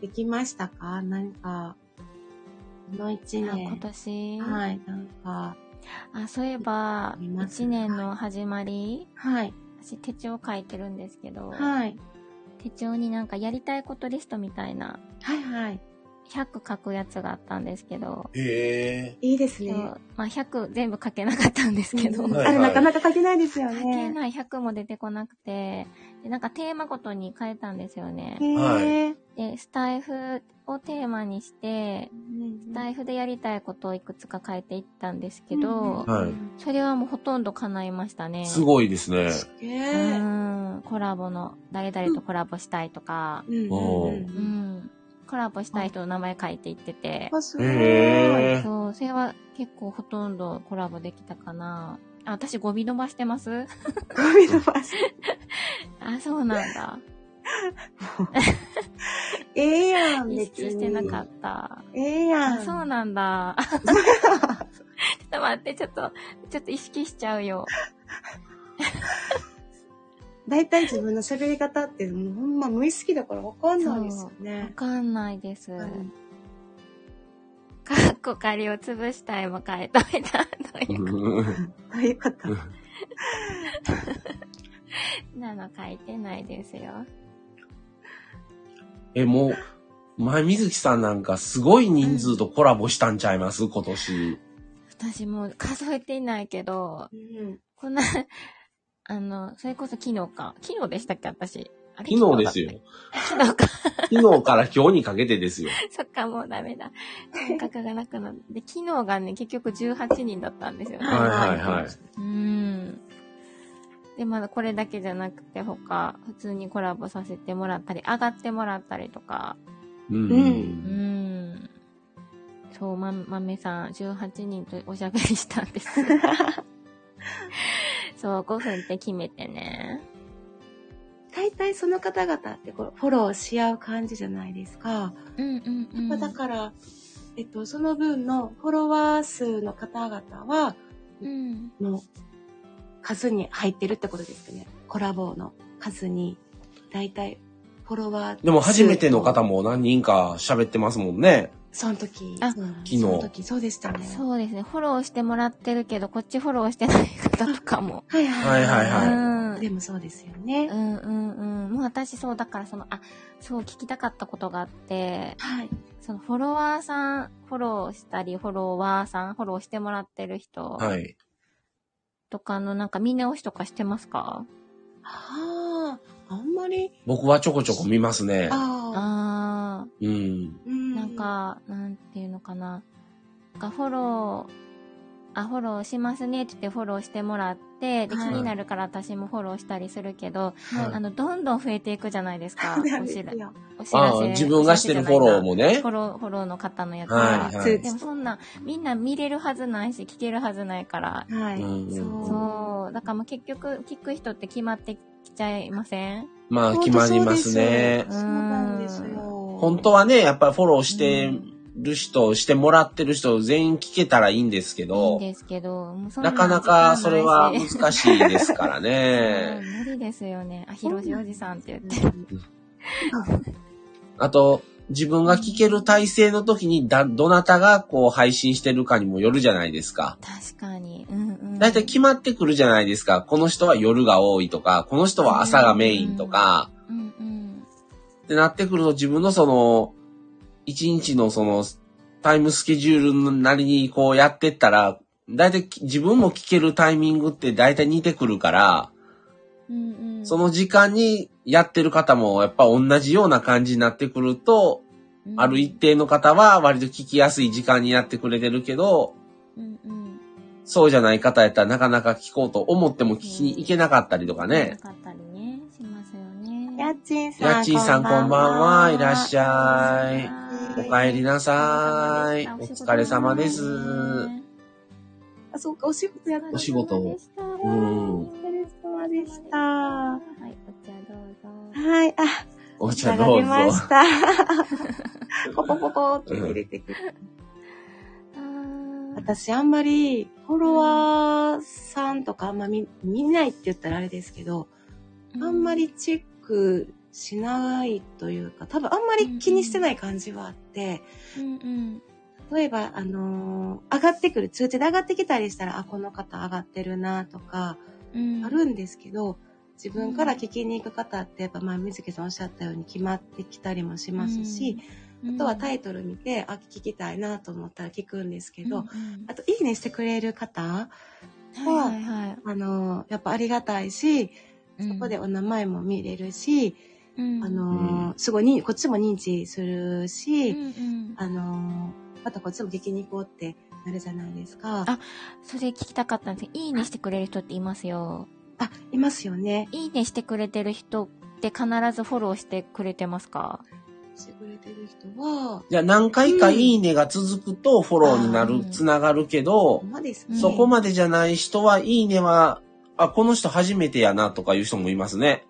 [SPEAKER 2] できましたかなんか、この一
[SPEAKER 3] あ
[SPEAKER 2] 年。
[SPEAKER 3] 今年、
[SPEAKER 2] はい、なんか、
[SPEAKER 3] あ、そういえば
[SPEAKER 2] あ、ります
[SPEAKER 3] 一年の始まり、
[SPEAKER 2] はい、
[SPEAKER 3] 私手帳書いてるんですけど、
[SPEAKER 2] はい、
[SPEAKER 3] 手帳になんかやりたいことリストみたいな、
[SPEAKER 2] はい、はい。
[SPEAKER 3] 100書くやつがあったんですけど、
[SPEAKER 1] へえ。
[SPEAKER 2] いいですね
[SPEAKER 3] 今。日まあ100全部書けなかったんですけど、
[SPEAKER 2] うん
[SPEAKER 1] はい
[SPEAKER 2] あれ、なかなか書けないですよ
[SPEAKER 3] 書け
[SPEAKER 2] ね。
[SPEAKER 3] ない100も出てこなくて、でなんかテーマごとに変えたんですよね。
[SPEAKER 1] ない
[SPEAKER 2] へぇ
[SPEAKER 3] で、スタイフをテーマにして、スタイフでやりたいことをいくつか変えていったんですけど、
[SPEAKER 1] はい
[SPEAKER 3] それはもうほとんど叶いましたね。
[SPEAKER 1] すごいで すね。
[SPEAKER 2] へ
[SPEAKER 3] う
[SPEAKER 2] ぇ
[SPEAKER 3] ん、コラボの、誰々とコラボしたいとか、
[SPEAKER 2] うん
[SPEAKER 1] お
[SPEAKER 2] うんう。
[SPEAKER 1] ー
[SPEAKER 3] うんん、コラボしたい人の名前書いていってて、
[SPEAKER 2] あ、すごい。
[SPEAKER 1] へえ。
[SPEAKER 3] そう、それは結構ほとんどコラボできたかな。あ、私ゴミ伸ばしてます
[SPEAKER 2] ゴミの場所。
[SPEAKER 3] あ、そうなんだ。
[SPEAKER 2] ええやん、
[SPEAKER 3] 意
[SPEAKER 2] 別
[SPEAKER 3] 識
[SPEAKER 2] に。
[SPEAKER 3] してなかった。
[SPEAKER 2] ええや
[SPEAKER 3] あ、
[SPEAKER 2] ん。
[SPEAKER 3] そうなんだ。 ちょっと待って、ちょっと、ちょっと意識しちゃうよ。
[SPEAKER 2] 大体自分の喋り方って、もうほんま無意識だからわかんないですよ
[SPEAKER 3] わ
[SPEAKER 2] ね。
[SPEAKER 3] かんないです。
[SPEAKER 2] うん
[SPEAKER 3] カッコ仮を潰したいも変え止めた。という
[SPEAKER 2] どういうこと
[SPEAKER 3] なの書いてないですよ。
[SPEAKER 1] え、もう、前水木さんなんかすごい人数とコラボしたんちゃいます今年。
[SPEAKER 3] 私もう数えていないけど、
[SPEAKER 2] うん
[SPEAKER 3] こんな、あの、それこそ昨日か。昨日でしたっけ、私。あれ
[SPEAKER 1] 昨日です よ。。
[SPEAKER 3] 昨日か。
[SPEAKER 1] 昨日から今日にかけてですよ。
[SPEAKER 3] そっか、もうダメだ。感覚がなくなって。で、昨日がね、結局18人だったんですよね。
[SPEAKER 1] はいはいはい。
[SPEAKER 3] うん。で、まだこれだけじゃなくて、他、普通にコラボさせてもらったり、上がってもらったりとか。
[SPEAKER 1] うん
[SPEAKER 2] う
[SPEAKER 3] うんん。そう、ま、まめさん、18人とおしゃべりしたんです。 そう、5分って決めてね。
[SPEAKER 2] 大体その方々ってこうフォローし合う感じじゃないですか。
[SPEAKER 3] うんうんうん。
[SPEAKER 2] まあだから、えっと、その分のフォロワー数の方々は、
[SPEAKER 3] うん。
[SPEAKER 2] の数に入ってるってことですよね。コラボの数に、大体フォロワー数
[SPEAKER 1] でも初めての方。も何人か喋ってますもんね。
[SPEAKER 2] その時。
[SPEAKER 3] あ
[SPEAKER 2] 昨
[SPEAKER 1] 日
[SPEAKER 2] その時、そうでしたね。
[SPEAKER 3] そうですね。フォローしてもらってるけど、こっちフォローしてない方とか も。
[SPEAKER 2] はいはい
[SPEAKER 1] はいはいはい
[SPEAKER 3] うん
[SPEAKER 2] でもそうですよね。
[SPEAKER 3] うんうんうん。もう私そう、だからその、あ、そう聞きたかったことがあって、
[SPEAKER 2] はい。
[SPEAKER 3] そのフォロワーさん、フォローしたり、フォロワーさん、フォローしてもらってる人
[SPEAKER 1] はい。
[SPEAKER 3] とかのなんか見直しとかしてますか、
[SPEAKER 2] ああ、あんまり、
[SPEAKER 1] 僕はちょこちょこ見ますね。
[SPEAKER 2] ああ、
[SPEAKER 3] あ
[SPEAKER 1] うん。
[SPEAKER 2] う
[SPEAKER 3] ー、
[SPEAKER 2] ん
[SPEAKER 3] なん、か、なんていうのかな。なんかフォロー、あ、フォローしますねって言ってフォローしてもらって、で、気
[SPEAKER 2] はい
[SPEAKER 3] になるから私もフォローしたりするけど、
[SPEAKER 1] はい
[SPEAKER 3] あの、どんどん増えていくじゃないですか。
[SPEAKER 2] そうなんで
[SPEAKER 3] お
[SPEAKER 2] す
[SPEAKER 3] 知
[SPEAKER 2] よ
[SPEAKER 3] らお知ら
[SPEAKER 1] ああ
[SPEAKER 3] せ。
[SPEAKER 1] 自分がしてるフォローもね
[SPEAKER 3] フォ。ロー、フォローの方のやつが。
[SPEAKER 1] はいはい
[SPEAKER 3] でもそんな、みんな見れるはずないし、聞けるはずないから。
[SPEAKER 2] はい。
[SPEAKER 1] うんうん
[SPEAKER 2] そう。
[SPEAKER 3] そう。だからもう結局、聞く人って決まってきちゃいません
[SPEAKER 1] まあ決まりますね
[SPEAKER 2] 本。当そうですよそうなんですよ。
[SPEAKER 1] 本当はね、やっぱりフォローして
[SPEAKER 3] うん
[SPEAKER 1] る人、してもらってる人全員聞けたらいいんですけ
[SPEAKER 3] いいん
[SPEAKER 1] ど、
[SPEAKER 3] ですけど、もうそん
[SPEAKER 1] なかなかそれは
[SPEAKER 3] 時間ないし
[SPEAKER 1] 難しいですから
[SPEAKER 3] う
[SPEAKER 1] ね。
[SPEAKER 3] ん無理ですよね。あ、広しおじさんって言って。
[SPEAKER 1] あと、自分が聞ける体制の時にだ、どなたがこう配信してるかにもよるじゃないですか。
[SPEAKER 3] 確かに。うんうん。
[SPEAKER 1] だいたい決まってくるじゃないですか。この人は夜が多いとか、この人は朝がメインとか、
[SPEAKER 3] うんうん。
[SPEAKER 1] ってなってくると自分のその、一日のその、タイムスケジュールなりにこうやってったら、だいたい自分も聞けるタイミングってだいたい似てくるから、
[SPEAKER 3] うんうん。
[SPEAKER 1] その時間にやってる方もやっぱ同じような感じになってくると、
[SPEAKER 3] うん、
[SPEAKER 1] ある一定の方は割と聞きやすい時間になってくれてるけど、
[SPEAKER 3] うんうん。
[SPEAKER 1] そうじゃない方やったらなかなか聞こうと思っても聞きに行けなかったりとか
[SPEAKER 3] な
[SPEAKER 1] ね。
[SPEAKER 3] かったりね、しますよね。
[SPEAKER 2] やっちんさん。
[SPEAKER 1] やっちんさんこんばんはいらっしゃいお
[SPEAKER 2] うん
[SPEAKER 1] 帰りなさーい。
[SPEAKER 3] お
[SPEAKER 1] お
[SPEAKER 3] 疲
[SPEAKER 1] 疲
[SPEAKER 3] れ
[SPEAKER 1] れ
[SPEAKER 3] 様
[SPEAKER 1] 様
[SPEAKER 3] で
[SPEAKER 1] ですす。
[SPEAKER 2] あ、そっか、お仕事やった。
[SPEAKER 1] お仕事を
[SPEAKER 3] う
[SPEAKER 1] うん
[SPEAKER 3] ん。お疲れ様でした。、
[SPEAKER 2] はい
[SPEAKER 3] お茶どうぞ。
[SPEAKER 2] はい、あ、
[SPEAKER 1] お
[SPEAKER 2] つな
[SPEAKER 1] 茶
[SPEAKER 2] が
[SPEAKER 1] どう
[SPEAKER 2] りま
[SPEAKER 1] ぞ。
[SPEAKER 2] した。 ポコポコって入れてくる。私、あんまり、フォロワーさんとかあんま見、見ないって言ったらあれですけど、あんまりチェックしないというか、多分あんまり気にしてない感じはあって、
[SPEAKER 3] うんうん。
[SPEAKER 2] 例えば、あのー上がってくる、通知で上がってきたりしたら、あ、この方上がってるなとか、
[SPEAKER 3] うん。
[SPEAKER 2] あるんですけど、自分から聞きに行く方って、やっぱ前、水木さんおっしゃったように決まってきたりもしますし、
[SPEAKER 3] うん。
[SPEAKER 2] あとはタイトル見て、あ、聞きたいなと思ったら聞くんですけど、
[SPEAKER 3] うんうん
[SPEAKER 2] あと、いいねしてくれる方、は
[SPEAKER 3] はいはいはい。
[SPEAKER 2] あのーやっぱありがたいし、そこでお名前も見れるし、
[SPEAKER 3] うん、
[SPEAKER 2] あのーすごいに、こっちも認知するし、
[SPEAKER 3] うんうん
[SPEAKER 2] あのーまたこっちも聞きに行こうってなるじゃないですか。
[SPEAKER 3] あそれ聞きたかったんですけど、いいねしてくれる人っていますよ。
[SPEAKER 2] あ、いますよね。
[SPEAKER 3] いいねしてくれてる人って必ずフォローしてくれてますか
[SPEAKER 2] してくれてる人は、
[SPEAKER 1] じゃあ何回かいいねが続くとフォローにな
[SPEAKER 3] う
[SPEAKER 1] る、
[SPEAKER 3] ん
[SPEAKER 1] つながるけ
[SPEAKER 2] こ
[SPEAKER 1] ど
[SPEAKER 2] こ、までです
[SPEAKER 3] う
[SPEAKER 2] ね。
[SPEAKER 3] ん
[SPEAKER 1] そこまでじゃない人はいいねは、あ、この人初めてやなとかいう人もいますね。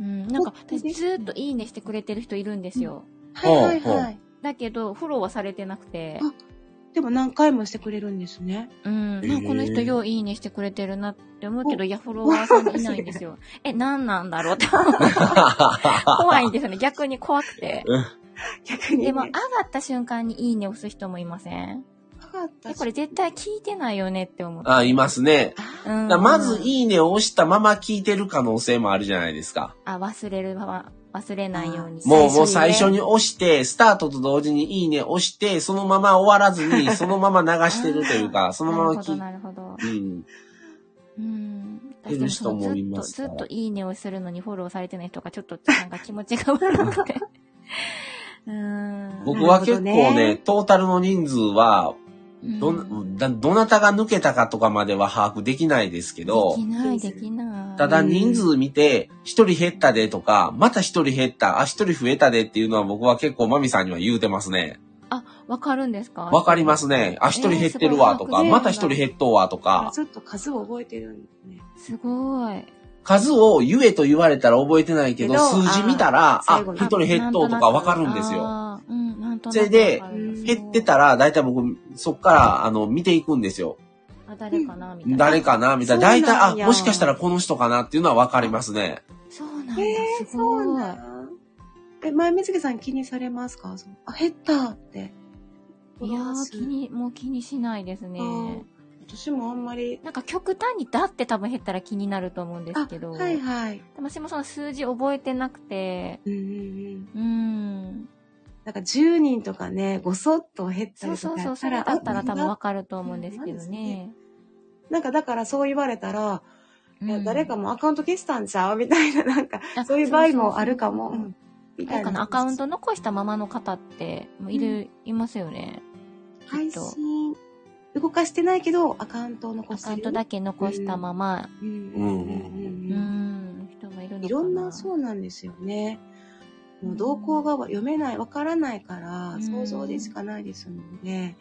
[SPEAKER 3] うん。なんか、
[SPEAKER 2] そうで
[SPEAKER 3] 私
[SPEAKER 2] す
[SPEAKER 3] ずーっといいねしてくれてる人いるんですよ。
[SPEAKER 2] はいはいはい。
[SPEAKER 3] だけど、フォローはされてなくて。
[SPEAKER 2] でも何回もしてくれるんですね。
[SPEAKER 3] うん。なんかこの人
[SPEAKER 1] へー
[SPEAKER 3] よういいねしてくれてるなって思うけど、いや、フォロワーさんいないんですよ。え、何なんだろうって。怖いんですよね。逆に怖くて。
[SPEAKER 2] 逆に、ね。
[SPEAKER 3] でも、上がった瞬間にいいね押す人もいません
[SPEAKER 2] 上がった
[SPEAKER 3] え、
[SPEAKER 2] し
[SPEAKER 3] これ絶対聞いてないよねって思って。
[SPEAKER 1] あ、いますね。
[SPEAKER 2] あ
[SPEAKER 3] うん
[SPEAKER 1] だからまずいいねを押したまま聞いてる可能性もあるじゃないですか。
[SPEAKER 3] あ、忘れるまま、忘れないように。
[SPEAKER 1] もう、もう
[SPEAKER 2] 最
[SPEAKER 1] 最
[SPEAKER 2] 初
[SPEAKER 1] 初
[SPEAKER 2] に
[SPEAKER 1] に押して、スタートと同時にいいね押して、そのまま終わらず に、そのまま流してるというか、そのまま
[SPEAKER 3] なるほど、
[SPEAKER 1] 聞い
[SPEAKER 3] なるほど。
[SPEAKER 1] うん。
[SPEAKER 3] うん。
[SPEAKER 1] ってる人もいます
[SPEAKER 3] ず
[SPEAKER 1] か
[SPEAKER 3] っ
[SPEAKER 1] ら
[SPEAKER 3] と、ずっといいねをするのにフォローされてない人がちょっとなんか気持ちが悪くて。 うーん。
[SPEAKER 1] 僕は結構
[SPEAKER 2] なるほど
[SPEAKER 1] ね
[SPEAKER 2] ね、
[SPEAKER 1] トータルの人数は、ど、
[SPEAKER 3] うん
[SPEAKER 1] だどなたが抜けたかとかまでは把握できないですけど
[SPEAKER 3] でき、ない、できない。
[SPEAKER 1] ただ人数見て、一人減ったでとか、また一人減った、あ、一人増えたでっていうのは僕は結構マミさんには言うてますね。
[SPEAKER 3] あ、わかるんですか
[SPEAKER 1] わかりますね。あ、一人減ってるわとか、
[SPEAKER 2] えーすごい
[SPEAKER 1] また一人減っとうわと
[SPEAKER 2] あ
[SPEAKER 1] か、
[SPEAKER 2] ちょっと数を覚えてるんですね。
[SPEAKER 3] すごい。
[SPEAKER 1] 数を言えと言われたら覚えてないけど、
[SPEAKER 2] けど
[SPEAKER 1] 数字見たら、
[SPEAKER 2] あ
[SPEAKER 1] あ
[SPEAKER 2] 最後、に
[SPEAKER 1] 一人減っとうとかわかるんですよ。
[SPEAKER 3] あー。うん、なんとなく
[SPEAKER 1] それで
[SPEAKER 3] わかる
[SPEAKER 1] 減ってたら、だいたい僕、そっから、あの、見ていくんですよ。
[SPEAKER 3] あ、誰かなみたいな。
[SPEAKER 1] 誰かなみたいな。
[SPEAKER 2] あ
[SPEAKER 1] 大体、
[SPEAKER 2] そうな
[SPEAKER 1] あ
[SPEAKER 2] ん、や
[SPEAKER 1] もしかしたらこの人かなっていうのはわかりますね。
[SPEAKER 3] そうなんだ、
[SPEAKER 2] えー、
[SPEAKER 3] す
[SPEAKER 2] そ
[SPEAKER 3] ご
[SPEAKER 2] う
[SPEAKER 3] い。
[SPEAKER 2] なんえ、前みつげさん気にされますかそのあ、減ったって。
[SPEAKER 3] いやー、気に、もう気にしないですね。
[SPEAKER 2] うん私もあんまり。
[SPEAKER 3] なんか極端にだって多分減ったら気になると思うんです
[SPEAKER 2] あ
[SPEAKER 3] け、ど、
[SPEAKER 2] はいはい。
[SPEAKER 3] 私もその数字覚えてなくて、
[SPEAKER 2] うんうんうん。
[SPEAKER 3] うーん。
[SPEAKER 2] なんか10人とかね、ごそっと減った
[SPEAKER 3] そう
[SPEAKER 2] りと
[SPEAKER 3] そう
[SPEAKER 2] か
[SPEAKER 3] そ
[SPEAKER 2] や
[SPEAKER 3] う、
[SPEAKER 2] っ
[SPEAKER 3] そ
[SPEAKER 2] た
[SPEAKER 3] れ
[SPEAKER 2] ら、
[SPEAKER 3] だったら多分わ
[SPEAKER 2] あ
[SPEAKER 3] かると思うんですけどね。
[SPEAKER 2] なんかだからそう言われたら、いや
[SPEAKER 3] うん
[SPEAKER 2] 誰かもアカウント消したんちゃうみたいな、なんか、
[SPEAKER 3] あ
[SPEAKER 2] そういう場合もあるかも。
[SPEAKER 3] そううそうそうん
[SPEAKER 2] みた
[SPEAKER 3] 誰
[SPEAKER 2] い
[SPEAKER 3] か
[SPEAKER 2] な。
[SPEAKER 3] のアカウント残したままの方って、もういる、いますよね。
[SPEAKER 2] 配
[SPEAKER 3] きっと
[SPEAKER 2] 信、動かしてないけど、アカウントを残
[SPEAKER 3] ア
[SPEAKER 2] してる。
[SPEAKER 3] カウントだけ残したまま、
[SPEAKER 2] うんう
[SPEAKER 1] うん
[SPEAKER 2] んうん
[SPEAKER 3] うー
[SPEAKER 2] うん。
[SPEAKER 3] ん、人がいるのかな。
[SPEAKER 2] いろんな、そうなんですよね。もう動向が読めない、わからないから
[SPEAKER 3] う、ん
[SPEAKER 2] 想像でしかないですもんね。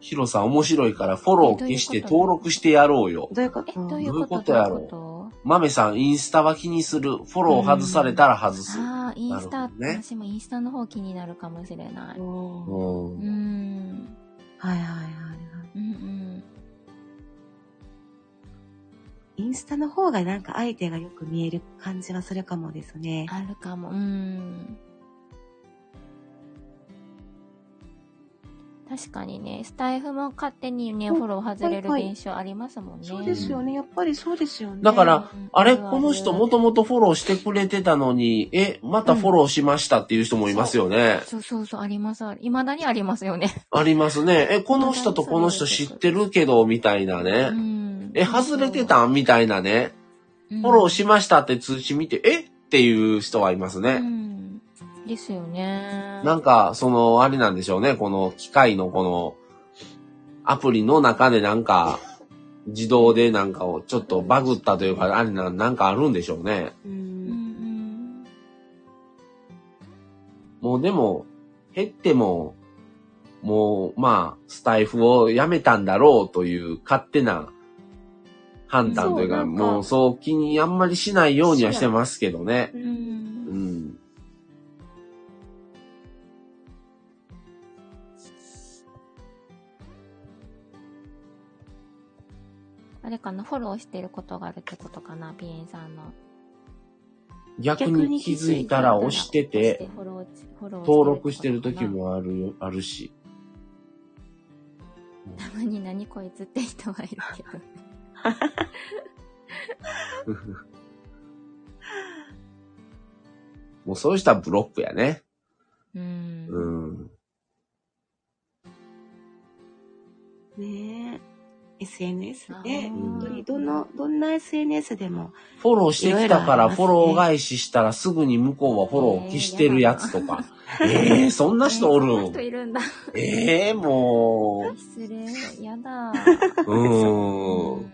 [SPEAKER 1] ヒロさん面白いからフォロー消して
[SPEAKER 3] えどういうこと
[SPEAKER 1] 登録してやろうよ。
[SPEAKER 2] どういうこ
[SPEAKER 3] え、
[SPEAKER 2] と
[SPEAKER 3] どうい
[SPEAKER 1] いうう
[SPEAKER 3] こと
[SPEAKER 1] ことやろう
[SPEAKER 3] どういうこ
[SPEAKER 1] マメさんインスタは気にする。フォロー外されたら外
[SPEAKER 3] と
[SPEAKER 1] す。
[SPEAKER 3] ああ、インスタ、
[SPEAKER 1] なるほどね
[SPEAKER 3] 私もインスタの方気になるかもしれない。う
[SPEAKER 2] おー
[SPEAKER 1] う
[SPEAKER 3] ー
[SPEAKER 1] ん。
[SPEAKER 3] ん。
[SPEAKER 2] はいはいはいはい。
[SPEAKER 3] うんうん。
[SPEAKER 2] インスタの方がなんか相手がよく見える感じはするかもですね。
[SPEAKER 3] あるかも。うん。確かにね、スタイフも勝手にね、
[SPEAKER 2] うん
[SPEAKER 3] フォロー外れる
[SPEAKER 2] はいはい
[SPEAKER 3] 現象ありますもんね。
[SPEAKER 2] そうですよね。やっぱりそうですよね。
[SPEAKER 1] だから
[SPEAKER 3] うん
[SPEAKER 1] あれこの人もともとフォローしてくれてたのに、え、またフォローしましたっていう人もいますよね。
[SPEAKER 3] そうそうそう、あります。いまだにありますよね。
[SPEAKER 1] ありますね。え、この人とこの人知ってるけど、みたいな
[SPEAKER 3] う
[SPEAKER 1] ね。
[SPEAKER 3] ん。
[SPEAKER 1] え、外れてたみたいなね。
[SPEAKER 3] うん
[SPEAKER 1] フォローしましたって通知見て、えっていう人はいます
[SPEAKER 3] う
[SPEAKER 1] ね。
[SPEAKER 3] ん。ですよね。
[SPEAKER 1] なんか、その、あれなんでしょうね。この機械のこの、アプリの中でなんか、自動でなんかをちょっとバグったというか、あれな、なんかあるんでしょうね。
[SPEAKER 2] う。
[SPEAKER 3] うんうんん。
[SPEAKER 1] もうでも、減っても、もう、まあ、スタイフをやめたんだろうという勝手な判断というか、
[SPEAKER 2] そうなんか
[SPEAKER 1] もうそう気にあんまりしないようにはしてますけどね。
[SPEAKER 2] う
[SPEAKER 3] うん。
[SPEAKER 1] うんん。
[SPEAKER 3] あれかな、フォローしてることがあるってことかな、ピエンさんの。
[SPEAKER 1] 逆に気づいたら押してて、
[SPEAKER 3] フォローし、フォロー
[SPEAKER 1] 登録してる
[SPEAKER 3] ことか
[SPEAKER 1] 時
[SPEAKER 3] な。
[SPEAKER 1] もある、あるし。
[SPEAKER 3] たまに何こいつって人はいるけど。
[SPEAKER 1] もうそういう人はブロックやね。
[SPEAKER 3] う。
[SPEAKER 1] うんん。
[SPEAKER 2] ねえ。SNS
[SPEAKER 3] あ
[SPEAKER 2] で、
[SPEAKER 3] ー
[SPEAKER 2] 本当にどの、どんな SNS でも。
[SPEAKER 1] フォローしてきた
[SPEAKER 2] い
[SPEAKER 1] か
[SPEAKER 2] ろいろあり
[SPEAKER 1] ら
[SPEAKER 2] ます
[SPEAKER 1] フ
[SPEAKER 2] ね
[SPEAKER 1] ォロー返ししたらすぐに向こうはフォロー消してるやつと か。ええー、そんな人おる
[SPEAKER 3] えーそんな人
[SPEAKER 1] ん
[SPEAKER 3] いるんだ。
[SPEAKER 1] ええー、もう。
[SPEAKER 3] 失礼。やだ。
[SPEAKER 1] うーん。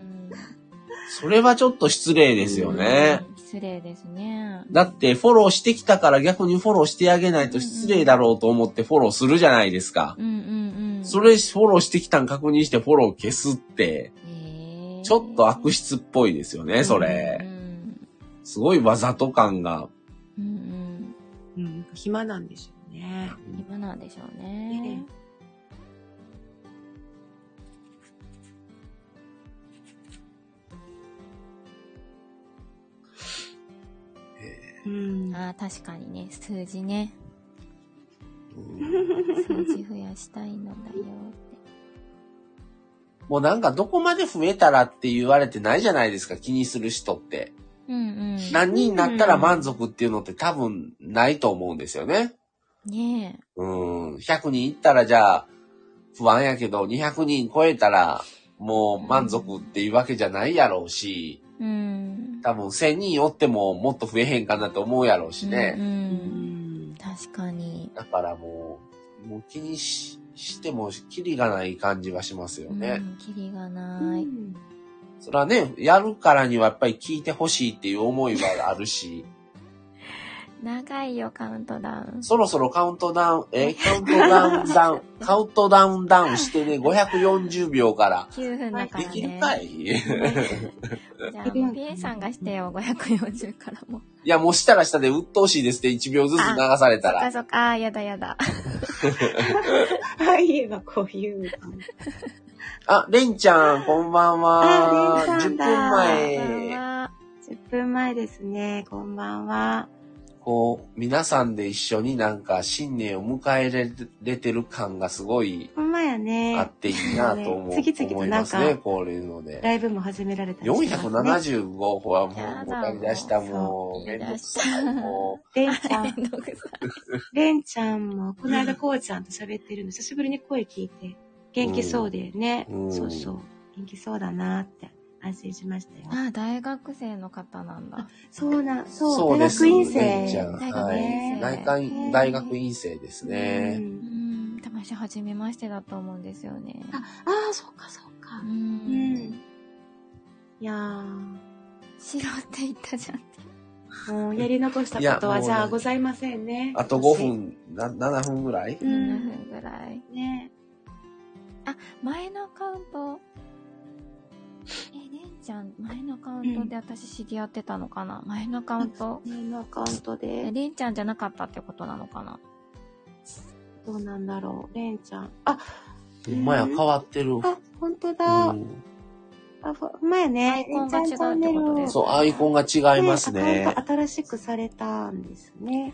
[SPEAKER 1] それはちょっと失礼ですよね。
[SPEAKER 3] うん。失礼ですね。
[SPEAKER 1] だって、フォローしてきたから逆にフォローしてあげないと失礼だろうと思ってフォローするじゃないですか。
[SPEAKER 3] うんうんうん。
[SPEAKER 1] それフォローしてきたん確認してフォロー消すって、
[SPEAKER 3] えー
[SPEAKER 1] ちょっと悪質っぽいですよね、それ
[SPEAKER 3] う。ん
[SPEAKER 1] すごいわざと感が。
[SPEAKER 3] うん。う
[SPEAKER 2] う
[SPEAKER 3] ん
[SPEAKER 2] ん。暇なんでしょうね。
[SPEAKER 3] うん。今なんでしょうね。
[SPEAKER 2] うん。
[SPEAKER 3] ああ、確かにね、数 字ね。
[SPEAKER 1] うん
[SPEAKER 3] 数字増やしたいのだよって。
[SPEAKER 1] もうなんかどこまで増えたらって言われてないじゃないですか、気にする人って。
[SPEAKER 3] うんうん。
[SPEAKER 1] 何人になったら満足っていうのって多分ないと思うんですよね。
[SPEAKER 3] ねえ。
[SPEAKER 1] うん、100人いったらじゃあ不安やけど、200人超えたらもう満足っていうわけじゃないやろうし、
[SPEAKER 3] うん。
[SPEAKER 1] 多分1000人おってももっと増えへんかなと思うやろうし
[SPEAKER 3] う。
[SPEAKER 1] ね。
[SPEAKER 2] うんん。
[SPEAKER 3] 確かに。
[SPEAKER 1] だからもう、もう気にししてもキリがない感じはしますよね。
[SPEAKER 3] うん。キリが
[SPEAKER 2] は
[SPEAKER 3] ないい。。
[SPEAKER 1] それはね、やるからにはやっぱり聞いてほしいっていう思いはあるし、
[SPEAKER 3] 長いよ、カウントダウン。
[SPEAKER 1] そろそろカウントダウン、え、カウントダウンダウン、カウントダウンダウンしてね、540秒から。
[SPEAKER 3] 9分だから
[SPEAKER 1] で
[SPEAKER 3] ね。
[SPEAKER 1] きるかい い
[SPEAKER 3] じゃあ、もう PA さんがしてよ、540からも。
[SPEAKER 1] や、もうしたらしたで鬱陶しいですって1秒ずつ流された。
[SPEAKER 3] そっからそっか、あーやだやだ。
[SPEAKER 2] ああいうの、こういう感じ。
[SPEAKER 1] あ、レンちゃん、こんばんは。
[SPEAKER 2] あレンさんだ
[SPEAKER 1] 10分
[SPEAKER 3] こんば
[SPEAKER 1] 前
[SPEAKER 3] ん。は
[SPEAKER 2] 10分前ですね。こんばんは。
[SPEAKER 1] こう、皆さんで一緒になんか新年を迎えられてる感がすごい
[SPEAKER 2] ほんまや
[SPEAKER 1] あ
[SPEAKER 2] ね
[SPEAKER 1] っ。ていいなと思う。
[SPEAKER 2] ね次々と
[SPEAKER 1] 思い
[SPEAKER 2] な
[SPEAKER 1] ま
[SPEAKER 2] ん
[SPEAKER 1] す
[SPEAKER 2] か
[SPEAKER 1] ね、こういうので。
[SPEAKER 2] ライブも始められたりしますね。
[SPEAKER 1] 475歩はも
[SPEAKER 3] や
[SPEAKER 1] う、
[SPEAKER 3] だ
[SPEAKER 1] もたり出した、も
[SPEAKER 3] そう
[SPEAKER 1] う、めんどくさい。も
[SPEAKER 2] レンちゃん、
[SPEAKER 3] めんどくさい。
[SPEAKER 2] レンちゃんも、この間こうちゃんと喋ってるの、久しぶりに声聞いて、元気そうでね。
[SPEAKER 1] うん
[SPEAKER 2] そうそう。元気そうだなって、安心しましたよ。
[SPEAKER 3] あー、大学生の方なんだ。
[SPEAKER 2] そうな、
[SPEAKER 1] う、
[SPEAKER 2] そう、
[SPEAKER 1] そうです。
[SPEAKER 2] 大学院
[SPEAKER 1] レンちゃん
[SPEAKER 2] 生。
[SPEAKER 1] は
[SPEAKER 2] ね
[SPEAKER 1] い。内科
[SPEAKER 2] ね
[SPEAKER 1] 院大学院生です
[SPEAKER 2] う
[SPEAKER 1] ね。
[SPEAKER 3] うんん。たましはじめましてだと思うんですよね。
[SPEAKER 2] あ、ああ、そうか、そうか
[SPEAKER 3] う。
[SPEAKER 2] うん
[SPEAKER 3] ん。。
[SPEAKER 2] いやー、
[SPEAKER 3] 白って言ったじゃんって。
[SPEAKER 2] もうやり残した
[SPEAKER 1] いや
[SPEAKER 2] ことは
[SPEAKER 1] もう
[SPEAKER 2] じゃあございませんね。
[SPEAKER 1] あと5分、な7分ぐらい
[SPEAKER 2] うん
[SPEAKER 3] 7分ぐらい。
[SPEAKER 2] 分。ね。
[SPEAKER 3] 前のアカウント、え、れんちゃん、前のアカウントで私知り合ってたのかな、前のアカウント
[SPEAKER 2] メールのアカウント
[SPEAKER 3] え、
[SPEAKER 2] で、
[SPEAKER 3] れんちゃんじゃなかったってことなのかな
[SPEAKER 2] どうなんだろう。レンちゃん。あ、
[SPEAKER 1] ほんまや、変わってる。
[SPEAKER 2] あ、ほんとだ。
[SPEAKER 1] うん
[SPEAKER 2] あ、ほほんまやね。
[SPEAKER 3] アイコンが
[SPEAKER 2] レンちゃんチャンネル
[SPEAKER 3] 違うってことです
[SPEAKER 1] そう、アイコンが違います
[SPEAKER 2] ねア
[SPEAKER 1] ね
[SPEAKER 2] カウ。ント新しくされたんですね。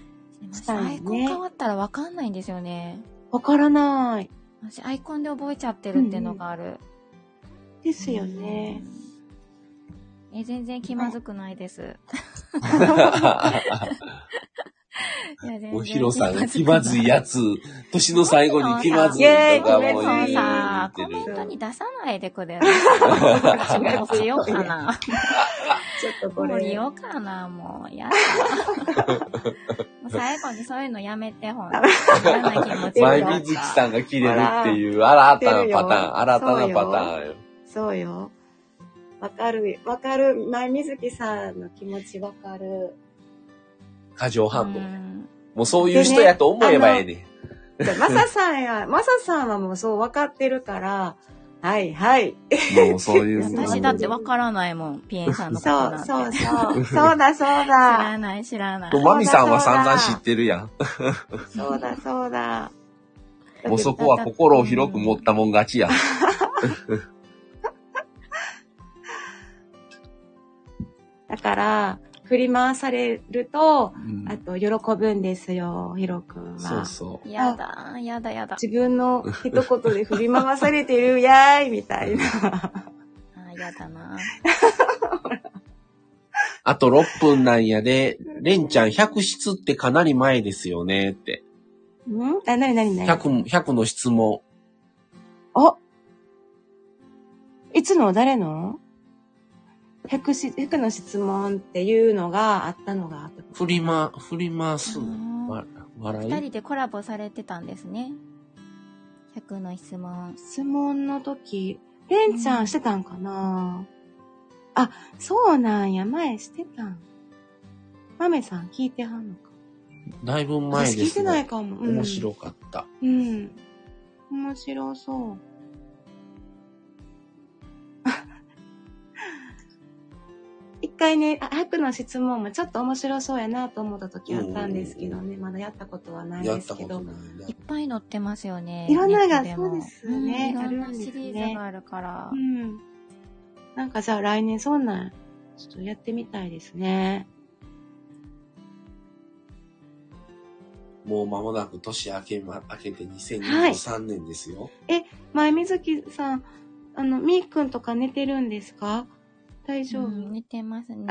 [SPEAKER 2] したよね
[SPEAKER 3] アイコン変わったらわかんないんですよね。
[SPEAKER 2] わからない。
[SPEAKER 3] 私、アイコンで覚えちゃってるってのがある。
[SPEAKER 2] ですよね。
[SPEAKER 3] え、全然気まずくないです。 いや全然
[SPEAKER 1] おひろさん、気まずいやつ。年の最後に気まずいとかもう言
[SPEAKER 2] イエ
[SPEAKER 1] っ
[SPEAKER 3] さあ、
[SPEAKER 1] て
[SPEAKER 3] コメン
[SPEAKER 1] る。
[SPEAKER 3] トに出さないでくれる。 もう言おうかな。
[SPEAKER 2] ちょっとこ
[SPEAKER 3] もう
[SPEAKER 2] れ
[SPEAKER 3] 言。おうかな、もう。や だ。もう最後にそういうのやめて、ほんと。嫌な気持ち
[SPEAKER 1] 前
[SPEAKER 3] に
[SPEAKER 1] み
[SPEAKER 3] なっ
[SPEAKER 1] ずき
[SPEAKER 3] た。
[SPEAKER 1] さんが切れるっていう、新たなパターン、新たなパターンよ。
[SPEAKER 2] そうよ。わかる、わかる。前水木さんの気持ちわかる。
[SPEAKER 1] 過剰反
[SPEAKER 3] う
[SPEAKER 1] 応。
[SPEAKER 3] ん
[SPEAKER 1] もうそういう人やと思えばええねん。
[SPEAKER 2] でマサさんや、マサさんはもうそう分かってるから、はいはい。
[SPEAKER 1] もうそういう。
[SPEAKER 3] 私だってわからないもん、ピエンさんのこと
[SPEAKER 2] そ
[SPEAKER 3] なん
[SPEAKER 2] うそう
[SPEAKER 3] て。知
[SPEAKER 2] そう。そうだそうだ。
[SPEAKER 3] らない、 知らない。
[SPEAKER 1] マミさんは散々知ってるやん。
[SPEAKER 2] そうだそうだ。
[SPEAKER 1] もうそこは心を広く持ったもん勝ちやん。
[SPEAKER 2] だから、振り回されると、
[SPEAKER 1] うん
[SPEAKER 2] あと喜ぶんですよ、ヒロ君は。
[SPEAKER 1] そうそう。
[SPEAKER 3] やだ、やだ、やだ。
[SPEAKER 2] 自分 の一言で振り回されてるやーいみたいな。
[SPEAKER 3] あーやだな。
[SPEAKER 1] あと6分なんやで、レンちゃん100質ってかなり前ですよねって。
[SPEAKER 2] んあ、なになになに
[SPEAKER 1] 100、100の質問。
[SPEAKER 2] あいつの誰の ?100 し、100の質問っていうのがあったのが、
[SPEAKER 1] 振りま、振ります。
[SPEAKER 3] うん
[SPEAKER 1] わ笑い
[SPEAKER 3] 二人でコラボされてたんですね。100の質問。
[SPEAKER 2] 質問の時、レンちゃんしてたんかな、あ、そうなんや、前してたん。マメさん聞いてはんのか。
[SPEAKER 1] だいぶ前
[SPEAKER 2] 私
[SPEAKER 1] で
[SPEAKER 2] 聞いて
[SPEAKER 1] す
[SPEAKER 2] ない
[SPEAKER 1] ね。
[SPEAKER 2] かも。うん
[SPEAKER 1] 面白かった。
[SPEAKER 2] うん。面白そう。 一回ね、あ白の質問もちょっと面白そうやなと思った時あったんですけどね、まだやったことはない
[SPEAKER 1] や
[SPEAKER 2] で
[SPEAKER 1] っ
[SPEAKER 2] す
[SPEAKER 1] た
[SPEAKER 2] け
[SPEAKER 1] こと
[SPEAKER 2] ど。
[SPEAKER 1] ない
[SPEAKER 3] いっぱい載ってますよね。
[SPEAKER 2] いろんなのが
[SPEAKER 3] ネットも
[SPEAKER 2] そうですよね
[SPEAKER 3] うんいろ
[SPEAKER 2] あ
[SPEAKER 3] んな
[SPEAKER 2] るんです
[SPEAKER 3] シ
[SPEAKER 2] ね
[SPEAKER 3] リーズがあるから
[SPEAKER 2] う。ん。なんかじゃあ来年そんなん、ちょっとやってみたいですね。
[SPEAKER 1] な。もう間もなく年明けま、明けて2023年ですよ。
[SPEAKER 2] 前水木さん、あの、みーくんとか寝てるんですか大丈夫、
[SPEAKER 3] うん、寝てま すね。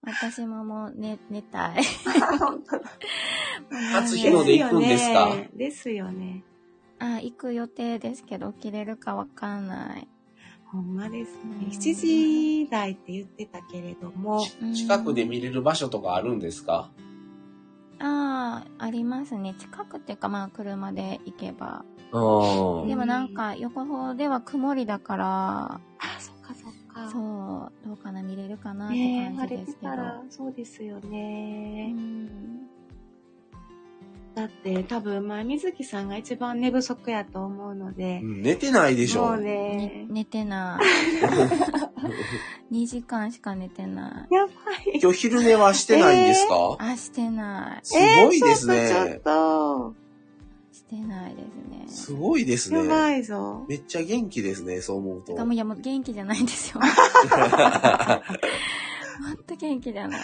[SPEAKER 3] 私ももう寝、寝たい。
[SPEAKER 1] 初日の出行くんですか
[SPEAKER 2] よね。ですよね。
[SPEAKER 3] あ、行く予定ですけど、起きれるかわかんない。
[SPEAKER 2] ほんまですね
[SPEAKER 3] う。ん
[SPEAKER 2] 7時台って言ってたけれども、
[SPEAKER 3] うん
[SPEAKER 1] 近くで見れる場所とかあるんですか
[SPEAKER 3] ああ、ありますね。近くっていうか、まあ、車で行けば。
[SPEAKER 1] うん
[SPEAKER 3] でもなんか、横方では曇りだから、
[SPEAKER 2] あ、そっかそっか。
[SPEAKER 3] そう、どうかな、見れるかなって
[SPEAKER 2] ねえ、
[SPEAKER 3] 感
[SPEAKER 2] 晴
[SPEAKER 3] じ
[SPEAKER 2] れ
[SPEAKER 3] で
[SPEAKER 2] て
[SPEAKER 3] すけど。
[SPEAKER 2] たら、そうですよ
[SPEAKER 3] う
[SPEAKER 2] ね。
[SPEAKER 3] ん
[SPEAKER 2] だって多分、まあ、水木さんが一番寝不足やと思うので
[SPEAKER 1] う、ん寝てないでしょ。
[SPEAKER 2] もう
[SPEAKER 3] ね
[SPEAKER 2] ね、
[SPEAKER 3] 寝てな い。2時間しか寝てない。
[SPEAKER 2] やばい。
[SPEAKER 1] 今日昼寝はしてないんですか、
[SPEAKER 3] あ、してない。
[SPEAKER 1] すごいですね。
[SPEAKER 2] えーちょっとちょ
[SPEAKER 3] してないですね。
[SPEAKER 1] すごいです
[SPEAKER 2] っと。やば
[SPEAKER 1] ね。
[SPEAKER 2] いぞ。
[SPEAKER 1] めっちゃ元気ですね、そう思うと。
[SPEAKER 3] てかもういや、もう元気じゃない んですよ。ほんと元気じゃない。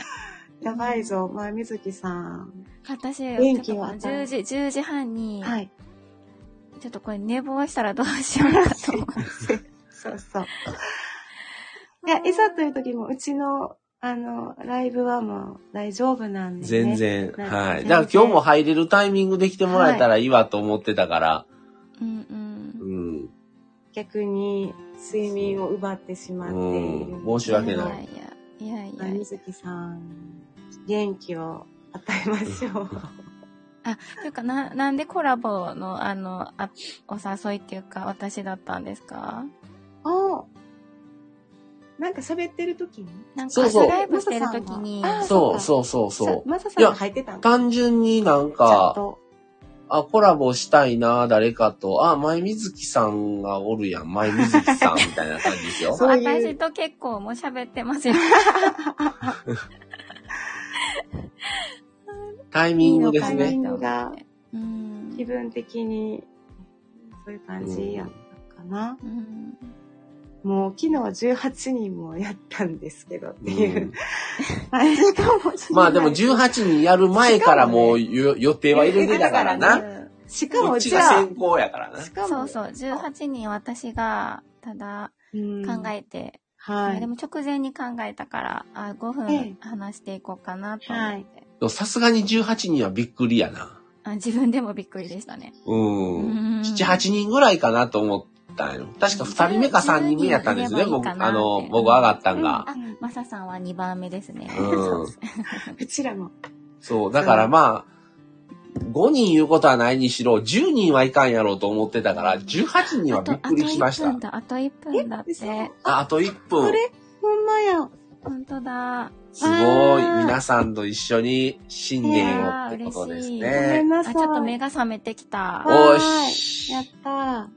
[SPEAKER 2] やばいぞ。まあ、水木さん。
[SPEAKER 3] 私、
[SPEAKER 2] 元気は
[SPEAKER 3] ちょっと10時、10時半に、
[SPEAKER 2] はい。
[SPEAKER 3] ちょっとこれ寝坊したらどうしようかと思って。
[SPEAKER 2] そうそう。 いや、いざという時も、うちの、あの、ライブはもう大丈夫なんで、ね。
[SPEAKER 1] 全。然、
[SPEAKER 2] ね全
[SPEAKER 1] はい。
[SPEAKER 2] 然
[SPEAKER 1] だから今日も入れるタイミングで来てもらえたらいいわと思ってたから、
[SPEAKER 3] うんうん。
[SPEAKER 1] うん。
[SPEAKER 2] 逆に、睡眠を奪ってしまっている。
[SPEAKER 1] うん申し訳ない
[SPEAKER 2] はい
[SPEAKER 3] やいやい
[SPEAKER 2] ま
[SPEAKER 3] や
[SPEAKER 2] あ、
[SPEAKER 3] いや。
[SPEAKER 2] 水木さん、元気を与えましょう。
[SPEAKER 3] というか、な、なんでコラボの、あの、あお誘いっていうか、私だったんですか
[SPEAKER 2] おなんか喋ってる時に
[SPEAKER 3] なん
[SPEAKER 1] そう
[SPEAKER 3] か、
[SPEAKER 1] そう
[SPEAKER 3] ライブしてる時に、
[SPEAKER 2] マサさんがあ
[SPEAKER 1] そう
[SPEAKER 2] そ
[SPEAKER 1] そうそう
[SPEAKER 2] さ
[SPEAKER 1] そ
[SPEAKER 2] マサさんが入ってたん
[SPEAKER 1] う。
[SPEAKER 2] か
[SPEAKER 1] 単純になん
[SPEAKER 2] ちゃん
[SPEAKER 1] か、
[SPEAKER 2] と。
[SPEAKER 1] あ、コラボしたいな、誰かと、あ、前水木さんがおるやん、前水木さん、みたいな感じです よ。
[SPEAKER 2] そういう
[SPEAKER 3] 私と結構もう喋って ますよ。
[SPEAKER 1] タイミングです
[SPEAKER 2] いい
[SPEAKER 1] ね。
[SPEAKER 2] のかな
[SPEAKER 3] うん。
[SPEAKER 2] 気分的に、そういう感じやったかな。
[SPEAKER 3] うん。
[SPEAKER 2] もう昨日18人もやったんですけどって
[SPEAKER 1] う
[SPEAKER 2] い
[SPEAKER 1] ん
[SPEAKER 2] う、感じかもしれない。
[SPEAKER 1] まあでも18人やる前からもう予予定は入れてたから
[SPEAKER 2] あ
[SPEAKER 1] な。
[SPEAKER 2] しか
[SPEAKER 1] こ
[SPEAKER 2] も
[SPEAKER 1] っ
[SPEAKER 2] じ
[SPEAKER 1] ちが
[SPEAKER 2] ゃあ
[SPEAKER 1] 先、行やからな
[SPEAKER 2] し。かも、
[SPEAKER 3] そうそう、18人私が、ただ、考
[SPEAKER 2] 考、
[SPEAKER 3] えて、
[SPEAKER 2] は
[SPEAKER 3] で
[SPEAKER 2] い。
[SPEAKER 3] も直前に考えたから、あ、5
[SPEAKER 2] ええ
[SPEAKER 3] 分話していこうかなと思って。
[SPEAKER 1] でもさすがに18人はびっくりやな。
[SPEAKER 3] あ自分でもびっくりでしたね。
[SPEAKER 1] うん。
[SPEAKER 3] うん
[SPEAKER 1] 7、8人ぐらいかなと思ったんよ。確か2人目か3人目やったんですね、
[SPEAKER 3] 10人いればい
[SPEAKER 1] 僕、
[SPEAKER 3] いかな
[SPEAKER 1] あ
[SPEAKER 3] って
[SPEAKER 1] の、僕上がったんが。
[SPEAKER 2] う
[SPEAKER 3] あ
[SPEAKER 2] ん、
[SPEAKER 3] マサさんは2番目ですね。
[SPEAKER 1] うん
[SPEAKER 3] そうです
[SPEAKER 2] うちらも。
[SPEAKER 1] そう、だからまあ、5人言うことはないにしろ、10人はいかんやろうと思ってたから、18人は
[SPEAKER 3] あと、
[SPEAKER 1] びっ
[SPEAKER 3] あと
[SPEAKER 1] くりしまし
[SPEAKER 3] 1
[SPEAKER 1] た
[SPEAKER 3] 分。だ、あと1分だっ
[SPEAKER 2] 嘘
[SPEAKER 3] て。
[SPEAKER 1] あ、あと1分
[SPEAKER 2] こ。れほんまや。
[SPEAKER 3] 本当だ。
[SPEAKER 1] すごい。
[SPEAKER 2] あー
[SPEAKER 1] 皆さんと一緒に新年をってことです
[SPEAKER 3] いやー嬉しい
[SPEAKER 2] ごめん
[SPEAKER 1] ね。
[SPEAKER 2] な
[SPEAKER 3] あ、
[SPEAKER 2] さい。
[SPEAKER 3] ちょっと目が覚めてきた。
[SPEAKER 2] あ
[SPEAKER 1] お
[SPEAKER 2] はい
[SPEAKER 1] し。
[SPEAKER 2] やった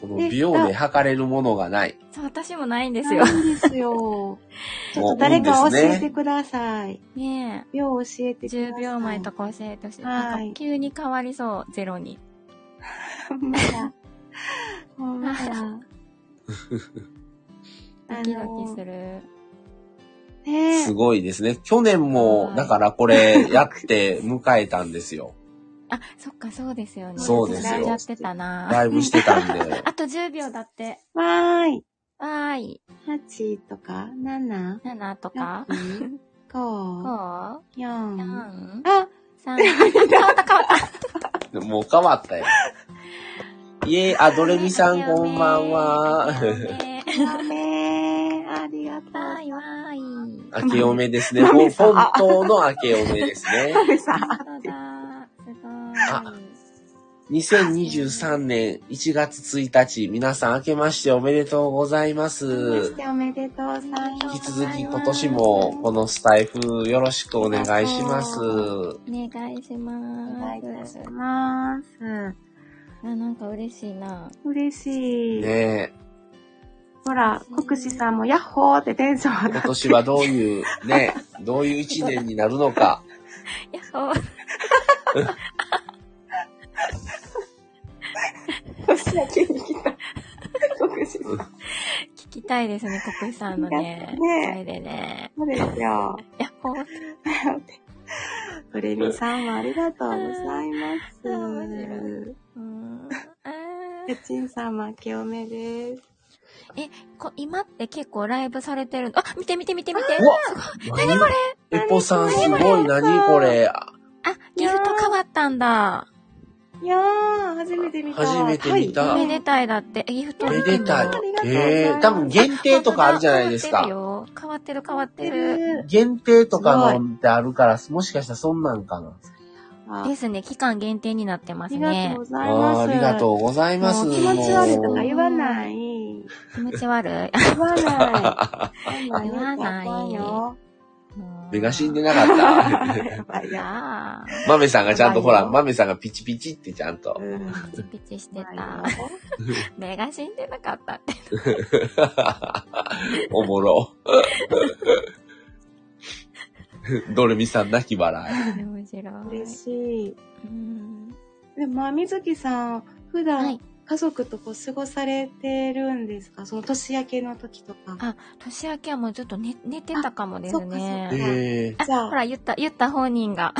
[SPEAKER 1] この美容で測れるものがない。
[SPEAKER 3] そう、私もないんで
[SPEAKER 2] ー。
[SPEAKER 3] すよ
[SPEAKER 2] な。いんです よ。ちょっ
[SPEAKER 1] も
[SPEAKER 2] と
[SPEAKER 1] う
[SPEAKER 2] 誰か教え
[SPEAKER 1] 運です
[SPEAKER 2] て
[SPEAKER 1] ね
[SPEAKER 2] ください。
[SPEAKER 3] ね
[SPEAKER 2] 秒教えてくだ
[SPEAKER 3] え。
[SPEAKER 2] さい。
[SPEAKER 3] 10秒前とか教えてほしい。
[SPEAKER 2] はい
[SPEAKER 3] なんか急に変わりそう、ゼロに。
[SPEAKER 2] ほんまや。ほんまや。
[SPEAKER 3] ドキドキする。
[SPEAKER 2] あのね
[SPEAKER 1] すごいですね。去年も
[SPEAKER 3] は、い
[SPEAKER 1] だからこれやって迎えたんですよ。
[SPEAKER 3] あ、そっか、そうですよね。
[SPEAKER 1] そうですよ
[SPEAKER 3] 私やってたな。
[SPEAKER 1] ライブしてたんで。
[SPEAKER 3] あと10秒だって。
[SPEAKER 2] わーい。
[SPEAKER 3] わーい。
[SPEAKER 2] 8とか 7?
[SPEAKER 3] 7とか。
[SPEAKER 2] 5、
[SPEAKER 3] 5、
[SPEAKER 2] 4。
[SPEAKER 3] 4、
[SPEAKER 2] あ、
[SPEAKER 3] 3、変わった変わった。
[SPEAKER 1] もう変わっ たよ。いえ、あ、ドレミさんこんばん は。
[SPEAKER 3] あけ おめ
[SPEAKER 2] だねー。ありがとう。
[SPEAKER 3] わーいわーい。
[SPEAKER 1] 明けおめですね。
[SPEAKER 2] マ
[SPEAKER 1] ほん
[SPEAKER 2] ミさん
[SPEAKER 1] 本当の明けおめですね。
[SPEAKER 2] 食べさん。
[SPEAKER 3] そうだ。すご
[SPEAKER 1] あ
[SPEAKER 3] ーい。
[SPEAKER 1] 2023年1月1日、皆さん明けましておめでとうございま
[SPEAKER 2] そ
[SPEAKER 1] す
[SPEAKER 2] し。ておめでとうさん。
[SPEAKER 1] 引き続き今年もこのスタイフよろしくお願いします。
[SPEAKER 3] お願いし
[SPEAKER 2] お願いいた
[SPEAKER 3] ま
[SPEAKER 2] し
[SPEAKER 3] す。
[SPEAKER 2] ます。
[SPEAKER 3] あ、なんか嬉しいな。
[SPEAKER 2] 嬉しい。
[SPEAKER 1] ねえ、
[SPEAKER 2] ほら、国士さんもヤッホーってテンション上が
[SPEAKER 1] 今
[SPEAKER 2] って。
[SPEAKER 1] 年はどういう、 ね、どういう一年になるのか。
[SPEAKER 3] やっほー。
[SPEAKER 2] 年明けに来た。国士さん。
[SPEAKER 3] 聞きたいですね、国士さんのね。
[SPEAKER 2] ね
[SPEAKER 3] 声でね。
[SPEAKER 2] そうですよ。
[SPEAKER 3] やっほー。
[SPEAKER 2] プレミさんもありがとうございます。
[SPEAKER 3] あー面白うーん。あ
[SPEAKER 2] ペ
[SPEAKER 3] ー
[SPEAKER 2] チンさんも明けおめです。
[SPEAKER 3] こ今って結構ライブされてるの。あ、見て見て見て見て。
[SPEAKER 1] うわ何これエポさんすごい、何これ。
[SPEAKER 3] あ、ギフト変わったんだ。
[SPEAKER 2] いやー、ー、初めて見た。
[SPEAKER 1] 初めて見た
[SPEAKER 2] はい
[SPEAKER 3] めでたいだって、ギフト
[SPEAKER 1] めでたい
[SPEAKER 2] ありがとうございま。す
[SPEAKER 1] ええ多分限定とかあるじゃないですか。
[SPEAKER 3] 変わってるよ変わってる変わってる。
[SPEAKER 1] 限定とかのってあるから、もしかしたらそんなんかな。
[SPEAKER 2] あ
[SPEAKER 3] ですね、期間限定になってま
[SPEAKER 2] あ
[SPEAKER 3] す
[SPEAKER 2] りがとう
[SPEAKER 3] ね
[SPEAKER 2] ご。ざいま
[SPEAKER 1] あ
[SPEAKER 2] す。
[SPEAKER 1] あありがとうございます。
[SPEAKER 3] もう
[SPEAKER 2] 気持ち悪いとか
[SPEAKER 1] もう
[SPEAKER 2] 言わない。言
[SPEAKER 3] 気持ち悪い。
[SPEAKER 2] わない。
[SPEAKER 3] 言わない
[SPEAKER 2] 言わよ。
[SPEAKER 1] 目が死んで
[SPEAKER 3] る。
[SPEAKER 1] な かった。
[SPEAKER 2] やばい
[SPEAKER 3] い
[SPEAKER 2] や。
[SPEAKER 3] や
[SPEAKER 1] マメさんがちゃんとほ
[SPEAKER 2] やばい
[SPEAKER 1] ら、
[SPEAKER 2] よ
[SPEAKER 1] マメさんがピチピチってちゃんと。
[SPEAKER 2] うん。
[SPEAKER 3] ー、ピチピチして
[SPEAKER 2] や
[SPEAKER 3] た
[SPEAKER 2] ば。い
[SPEAKER 3] 目が死んでなかったって。
[SPEAKER 1] おもろ。 ドルミさん泣き笑
[SPEAKER 3] 面白
[SPEAKER 2] よ
[SPEAKER 3] い。
[SPEAKER 2] 嬉しい。
[SPEAKER 3] うん
[SPEAKER 2] でも、まあ、水木さん、普
[SPEAKER 3] は
[SPEAKER 2] 段
[SPEAKER 3] い。
[SPEAKER 2] 家族とこう過ごされてるんですかその年明けの時とか。
[SPEAKER 3] あ、年明けはもうずっと寝寝てたかもです
[SPEAKER 2] あそっかそっ
[SPEAKER 1] い。
[SPEAKER 2] か
[SPEAKER 3] ね。
[SPEAKER 1] ええ
[SPEAKER 2] じゃ
[SPEAKER 3] ほら、言った、言った本人 が。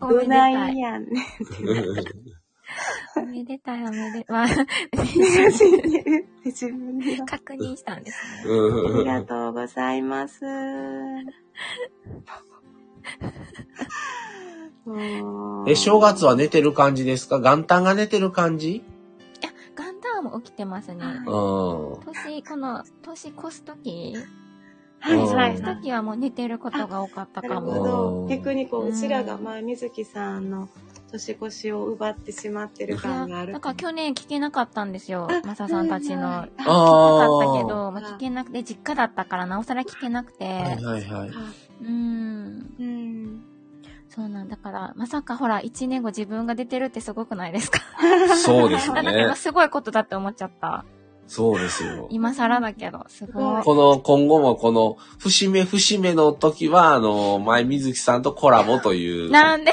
[SPEAKER 3] おめ
[SPEAKER 2] ど
[SPEAKER 3] で
[SPEAKER 2] な
[SPEAKER 3] た
[SPEAKER 2] い
[SPEAKER 3] い。
[SPEAKER 2] やんね。
[SPEAKER 3] おめでたい、おめでたい。まあ
[SPEAKER 2] 自分では
[SPEAKER 3] 確認したんです
[SPEAKER 2] あ
[SPEAKER 3] ね。
[SPEAKER 2] り
[SPEAKER 1] う
[SPEAKER 2] が
[SPEAKER 1] ん
[SPEAKER 2] とうござい ます。もう
[SPEAKER 1] え、正月は寝てる感じですか元旦が寝てる感じ
[SPEAKER 3] いや、ガンダーも起きてますね。
[SPEAKER 1] う
[SPEAKER 2] は
[SPEAKER 1] ん。
[SPEAKER 3] 年、この、年越すとき、
[SPEAKER 2] はいはい
[SPEAKER 3] 年越す
[SPEAKER 2] は
[SPEAKER 3] と
[SPEAKER 2] い。
[SPEAKER 3] きはもう寝てることが多かった
[SPEAKER 2] な
[SPEAKER 3] か
[SPEAKER 2] る
[SPEAKER 3] も。
[SPEAKER 2] ほ
[SPEAKER 1] う
[SPEAKER 2] ど。
[SPEAKER 1] ん
[SPEAKER 2] 逆にこう、
[SPEAKER 3] うん
[SPEAKER 2] うちらが前、水木さんの年越しを奪ってしまってる
[SPEAKER 3] いや、
[SPEAKER 2] 感がある。
[SPEAKER 3] なんか去年聞けなかったんですよ
[SPEAKER 2] あ、
[SPEAKER 3] マサさんたちの。
[SPEAKER 2] はい
[SPEAKER 3] 聞
[SPEAKER 2] はい
[SPEAKER 3] きたかったけど、まあ
[SPEAKER 2] あー
[SPEAKER 3] 聞けなくて、実家だったからなおさら聞けなくて
[SPEAKER 1] はい。はいはい。
[SPEAKER 2] あ
[SPEAKER 3] うーん。
[SPEAKER 2] うん。
[SPEAKER 3] そうなんだから、まさかほら、1年後自分が出てるってすごくないですか
[SPEAKER 1] そうです
[SPEAKER 3] あなんか今
[SPEAKER 1] ね。
[SPEAKER 3] すごいことだって思っちゃった。
[SPEAKER 1] そうですよ。
[SPEAKER 3] 今更だけど、すごい。
[SPEAKER 1] この、今後もこの、節目節目の時は、あの、前水木さんとコラボという
[SPEAKER 3] なんで、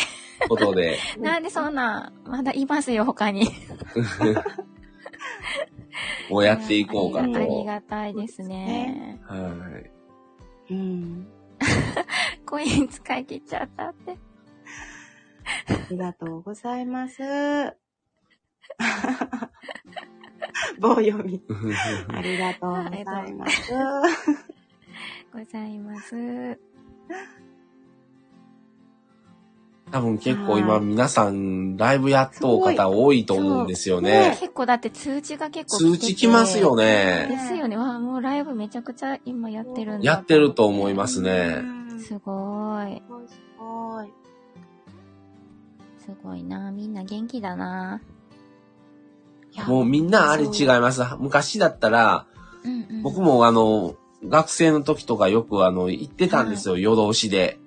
[SPEAKER 1] ことで、
[SPEAKER 3] なんでそんな、まだいますよ、他に。
[SPEAKER 1] もうやっていこうか
[SPEAKER 3] ありがあり
[SPEAKER 1] と。
[SPEAKER 3] がたいですね。
[SPEAKER 1] はい。
[SPEAKER 2] うん。
[SPEAKER 3] コイン使い切っちゃったって。
[SPEAKER 2] ありがとうございます。 棒読み。ありがとうございます。
[SPEAKER 3] ございます。
[SPEAKER 1] 多分結構今皆さん、ライブやっとう方多いと思うんですよね。
[SPEAKER 3] 結構だって通知が結構
[SPEAKER 1] 通知来ますよ
[SPEAKER 3] ね。
[SPEAKER 1] ね。
[SPEAKER 3] ですよね。わあ、もうライブめちゃくちゃ今やってるんだ。
[SPEAKER 1] やってると思いますね
[SPEAKER 2] う。んす
[SPEAKER 3] すごい。
[SPEAKER 2] ごいすごい。
[SPEAKER 3] すごいな。みんな元気だな。
[SPEAKER 2] いや
[SPEAKER 1] もうみんなあれ違います。昔だったら、
[SPEAKER 3] うんうん。
[SPEAKER 1] 僕。もあの、学生の時とかよくあの、行ってたんですよ、夜通しで。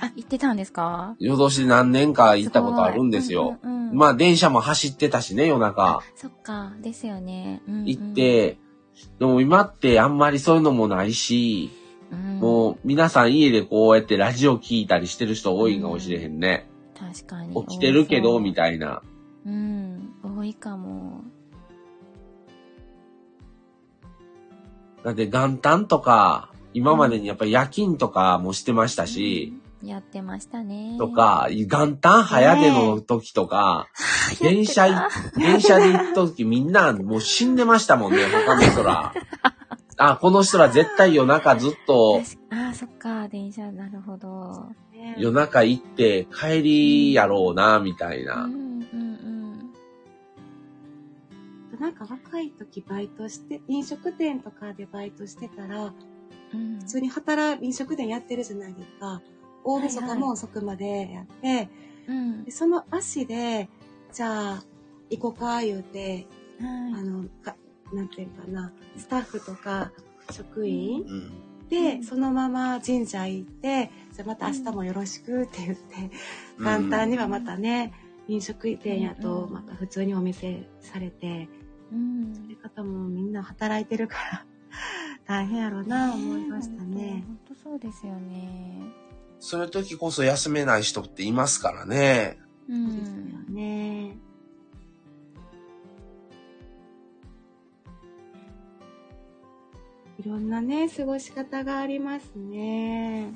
[SPEAKER 3] あ、行ってたんですか
[SPEAKER 1] 夜通しで何年か行ったことあるんですよ。。
[SPEAKER 3] ごいうんうんうん
[SPEAKER 1] まあ電車も走ってたしね、夜中。
[SPEAKER 3] そっか。ですよね。うんうん
[SPEAKER 1] 行っ、て、でも今ってあんまりそういうのもないし、
[SPEAKER 3] もうん、
[SPEAKER 1] もう皆さん家でこうやってラジオ聞いたりしてる人多いかもしれへんね。
[SPEAKER 3] 確かに。
[SPEAKER 1] 起きてるけど、み
[SPEAKER 3] い
[SPEAKER 1] たいな。
[SPEAKER 3] な。うん。多いかも。
[SPEAKER 1] だって元旦とか、今までにやっぱり夜勤とかもしてましたし、
[SPEAKER 3] うん、やってましたね。
[SPEAKER 1] とか、元旦早出の時とか、電車い
[SPEAKER 3] やっ、
[SPEAKER 1] 電車で行った時みんなもう死んでましたもんね、他の人ら。 あ、この人ら絶対夜中ずっと
[SPEAKER 3] 確かあー、そっか。電車、なるほど。
[SPEAKER 2] ね
[SPEAKER 1] 夜中行って帰りやろうな、みたいな
[SPEAKER 3] う。んうん
[SPEAKER 2] なんか若い時バイトして、飲食店とかでバイトしてたら、
[SPEAKER 3] うん。うん
[SPEAKER 2] 普通に働い、飲食店やってるじゃないですか。大晦日も遅くまでやって、
[SPEAKER 3] うん
[SPEAKER 2] でその足で、じゃあ、行こうか、言うて、あ
[SPEAKER 3] はい
[SPEAKER 2] の、かなんていうかな、スタッフとか職員
[SPEAKER 1] うん
[SPEAKER 2] で、
[SPEAKER 3] うん
[SPEAKER 2] そのまま神社行って、じゃあまた明日もよろしくって言って、元旦にはまたね、飲食店やと、
[SPEAKER 3] うん
[SPEAKER 2] また普通にお店されて、
[SPEAKER 3] うん
[SPEAKER 2] そういう方もみんな働いてるから、 大変やろうな、思いましたね。
[SPEAKER 3] 本当そうですよね。
[SPEAKER 1] そういう時こそ休めない人っていますからね。
[SPEAKER 3] う
[SPEAKER 2] そうですよ
[SPEAKER 3] ん。
[SPEAKER 2] ね。いろんなね、過ごし方がありますね。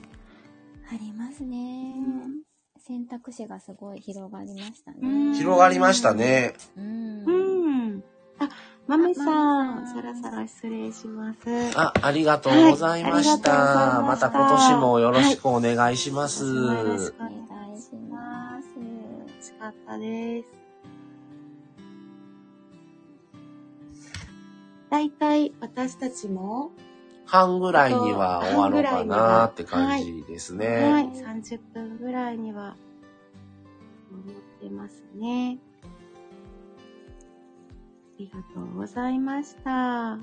[SPEAKER 3] ありますね。選択肢がすごい広がりました
[SPEAKER 2] うん
[SPEAKER 3] ね。
[SPEAKER 1] 広がりましたね。
[SPEAKER 3] うん
[SPEAKER 2] う。ん。あ、まめさ
[SPEAKER 3] あ
[SPEAKER 2] ん、
[SPEAKER 3] 豆さん
[SPEAKER 2] そろそろ失礼します。
[SPEAKER 1] あ、ありがとうござい
[SPEAKER 2] は
[SPEAKER 1] ました。
[SPEAKER 2] いありがとうございま
[SPEAKER 1] ま
[SPEAKER 2] した
[SPEAKER 1] た今年もよろしくお願いします。
[SPEAKER 2] はい今年もよろしく
[SPEAKER 3] お願いします。
[SPEAKER 2] 楽しかったです。だいたい私たちも、
[SPEAKER 1] 半ぐらいには終わろうかなって感じです
[SPEAKER 2] は
[SPEAKER 1] ね。
[SPEAKER 2] い、30分ぐらいには、思ってますね。ありがとうございました。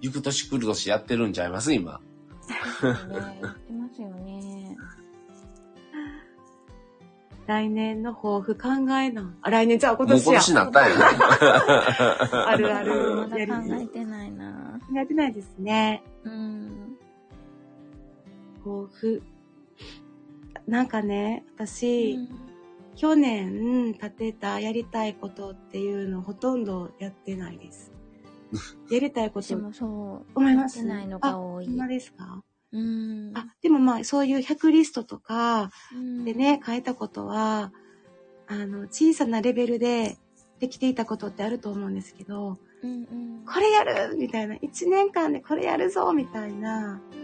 [SPEAKER 1] 行く年来る年やってるんちゃいます今。
[SPEAKER 3] ですね。言ってますよね。
[SPEAKER 2] 来年の抱負考えな。あ、来年じゃあ今
[SPEAKER 1] もう
[SPEAKER 2] 年
[SPEAKER 1] 今
[SPEAKER 2] や。
[SPEAKER 1] 年なったんやね。
[SPEAKER 2] あるあ
[SPEAKER 3] ま
[SPEAKER 2] る。
[SPEAKER 3] だ
[SPEAKER 2] やり
[SPEAKER 3] 考えてないな。
[SPEAKER 2] 考えてないですね。
[SPEAKER 3] うん。
[SPEAKER 2] 抱負。なんかね、私、
[SPEAKER 3] うん
[SPEAKER 2] 去年立てたやりたいことっていうのほとんどやってない です。やりたいこ
[SPEAKER 3] 私
[SPEAKER 2] と、
[SPEAKER 3] もそう。
[SPEAKER 2] 思います
[SPEAKER 3] やってないのが多い
[SPEAKER 2] あほんまですか
[SPEAKER 3] うん。
[SPEAKER 2] あ、でもまあそういう100リストとか
[SPEAKER 3] うん
[SPEAKER 2] で。ね、書いたことは、あの、小さなレベルでできていたことってあると思うんですけど、
[SPEAKER 3] うんうん。
[SPEAKER 2] これやるみたいな、1年間でこれやるぞみたいな、
[SPEAKER 3] うん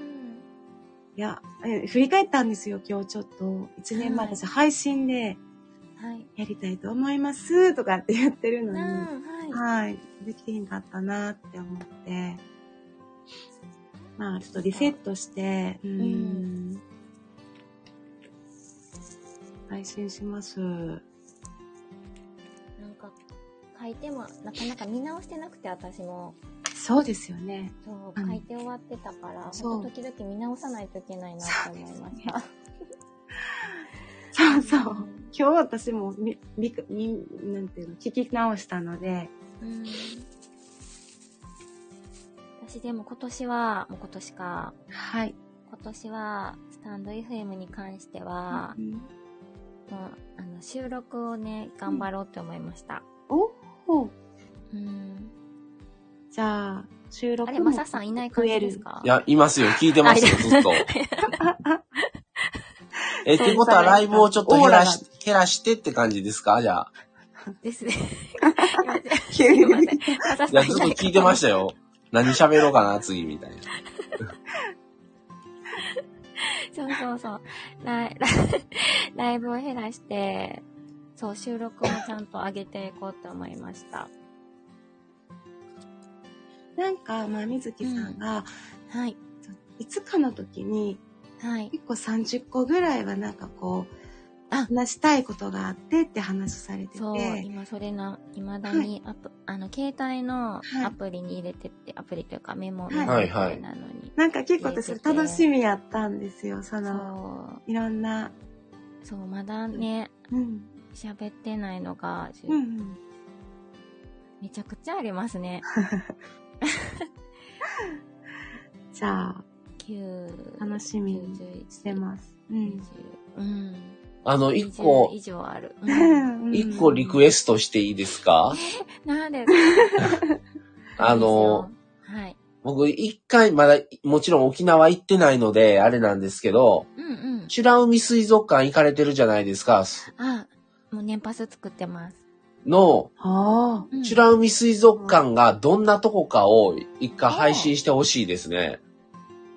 [SPEAKER 2] いや、え振り返ったんですよ、今日ちょっと。1年前
[SPEAKER 3] はい
[SPEAKER 2] 私配信で
[SPEAKER 3] はい。
[SPEAKER 2] やりたいと思いますとかって言ってるの
[SPEAKER 3] うん。
[SPEAKER 2] に、
[SPEAKER 3] は
[SPEAKER 2] はい。できてんかったなって思って。まあ、ちょっとリセットして、うん。配信します。
[SPEAKER 3] い。なんか、書いても、なかなか見直してなくて、私も。
[SPEAKER 2] そうですよね。
[SPEAKER 3] そう、
[SPEAKER 2] うん
[SPEAKER 3] 書いて終わってたから、
[SPEAKER 2] そう
[SPEAKER 3] ほんと時々見直さないといけないなって思いました。
[SPEAKER 2] そうそう。今日私もみ、み、み、なんていうの、聞き直したので、
[SPEAKER 3] うん。私でも今年は、もう今年か、
[SPEAKER 2] はい。
[SPEAKER 3] 今年は、スタンド FM に関しては
[SPEAKER 2] う、ん
[SPEAKER 3] もう、あの、収録をね、頑張ろうって思いました。
[SPEAKER 2] おお
[SPEAKER 3] うん。
[SPEAKER 2] じゃあ、収録
[SPEAKER 3] あ
[SPEAKER 2] も
[SPEAKER 3] れ、マサ さんいない感じですか
[SPEAKER 1] いや、いますよ。聞いてますよ、ずっと。え、ってことはライブをちょっと減らし、減らしてって感じですかじゃあ。
[SPEAKER 3] です ね。
[SPEAKER 2] 急
[SPEAKER 3] すいま
[SPEAKER 2] に
[SPEAKER 3] せ。ん。マサ
[SPEAKER 1] い
[SPEAKER 3] さ
[SPEAKER 1] や、
[SPEAKER 3] ん
[SPEAKER 1] ずっ
[SPEAKER 3] いな
[SPEAKER 1] と
[SPEAKER 3] い。
[SPEAKER 1] 聞いてましたたよ。何喋ろうかな、次、みたいな。
[SPEAKER 3] そうそうそう。ライラ ライブを減らして、そう、収録もちゃんと上げていこうと思いました。
[SPEAKER 2] なんか、まあ、水木さんが、
[SPEAKER 3] はい。
[SPEAKER 2] いつかの時に、
[SPEAKER 3] はい。
[SPEAKER 2] 結構30個ぐらいはなんかこう、
[SPEAKER 3] あ
[SPEAKER 2] 話したいことがあってって話されてて、
[SPEAKER 3] そう、今それの、未だにアプ、あの、携帯の
[SPEAKER 2] はい
[SPEAKER 3] アプリに入れてって、アプリというかメモ
[SPEAKER 2] はい
[SPEAKER 1] はいはい
[SPEAKER 3] メモなのに。
[SPEAKER 2] なんか結構私
[SPEAKER 3] 入れてて
[SPEAKER 2] 楽しみやったんですよ、その、
[SPEAKER 3] そ
[SPEAKER 2] いろんな、
[SPEAKER 3] う、そう、まだね、
[SPEAKER 2] うん、
[SPEAKER 3] 喋ってないのが、
[SPEAKER 2] うん、うん。
[SPEAKER 3] めちゃくちゃありますね。
[SPEAKER 2] じゃあ、
[SPEAKER 3] 9、
[SPEAKER 2] 楽しみに
[SPEAKER 3] 11
[SPEAKER 2] してます。うん。
[SPEAKER 3] うん。
[SPEAKER 1] あの、一個
[SPEAKER 3] 20以、上 ある。
[SPEAKER 2] うん
[SPEAKER 1] 一個リクエストしていいですか
[SPEAKER 3] なんですか
[SPEAKER 1] あの、
[SPEAKER 3] はい。
[SPEAKER 1] 僕、一回、まだ、もちろん沖縄行ってないので、あれなんですけど、
[SPEAKER 3] うんうん。
[SPEAKER 1] 美ら海水族館行かれてるじゃないですか。
[SPEAKER 3] あ、もう年パス作ってます。
[SPEAKER 1] の、
[SPEAKER 2] ああ、
[SPEAKER 3] うん
[SPEAKER 1] 美ら海水族館がどんなとこかを一回配信してほしいですね。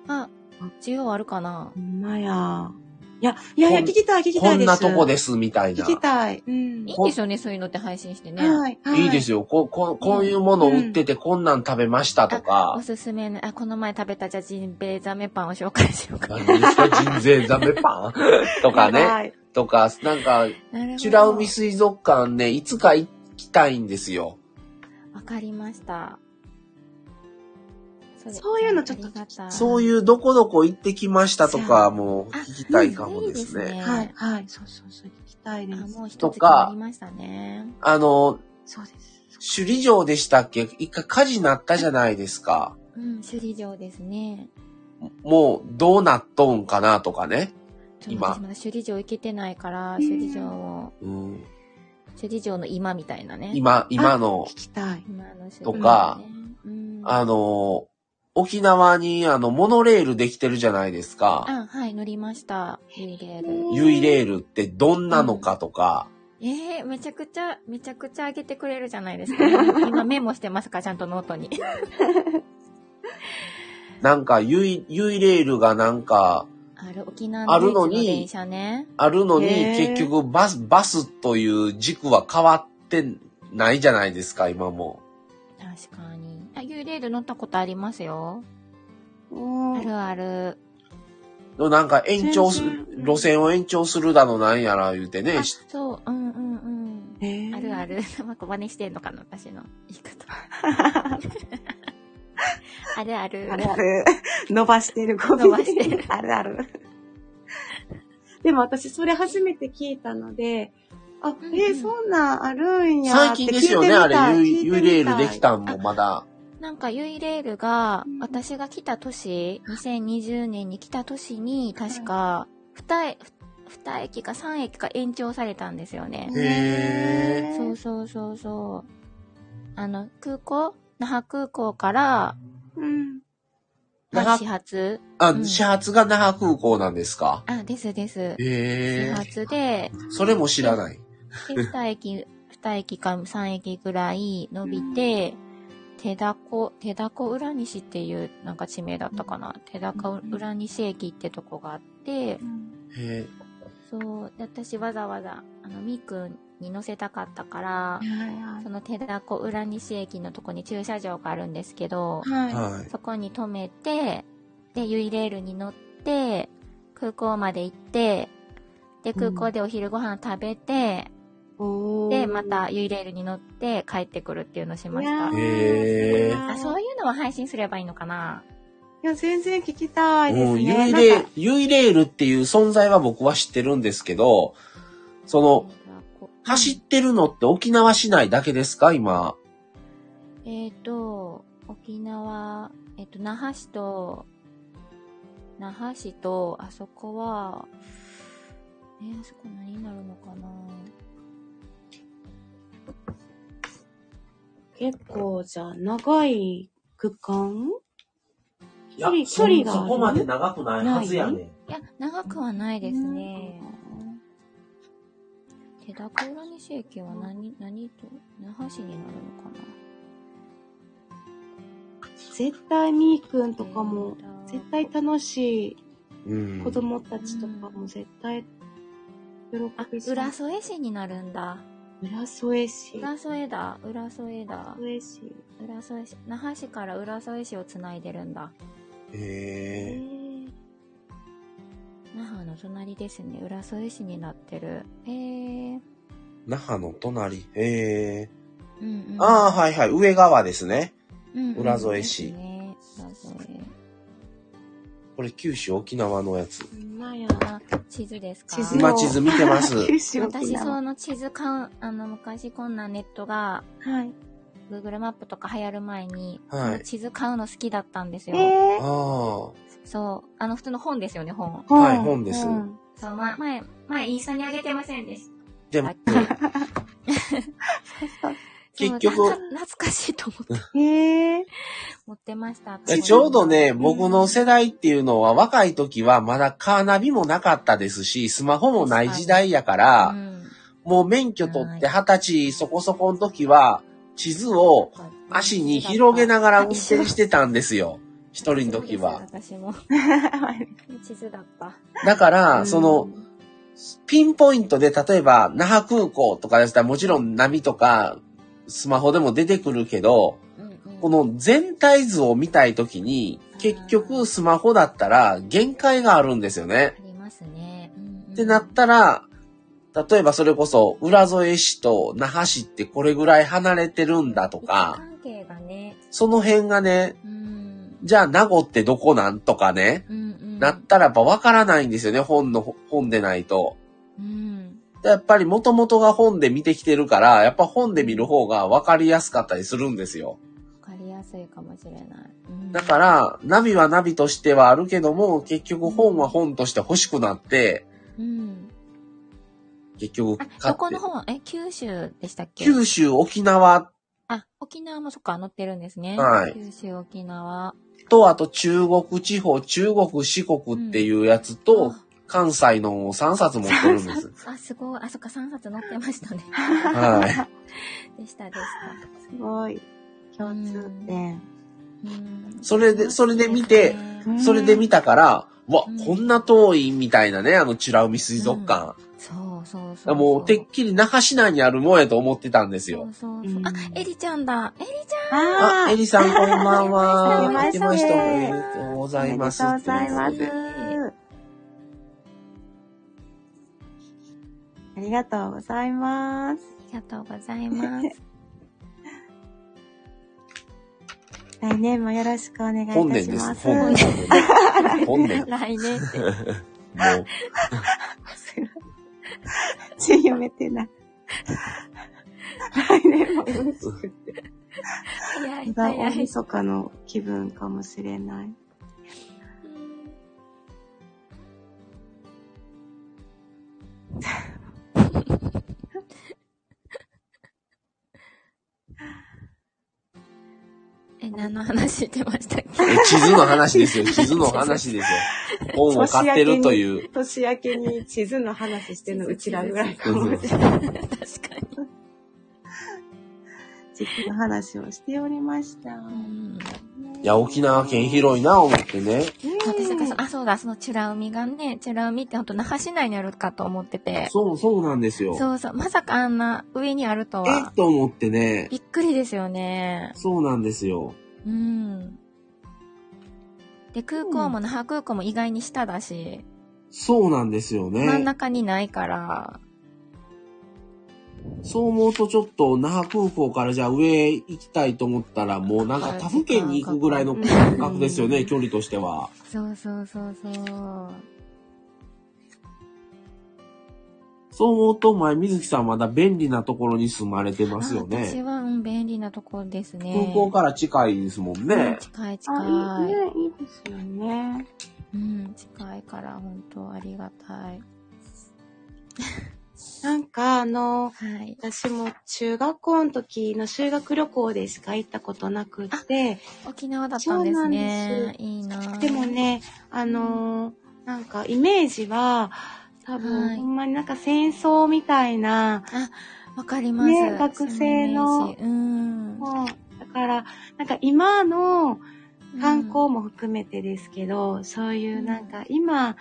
[SPEAKER 3] あ、需要あるかな
[SPEAKER 2] ほんまや。いや、いやいや、
[SPEAKER 1] こん
[SPEAKER 2] 聞きたい、聞きた
[SPEAKER 1] こ
[SPEAKER 2] い
[SPEAKER 1] ん
[SPEAKER 2] です。
[SPEAKER 1] なとこです、みたいな。
[SPEAKER 2] 聞きたい。うん。
[SPEAKER 3] い
[SPEAKER 1] ね
[SPEAKER 3] いんですよね、そういうのって配信してね。
[SPEAKER 2] はい、はい。
[SPEAKER 1] いいですよ。こ、こ、こういうものを売ってて、こんなん食べましたと
[SPEAKER 3] お
[SPEAKER 1] か。
[SPEAKER 3] すすめの、あ、この前食べたじゃジンベエザメパンを紹介しようか。
[SPEAKER 1] 何ですか人生ザメパンとかね。
[SPEAKER 2] はい。
[SPEAKER 1] とか、なんか、
[SPEAKER 3] なるほど。
[SPEAKER 1] 美ら海水族館ね、いつか行きたいんですよ。
[SPEAKER 3] わかりました。それ
[SPEAKER 2] そういうのちょっと
[SPEAKER 3] ありがた
[SPEAKER 1] そう
[SPEAKER 3] う
[SPEAKER 1] いうどこどこ行ってきましたとかも
[SPEAKER 3] あ
[SPEAKER 1] 聞きたいかもです
[SPEAKER 3] いい
[SPEAKER 1] ね。
[SPEAKER 2] はい、はい。そうそうそう、聞きたいで
[SPEAKER 3] あ、
[SPEAKER 2] す。
[SPEAKER 3] もう一つ
[SPEAKER 1] と
[SPEAKER 3] 決
[SPEAKER 1] か
[SPEAKER 3] まりましたね。
[SPEAKER 1] あの、
[SPEAKER 2] そうです。
[SPEAKER 1] 首里城でしたっけ一回火事なったじゃないですか。
[SPEAKER 3] うん、首里城ですね。
[SPEAKER 1] もうどうなっとんかなとかね。
[SPEAKER 3] ちょっと
[SPEAKER 1] 今
[SPEAKER 3] 私まだ首里城行けてないか
[SPEAKER 2] う
[SPEAKER 3] ら、
[SPEAKER 2] ん
[SPEAKER 3] 首里城を、
[SPEAKER 1] うん、
[SPEAKER 3] 首里城の今みたいなね。
[SPEAKER 1] 今、今の
[SPEAKER 2] 聞、きたい。
[SPEAKER 3] 今の首里城、ね。
[SPEAKER 1] とか
[SPEAKER 3] うん、
[SPEAKER 1] あの、沖縄にあの、モノレールできてるじゃないですか。
[SPEAKER 3] あ、はい、乗りました。ユイレール。
[SPEAKER 1] ユイレールってどんなのかとか。
[SPEAKER 3] ええめちゃくちゃ、めちゃくちゃ上げてくれるじゃな いですか。今メモしてますから、ちゃんとノートに。
[SPEAKER 1] なんか、ゆい、ゆいレールがなんか、
[SPEAKER 3] ある、沖縄
[SPEAKER 1] あ
[SPEAKER 3] の
[SPEAKER 1] るの
[SPEAKER 3] 唯
[SPEAKER 1] に
[SPEAKER 3] 一の電車ね。
[SPEAKER 1] あるのに、
[SPEAKER 2] へー
[SPEAKER 1] 結局バス、バスという軸は変わってないじゃないですか、今も。
[SPEAKER 3] 確かに。あ、幽霊で乗ったことありますよ。
[SPEAKER 2] うん
[SPEAKER 3] あるある。
[SPEAKER 1] でもなんか延長す
[SPEAKER 2] 全、
[SPEAKER 1] 路線を延長するだのなんやら言うてね
[SPEAKER 3] あ、そう、うんうんうん。
[SPEAKER 2] へー
[SPEAKER 3] あるある。まこ真似してんのかな、私の言い方。 あるある。
[SPEAKER 2] あるある。 伸ばしてるゴミ。
[SPEAKER 3] 伸ばしてる。
[SPEAKER 2] あるある。でも私、それ初めて聞いたので、あ、
[SPEAKER 3] んうん
[SPEAKER 2] えーそんなんあるんや。
[SPEAKER 1] 最近ですよね、あれ、
[SPEAKER 2] ユ
[SPEAKER 1] 幽霊ルで
[SPEAKER 2] 聞
[SPEAKER 1] き。
[SPEAKER 2] いてみい
[SPEAKER 1] たんもまだ。
[SPEAKER 3] なんかユイレールが
[SPEAKER 2] うん、
[SPEAKER 3] 私が来た年、2020年に来た年に、確か、二駅、二駅か三駅か延長されたんですよね。
[SPEAKER 1] へ
[SPEAKER 3] そうそうそうそう。あの、空港那覇空港から、
[SPEAKER 2] うん。
[SPEAKER 1] 那
[SPEAKER 3] まあ
[SPEAKER 1] 覇
[SPEAKER 3] 始発
[SPEAKER 1] あ、
[SPEAKER 3] うん
[SPEAKER 1] 始発が那覇空港なんですか
[SPEAKER 3] あ、ですです。始
[SPEAKER 1] へえ。
[SPEAKER 3] 発で、
[SPEAKER 1] それも知らない。
[SPEAKER 3] で、二駅、二駅か三駅ぐらい伸びて、手だこ、手だこ浦西っていう、なんか地名だったかな。手だこ浦西駅ってとこがあって、
[SPEAKER 1] へ
[SPEAKER 3] そう、で私わざわざ、あの、みーくんに乗せたかったから、その手だこ浦西駅のとこに駐車場があるんですけど、
[SPEAKER 1] え。
[SPEAKER 2] は
[SPEAKER 1] はい。
[SPEAKER 3] そこに止めて、で、ユイレールに乗って、空港まで行って、で、空港でお昼ご飯食べて、
[SPEAKER 2] い。おー
[SPEAKER 3] で、ま、たユイレールに乗って帰ってくるっていうのをしまし
[SPEAKER 2] いや
[SPEAKER 3] た。
[SPEAKER 1] へー
[SPEAKER 3] あ、そういうのは配信すればいいのかない
[SPEAKER 2] や、全然聞きたいです
[SPEAKER 1] うん、
[SPEAKER 2] ね。
[SPEAKER 1] 幽
[SPEAKER 2] なん
[SPEAKER 1] 霊
[SPEAKER 2] か、
[SPEAKER 1] 幽霊ルっていう存在は僕は知ってるんですけど、その、走ってるのって沖縄市内だけですか今。
[SPEAKER 3] えっ、と、沖縄、えっ、と、那覇市と、那覇市と、あそこは、えーあそこ何になるのかな
[SPEAKER 2] 結構、じゃあ、長い区間
[SPEAKER 1] いや
[SPEAKER 2] 距離
[SPEAKER 1] そ
[SPEAKER 2] 距離がある
[SPEAKER 1] そこまで長くないはずやね。
[SPEAKER 3] いや、長くはないですね。手だこ浦西駅は何、何と、那覇市になるのかな
[SPEAKER 2] 絶対みーくんとかも、絶対楽しい
[SPEAKER 1] うん
[SPEAKER 2] 子供たちとかも絶対喜
[SPEAKER 3] あ、
[SPEAKER 2] びそう。
[SPEAKER 3] 浦添市になるんだ。
[SPEAKER 2] 浦添市。
[SPEAKER 3] 浦添だ、浦添だ
[SPEAKER 2] 浦、添市。
[SPEAKER 3] 浦添市、那覇市から浦添市をつないでるんだ。
[SPEAKER 2] え
[SPEAKER 1] へえ。
[SPEAKER 2] ー
[SPEAKER 3] 那覇の隣ですね、浦添市になってる。へー。
[SPEAKER 1] 那覇の隣。へえ。
[SPEAKER 3] うんうん、
[SPEAKER 1] ああ、はいはい。上側ですね。
[SPEAKER 3] うんうん
[SPEAKER 1] 浦添市
[SPEAKER 3] ですね、浦添。
[SPEAKER 1] これ九州沖縄のやつ。
[SPEAKER 2] ほんまや。
[SPEAKER 3] あ、地図ですか
[SPEAKER 2] 地図
[SPEAKER 1] 今地図見てます
[SPEAKER 2] 九州沖
[SPEAKER 3] 私、そ
[SPEAKER 2] 縄。
[SPEAKER 3] の地図かん、あの、昔こんなネットが、
[SPEAKER 2] はい。
[SPEAKER 3] Google マップとか流行る前に、
[SPEAKER 1] はい
[SPEAKER 3] 地図買うの好きだったんです
[SPEAKER 2] え
[SPEAKER 3] よ。
[SPEAKER 1] あ
[SPEAKER 2] ー、
[SPEAKER 1] あ。
[SPEAKER 3] そう。あの、普通の本ですよね、本。
[SPEAKER 1] はい本です
[SPEAKER 2] 本
[SPEAKER 3] そう、ま、前、前、インスタにあげてませんでし
[SPEAKER 1] で
[SPEAKER 3] た
[SPEAKER 1] も
[SPEAKER 3] っ、 け。
[SPEAKER 1] 結局
[SPEAKER 3] そう懐か懐かしいと思って、
[SPEAKER 2] えー、
[SPEAKER 3] 持ってました。
[SPEAKER 1] いやちょうどね、
[SPEAKER 2] ん
[SPEAKER 1] 僕の世代っていうのは若い時はまだカーナビもなかったですし、スマホもない時代やか
[SPEAKER 3] う
[SPEAKER 1] ら、
[SPEAKER 3] ん、
[SPEAKER 1] もう免許取って二十歳そこそこの時は、地図を足に広げながら運転してたんですよ。一人の時は。
[SPEAKER 3] そうです私も。地図だった。
[SPEAKER 1] だから、その、、ピンポイントで、例えば、那覇空港とかでしたら、もちろん波とか、スマホでも出てくるけど、
[SPEAKER 3] うんうん
[SPEAKER 1] この全体図を見たいときに、結局スマホだったら限界があるんですよね
[SPEAKER 3] あ。りますね。うんうん
[SPEAKER 1] ってなったら、例えばそれこそ、浦添市と那覇市ってこれぐらい離れてるんだとか、
[SPEAKER 3] 関係がね、
[SPEAKER 1] その辺がね、
[SPEAKER 3] うん。
[SPEAKER 1] じゃあ名護ってどこなんとかね、
[SPEAKER 3] うんうん。
[SPEAKER 1] なったらやっぱわからないんですよね、本の、本でないと。
[SPEAKER 3] うん。
[SPEAKER 1] やっぱり元々が本で見てきてるから、やっぱ本で見る方がわかりやすかったりするんですよ。
[SPEAKER 3] わかりやすいかもしれない。うん
[SPEAKER 1] だから、ナビはナビとしてはあるけども、結局本は本として欲しくなって、
[SPEAKER 3] うん。
[SPEAKER 1] 結局
[SPEAKER 3] あ、
[SPEAKER 1] 買
[SPEAKER 3] そ
[SPEAKER 1] っ
[SPEAKER 3] こ
[SPEAKER 1] て
[SPEAKER 3] の。本、え、九州でしたっけ
[SPEAKER 1] 九州、沖縄
[SPEAKER 3] あ、沖縄もそっか、載ってるんですね。
[SPEAKER 1] はい
[SPEAKER 3] 九州、沖縄。
[SPEAKER 1] と、あと中国地方、中国、四国っていうやつと、関西の3冊持ってるん です。
[SPEAKER 3] あ、あすごい。あ、そっか、3冊載ってましたね。
[SPEAKER 1] は
[SPEAKER 3] でした、でした。
[SPEAKER 2] すごい。共通点。
[SPEAKER 3] うん
[SPEAKER 1] それでそれで見て
[SPEAKER 3] そう
[SPEAKER 1] い。
[SPEAKER 3] ですね
[SPEAKER 1] それで見たから、わ
[SPEAKER 3] うん、
[SPEAKER 1] こんな遠いみたいなね、あの、チュラウミ水族館。
[SPEAKER 3] そうそうそうそ
[SPEAKER 1] ら
[SPEAKER 3] う。
[SPEAKER 1] もう、てっきり那覇市内にあるもんやと思ってたんです
[SPEAKER 3] そ
[SPEAKER 1] よ
[SPEAKER 3] う。そう
[SPEAKER 2] う
[SPEAKER 3] そうんあ、エリちゃんだ。エリち
[SPEAKER 1] あ、
[SPEAKER 2] あ
[SPEAKER 1] エリさんこんばんは。
[SPEAKER 3] あ
[SPEAKER 1] 来
[SPEAKER 3] 来
[SPEAKER 1] ま
[SPEAKER 3] ま
[SPEAKER 1] し。
[SPEAKER 3] したた
[SPEAKER 1] お
[SPEAKER 3] ね
[SPEAKER 1] めでとうございます。
[SPEAKER 2] おめでとうございます
[SPEAKER 1] とうこ
[SPEAKER 2] ありがとうございます。
[SPEAKER 3] ゃん。ありがとうございます。
[SPEAKER 2] 来年もよろしくお願いい
[SPEAKER 1] とで本
[SPEAKER 2] た
[SPEAKER 1] 年
[SPEAKER 2] し
[SPEAKER 1] で。
[SPEAKER 2] ますす。
[SPEAKER 1] 本年。本年。
[SPEAKER 3] 来年って。
[SPEAKER 1] もう、
[SPEAKER 2] ちょ読めてない。来年もよろしくって。
[SPEAKER 3] 早い
[SPEAKER 2] 大
[SPEAKER 3] 早い。
[SPEAKER 2] 晦日の気分かもしれない。
[SPEAKER 3] え、何の話してましたっけ
[SPEAKER 1] え地図の話ですよ。地図の話ですよ。本を買ってるという。
[SPEAKER 2] 年明けに地図の話してるのうちらぐらいかもしれない。
[SPEAKER 3] 確かに。
[SPEAKER 2] 地図の話をしておりました。
[SPEAKER 3] うん
[SPEAKER 1] いや、沖縄県広いな、思ってね。
[SPEAKER 3] 私だから
[SPEAKER 2] ね
[SPEAKER 3] そあ、そうだ、そのチュラ海がね、チュラ海ってほんと那覇市内にあるかと思ってて。
[SPEAKER 1] そう、そうなんですよ。
[SPEAKER 3] そうそう、まさかあんな上にあると
[SPEAKER 1] えっ
[SPEAKER 3] は。
[SPEAKER 1] と思ってね。
[SPEAKER 3] びっくりですよね。
[SPEAKER 1] そうなんですよ。
[SPEAKER 3] うん。で、空港も、那覇空港も意外に下だし、
[SPEAKER 1] そうなんですよ
[SPEAKER 3] 真ん
[SPEAKER 1] ね。
[SPEAKER 3] 中にないから、
[SPEAKER 1] そう思うとちょっと、那覇空港からじゃあ上行きたいと思ったら、もうなんか他府県に行くぐらいの感覚ですよ
[SPEAKER 2] う
[SPEAKER 1] ね、
[SPEAKER 2] ん
[SPEAKER 1] 距離としては。
[SPEAKER 3] そうそうそうそう。
[SPEAKER 1] そう思うと、前、水木さんまだ便利なところに住まれてますよ
[SPEAKER 3] あ私
[SPEAKER 1] ね。
[SPEAKER 3] は、うん、便利なところですね。
[SPEAKER 1] 空港から近いですもんね。
[SPEAKER 3] 近い
[SPEAKER 2] あ、い
[SPEAKER 3] 近
[SPEAKER 2] い
[SPEAKER 3] い。
[SPEAKER 2] ね、いいですよね。
[SPEAKER 3] うん、近いから、本当ありがたい。
[SPEAKER 2] なんか、あの、
[SPEAKER 3] はい。
[SPEAKER 2] 私も中学校の時の修学旅行でしか行ったことなくって、
[SPEAKER 3] 沖縄だったんです
[SPEAKER 2] そうな
[SPEAKER 3] ね
[SPEAKER 2] ん。
[SPEAKER 3] いいなぁ
[SPEAKER 2] でも、ね、あのーなんかイメージは、多分、
[SPEAKER 3] はい
[SPEAKER 2] ほんまになんか戦争みたいな、
[SPEAKER 3] わかります。
[SPEAKER 2] ね学生の
[SPEAKER 3] そイメージうん。
[SPEAKER 2] もう、だから、なんか今の観光も含めてですけど、そういうなんか今、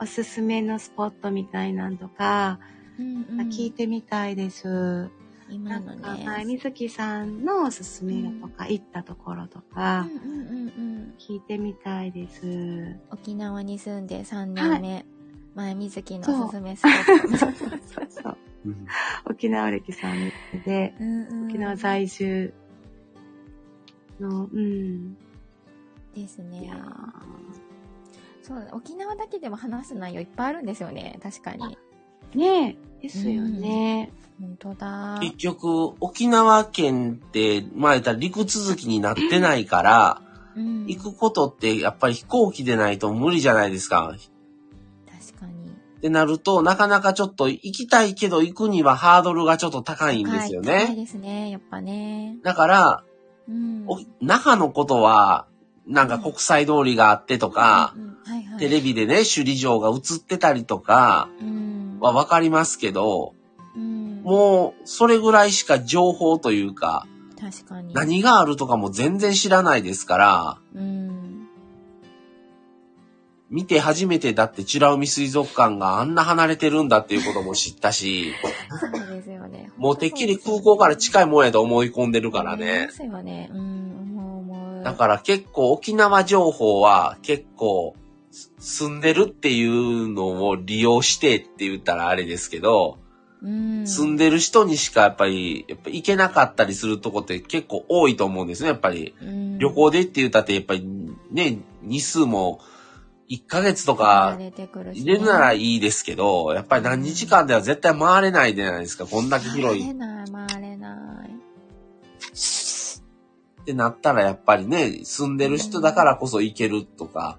[SPEAKER 2] おすすめのスポットみたいなんとか、
[SPEAKER 3] うん、うんうん
[SPEAKER 2] 聞いてみたいです。な
[SPEAKER 3] 今の
[SPEAKER 2] ん
[SPEAKER 3] ね。
[SPEAKER 2] か、はい、水木さんのおすすめとか、行ったところとか、
[SPEAKER 3] うんうんうんうん。
[SPEAKER 2] 聞いてみたいです。
[SPEAKER 3] 沖縄に住んで3年目、前水木
[SPEAKER 2] そう
[SPEAKER 3] のおすすめスポッ
[SPEAKER 2] そ
[SPEAKER 3] ト
[SPEAKER 2] うそうそうそう。
[SPEAKER 1] うん
[SPEAKER 2] 沖縄歴さんで、
[SPEAKER 3] うんうん
[SPEAKER 2] 沖縄在住の、うん。
[SPEAKER 3] ですね
[SPEAKER 2] いや
[SPEAKER 3] そう沖縄だけでも話す内容いっぱいあるんですよね確かに
[SPEAKER 2] ーねえ、ですよね。
[SPEAKER 3] 本当だ
[SPEAKER 1] 結局、沖縄県って、まあ言ったら陸続きになってないから、
[SPEAKER 3] うん
[SPEAKER 1] 行くことってやっぱり飛行機でないと無理じゃないですか。
[SPEAKER 3] 確かに
[SPEAKER 1] ってなると、なかなかちょっと行きたいけど行くにはハードルがちょっと高いんですよ
[SPEAKER 3] 高い
[SPEAKER 1] ね。
[SPEAKER 3] ですねやっぱね
[SPEAKER 1] だから、
[SPEAKER 3] うん
[SPEAKER 1] お那覇のことは、なんか国際通りがあってとか
[SPEAKER 3] う、んうんはいはい
[SPEAKER 1] テレビでね、首里城が映ってたりとか
[SPEAKER 3] うん
[SPEAKER 1] はわかりますけど、
[SPEAKER 3] うん
[SPEAKER 1] もうそれぐらいしか情報というか、
[SPEAKER 3] 確かに
[SPEAKER 1] 何があるとかも全然知らないですから、
[SPEAKER 3] うん
[SPEAKER 1] 見て初めてだって、美ら海水族館があんな離れてるんだっていうことも知ったし、
[SPEAKER 3] そうですよね
[SPEAKER 1] もうてっきり空港から
[SPEAKER 3] い
[SPEAKER 1] 近いもんやと思い込んでるからね
[SPEAKER 3] で。すよねうん思う思う
[SPEAKER 1] だから結構沖縄情報は結構す住んでるっていうのを利用してって言ったらあれですけど、
[SPEAKER 3] うん
[SPEAKER 1] 住んでる人にしかやっぱり、やっぱ行けなかったりするとこって結構多いと思うんですね、やっぱり。
[SPEAKER 3] うん
[SPEAKER 1] 旅行でって言ったってやっぱりね、日数も1ヶ月と
[SPEAKER 3] が
[SPEAKER 1] か
[SPEAKER 3] 出てくるし
[SPEAKER 1] 入
[SPEAKER 3] ね
[SPEAKER 1] れるならいいですけど、やっぱり何日間では絶対回れないじゃないですか。こんだけ広
[SPEAKER 3] 回
[SPEAKER 1] い
[SPEAKER 3] れない、回れない。
[SPEAKER 1] ってなったらやっぱりね、住んでる人だからこそ行けるとか、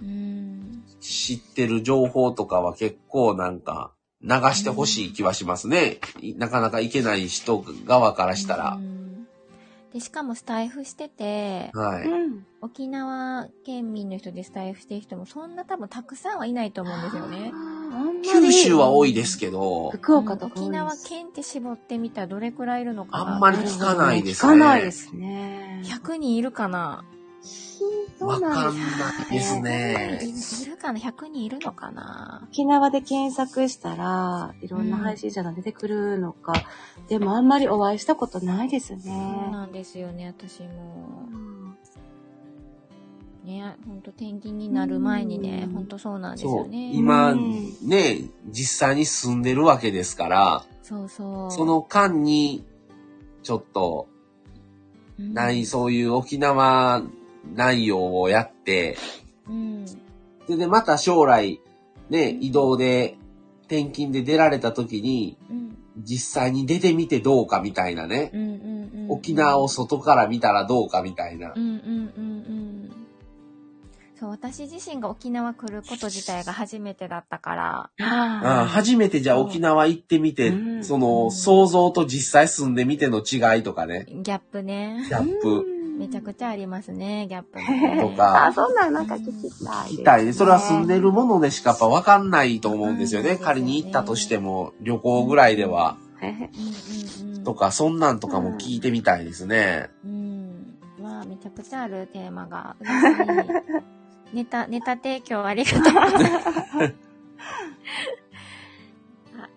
[SPEAKER 3] うん。
[SPEAKER 1] 知ってる情報とかは結構なんか流してほしい気はしますね。いなかなか行けない人側からした
[SPEAKER 3] う
[SPEAKER 1] ら。
[SPEAKER 3] んで、しかもスタイフしてて、
[SPEAKER 1] は
[SPEAKER 2] う
[SPEAKER 1] い。
[SPEAKER 2] ん。
[SPEAKER 3] 沖縄県民の人でスタイフしてる人もそんな多分たくさんはいないと思うんですよね。
[SPEAKER 2] あんまり
[SPEAKER 1] 九州は多いですけど、
[SPEAKER 2] 福岡とか多いです
[SPEAKER 3] 沖縄県って絞ってみたらどれくらいいるのかな
[SPEAKER 1] あんまり聞かないですね
[SPEAKER 2] 聞かないですね。
[SPEAKER 3] 100人いるかな
[SPEAKER 2] そうなんです。
[SPEAKER 1] わかんないですね
[SPEAKER 3] いいるかな ?100 人いるのかな
[SPEAKER 2] 沖縄で検索したら、いろんな配信者が出てくるのか、でもあんまりお会いしたことないです
[SPEAKER 3] そう
[SPEAKER 2] ね。
[SPEAKER 3] なんですよね、私も
[SPEAKER 2] う。ん
[SPEAKER 3] ね、ほんと転勤になる前にね
[SPEAKER 2] う、ん
[SPEAKER 3] ほんとそうなんです
[SPEAKER 1] そ
[SPEAKER 3] よ
[SPEAKER 1] う。
[SPEAKER 3] ね。
[SPEAKER 1] 今、
[SPEAKER 2] うん
[SPEAKER 1] ね、実際に住んでるわけですから、
[SPEAKER 3] そうそう。
[SPEAKER 1] その間に、ちょっと、
[SPEAKER 3] うん、
[SPEAKER 1] ない、そういう沖縄内容をやって、
[SPEAKER 3] うん。
[SPEAKER 1] で、で、また将来、ね、
[SPEAKER 3] うん
[SPEAKER 1] 移動で、転勤で出られた時に、
[SPEAKER 3] うん。
[SPEAKER 1] 実際に出てみてどうかみたいなね
[SPEAKER 3] う。んうんうん。
[SPEAKER 1] 沖縄を外から見たらどうかみたいな
[SPEAKER 3] う。んうんうんうん。そう、私自身が沖縄来ること自体が初めてだったから。
[SPEAKER 1] ああ
[SPEAKER 2] ああ、
[SPEAKER 1] 初めてじゃあ沖縄行ってみて、
[SPEAKER 2] うん
[SPEAKER 1] そうの、
[SPEAKER 3] ん
[SPEAKER 1] 想像と実際住んでみての違いとかね。
[SPEAKER 3] ギャップね
[SPEAKER 1] ギ。ャップ。
[SPEAKER 3] めちゃく
[SPEAKER 2] ち
[SPEAKER 3] ちゃありますね、ギャップ
[SPEAKER 2] ゃ
[SPEAKER 3] ね。
[SPEAKER 1] とか
[SPEAKER 2] あ、そんなんなんか聞きたいです、
[SPEAKER 1] 行きたいね。それは住んでるものでしかやっぱ分かんないと思うんですよ
[SPEAKER 3] うん
[SPEAKER 1] ね。
[SPEAKER 3] うん
[SPEAKER 1] 仮に行ったとしても、旅行ぐらいでは、
[SPEAKER 2] ね。
[SPEAKER 3] うんうんうん。
[SPEAKER 1] と。か、そんなんとかも聞いてみたいですね。
[SPEAKER 3] うん。まあ、めちゃくちゃあるテーマが。嬉しいネタ、ネタ提供ありが とう。あ、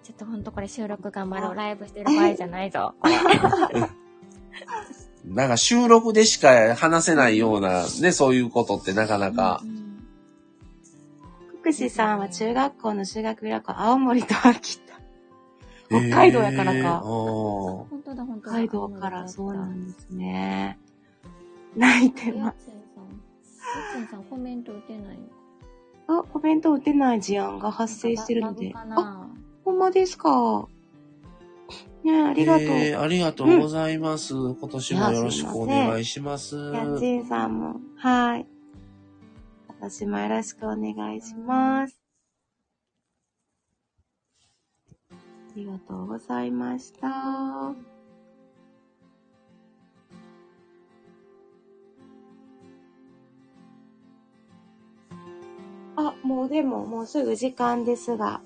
[SPEAKER 3] ちょっとほんとこれ収録頑張ろう。ライブしてる場合じゃないぞ。
[SPEAKER 1] なんか収録でしか話せないような、ね、そういうことってなかなか
[SPEAKER 3] う、ん
[SPEAKER 2] 福士さんは中学校の修学旅行、青森と秋田。北海道やからか
[SPEAKER 1] えーあー
[SPEAKER 3] 本当だ、本当
[SPEAKER 2] 北
[SPEAKER 3] だ。
[SPEAKER 2] 海道からそうなんですね。泣いて
[SPEAKER 3] えや
[SPEAKER 2] ま
[SPEAKER 3] っ
[SPEAKER 2] す。
[SPEAKER 3] ちゃんさん。やっちゃんさんコメント打てないの
[SPEAKER 2] あ、コメント打てない事案が発生してるので。
[SPEAKER 3] ラグか
[SPEAKER 2] あ、
[SPEAKER 3] な
[SPEAKER 2] ほんまですか。ねえ、ありがとう。
[SPEAKER 1] えーありがとうございます。今年もよろしくお願いします。
[SPEAKER 2] やっちんさんも。はい。私もよろしくお願いします。ありがとうございました。あ、もうでも、もうすぐ時間ですが、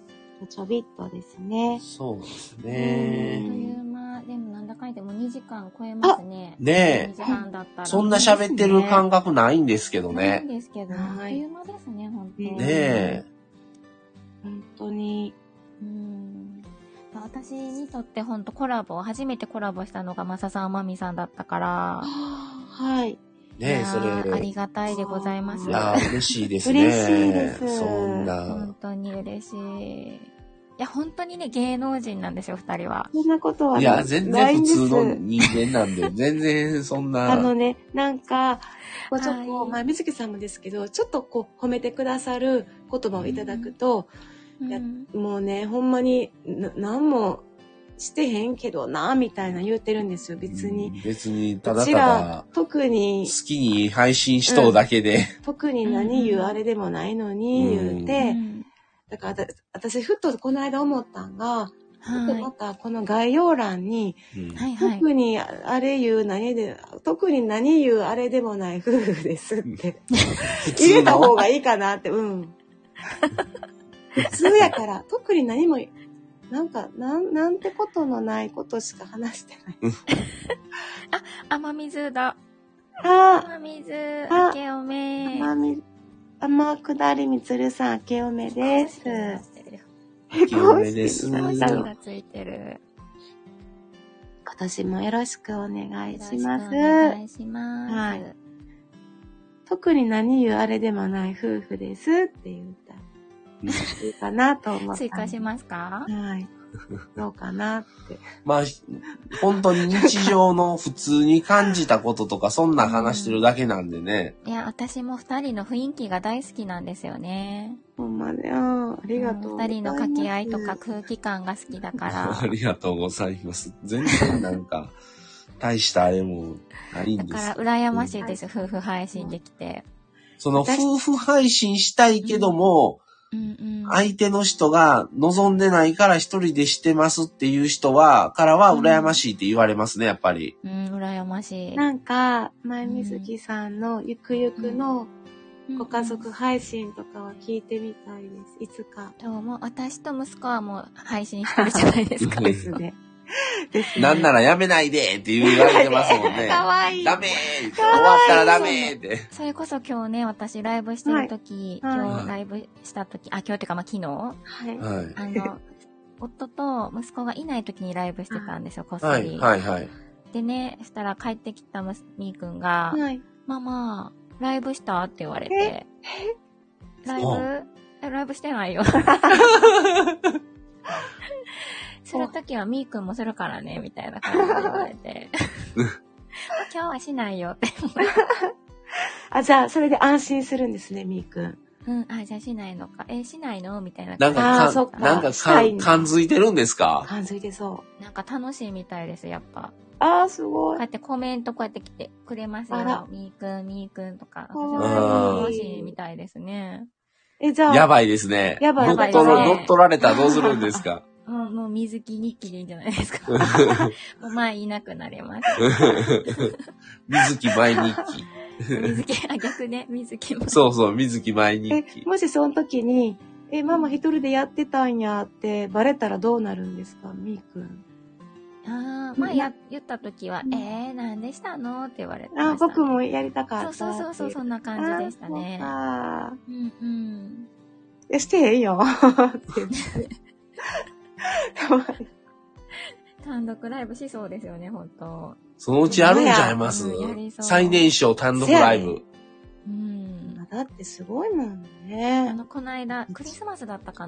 [SPEAKER 2] ちょびっとですね。
[SPEAKER 1] そうです
[SPEAKER 3] あっ
[SPEAKER 1] ね
[SPEAKER 3] と。いう間、でもなんだかんだでも2時間超えますね。
[SPEAKER 1] ねえ
[SPEAKER 3] 2時間だったら。
[SPEAKER 1] そんな喋ってる感覚ないんですけど
[SPEAKER 3] ないん
[SPEAKER 1] ね。
[SPEAKER 3] ですけど、あっという間ですね、本当
[SPEAKER 2] ね
[SPEAKER 1] ねえ。
[SPEAKER 2] 本当 に。
[SPEAKER 3] うん。私にとって本当コラボ、初めてコラボしたのがマサさん、マミさんだったから、
[SPEAKER 2] はい。
[SPEAKER 3] い
[SPEAKER 1] ねえ、
[SPEAKER 3] や
[SPEAKER 1] そ
[SPEAKER 3] ーあ
[SPEAKER 1] れ。
[SPEAKER 3] りがたいでございます。
[SPEAKER 1] いやー嬉しいですね。
[SPEAKER 2] 嬉しいです
[SPEAKER 1] そんな
[SPEAKER 3] 本。当に嬉しい。いや、本当にね、芸能人なんですよ、二人は。
[SPEAKER 2] そんなことはいな
[SPEAKER 1] や、
[SPEAKER 2] い
[SPEAKER 1] 全然普通
[SPEAKER 2] ないん
[SPEAKER 1] の
[SPEAKER 2] です
[SPEAKER 1] 人間なんで、全然そん
[SPEAKER 2] あの
[SPEAKER 1] な。
[SPEAKER 2] ね、なんか、こうちょっと、
[SPEAKER 3] はい
[SPEAKER 2] まあ、水木さんもですけど、ちょっとこう、褒めてくださる言葉をいただくと、
[SPEAKER 3] うん
[SPEAKER 2] やもうね、ほんまに、な何もしてへんけどな、みたいな言うてるんですよ、別に。。
[SPEAKER 1] 別に、た
[SPEAKER 2] う
[SPEAKER 1] だ
[SPEAKER 2] ち
[SPEAKER 1] た
[SPEAKER 2] ら
[SPEAKER 1] だ、、
[SPEAKER 2] 特に、
[SPEAKER 1] 好きに配信しとうだけで。
[SPEAKER 2] 特に何言う
[SPEAKER 3] うん
[SPEAKER 2] あれでもないのに、
[SPEAKER 1] うん
[SPEAKER 2] 言う
[SPEAKER 3] う
[SPEAKER 2] て、
[SPEAKER 3] ん
[SPEAKER 2] だからあた私、ふっとこの間思ったんが、よくま
[SPEAKER 3] は
[SPEAKER 2] たこの概要欄に、
[SPEAKER 1] うん
[SPEAKER 3] い。はいはい。
[SPEAKER 2] 特にあれ言う何で、特に何言うあれでもない夫婦ですって。
[SPEAKER 1] 普
[SPEAKER 2] 入
[SPEAKER 1] 通
[SPEAKER 2] れた方
[SPEAKER 1] の。
[SPEAKER 2] がいいかなって、うん。普通や から、特に何も、なんか、なん、なんてことのないことしか話してない。
[SPEAKER 3] 雨水だ。
[SPEAKER 2] あ
[SPEAKER 3] 雨水、
[SPEAKER 2] あ
[SPEAKER 3] 明けお
[SPEAKER 2] ー、
[SPEAKER 3] め。
[SPEAKER 2] 甘み、甘くだりみつるさん、明けおめです。
[SPEAKER 1] 清めです。
[SPEAKER 2] 公式
[SPEAKER 3] 火
[SPEAKER 2] の
[SPEAKER 1] は
[SPEAKER 3] がついてる。
[SPEAKER 2] 今年もよろしくお願いし
[SPEAKER 3] よろしくお
[SPEAKER 2] ます
[SPEAKER 3] 願。いします。
[SPEAKER 2] はい特に何言うあれでもない夫婦ですって言ったらいいかなと思った。
[SPEAKER 3] 追加しますか
[SPEAKER 2] はい。どうかなって。
[SPEAKER 1] まあ、本当に日常の普通に感じたこととか、そんな話してるだけなんでね。
[SPEAKER 3] いや、私も二人の雰囲気が大好きなんですよね。
[SPEAKER 2] ほんまね。あーありがとうござ
[SPEAKER 3] 二
[SPEAKER 2] い
[SPEAKER 3] 人の
[SPEAKER 2] ます。
[SPEAKER 3] 掛け合いとか空気感が好きだから
[SPEAKER 1] あ。りがとうございます。全然なんか、大したあれもないん
[SPEAKER 3] だ
[SPEAKER 1] で
[SPEAKER 3] か
[SPEAKER 1] す
[SPEAKER 3] ら、。羨ましいです、夫婦配信できて。
[SPEAKER 1] その夫婦配信したいけども、
[SPEAKER 3] うんうん。
[SPEAKER 1] 相手の人が望んでないから一人でしてますっていう人は、からは羨ましいって言われますね、やっぱり。
[SPEAKER 3] うん、羨ましい。
[SPEAKER 2] なんか、前水木さんのゆくゆくのご家族配信とかは聞いてみたいです。いつか。
[SPEAKER 3] どうも、私と息子はもう配信してるじゃないですか。
[SPEAKER 1] うん
[SPEAKER 2] ですね。ですね。
[SPEAKER 1] なんならやめないでって言われてますもんね。
[SPEAKER 3] かわいい。
[SPEAKER 1] ダメーって終わったらダメーって。
[SPEAKER 3] それこそ今日ね、私ライブしてるとき、
[SPEAKER 2] はいはい
[SPEAKER 3] 今日ライブしたとき、あ、今日っていうかまあ昨日、
[SPEAKER 2] はい。
[SPEAKER 1] はい。
[SPEAKER 3] あの、夫と息子がいないときにライブしてたんですよ、こっそ
[SPEAKER 1] は
[SPEAKER 3] り。
[SPEAKER 1] い、はい、はい。
[SPEAKER 3] でね、そしたら帰ってきたむすみーくんが、
[SPEAKER 2] はい。
[SPEAKER 3] ママ、ライブしたって言われて、ライブえライブしてない よ。するときはみーくんもするからね、みたいな感じで言われ て。今日はしないよって。
[SPEAKER 2] あ、じゃあ、それで安心するんですね、みーくん。
[SPEAKER 3] うん、あ、じゃあしないのか。え、しないのみたいな
[SPEAKER 1] なん
[SPEAKER 2] あー
[SPEAKER 1] か
[SPEAKER 2] そっか
[SPEAKER 1] かん、なんか
[SPEAKER 2] した
[SPEAKER 1] か
[SPEAKER 2] い
[SPEAKER 1] ん、
[SPEAKER 2] ね
[SPEAKER 1] 感づいてるんですか
[SPEAKER 2] 感づいてそ
[SPEAKER 3] なんか楽しいみたいです、やっぱ。
[SPEAKER 2] う。あー、す
[SPEAKER 3] こ
[SPEAKER 2] ご
[SPEAKER 3] う
[SPEAKER 2] い
[SPEAKER 3] や。ってコメントこうやって来てくれます
[SPEAKER 2] あら
[SPEAKER 3] よ。みーくん、みーくんとか。
[SPEAKER 2] かわいい
[SPEAKER 3] 楽しいみたいですね。
[SPEAKER 2] え、じゃあ、
[SPEAKER 1] やばいですね。
[SPEAKER 2] やばい
[SPEAKER 1] 乗
[SPEAKER 2] や
[SPEAKER 1] っ
[SPEAKER 2] ばい
[SPEAKER 1] 取
[SPEAKER 2] やば
[SPEAKER 1] ら
[SPEAKER 2] い
[SPEAKER 1] 乗っ取られたらどうするんですか
[SPEAKER 3] もう、もう水木日記でいいんじゃないです か。もう前いなくなります。
[SPEAKER 1] 水木毎日記。
[SPEAKER 3] 水木、あ、逆ね、水木も。
[SPEAKER 1] そうそう、水木毎
[SPEAKER 2] え
[SPEAKER 1] 日記。
[SPEAKER 2] もしその時に、え、ママ一人でやってたんやって、バレたらどうなるんですか、みーくん。
[SPEAKER 3] ああ、前や、言った時は、
[SPEAKER 2] うん
[SPEAKER 3] えー、なんでしたのって言われてました、
[SPEAKER 2] あー、僕。もやりたかった
[SPEAKER 3] そ
[SPEAKER 2] っ
[SPEAKER 3] う
[SPEAKER 2] てい
[SPEAKER 3] そうそうそう、そんな感じでしたね。
[SPEAKER 2] あーそうか
[SPEAKER 3] うんうん。
[SPEAKER 2] え、してへん よ。って言って
[SPEAKER 3] 単独ライブしそうですよね、ほんと。
[SPEAKER 1] そのうちあるんちゃいます
[SPEAKER 3] うんやりそう
[SPEAKER 1] 最年少単独ライ
[SPEAKER 2] せや
[SPEAKER 1] ブ。
[SPEAKER 3] うん。
[SPEAKER 2] だってすごいもん
[SPEAKER 3] あ
[SPEAKER 2] ね。
[SPEAKER 3] の、こないだ、クリスマスだったか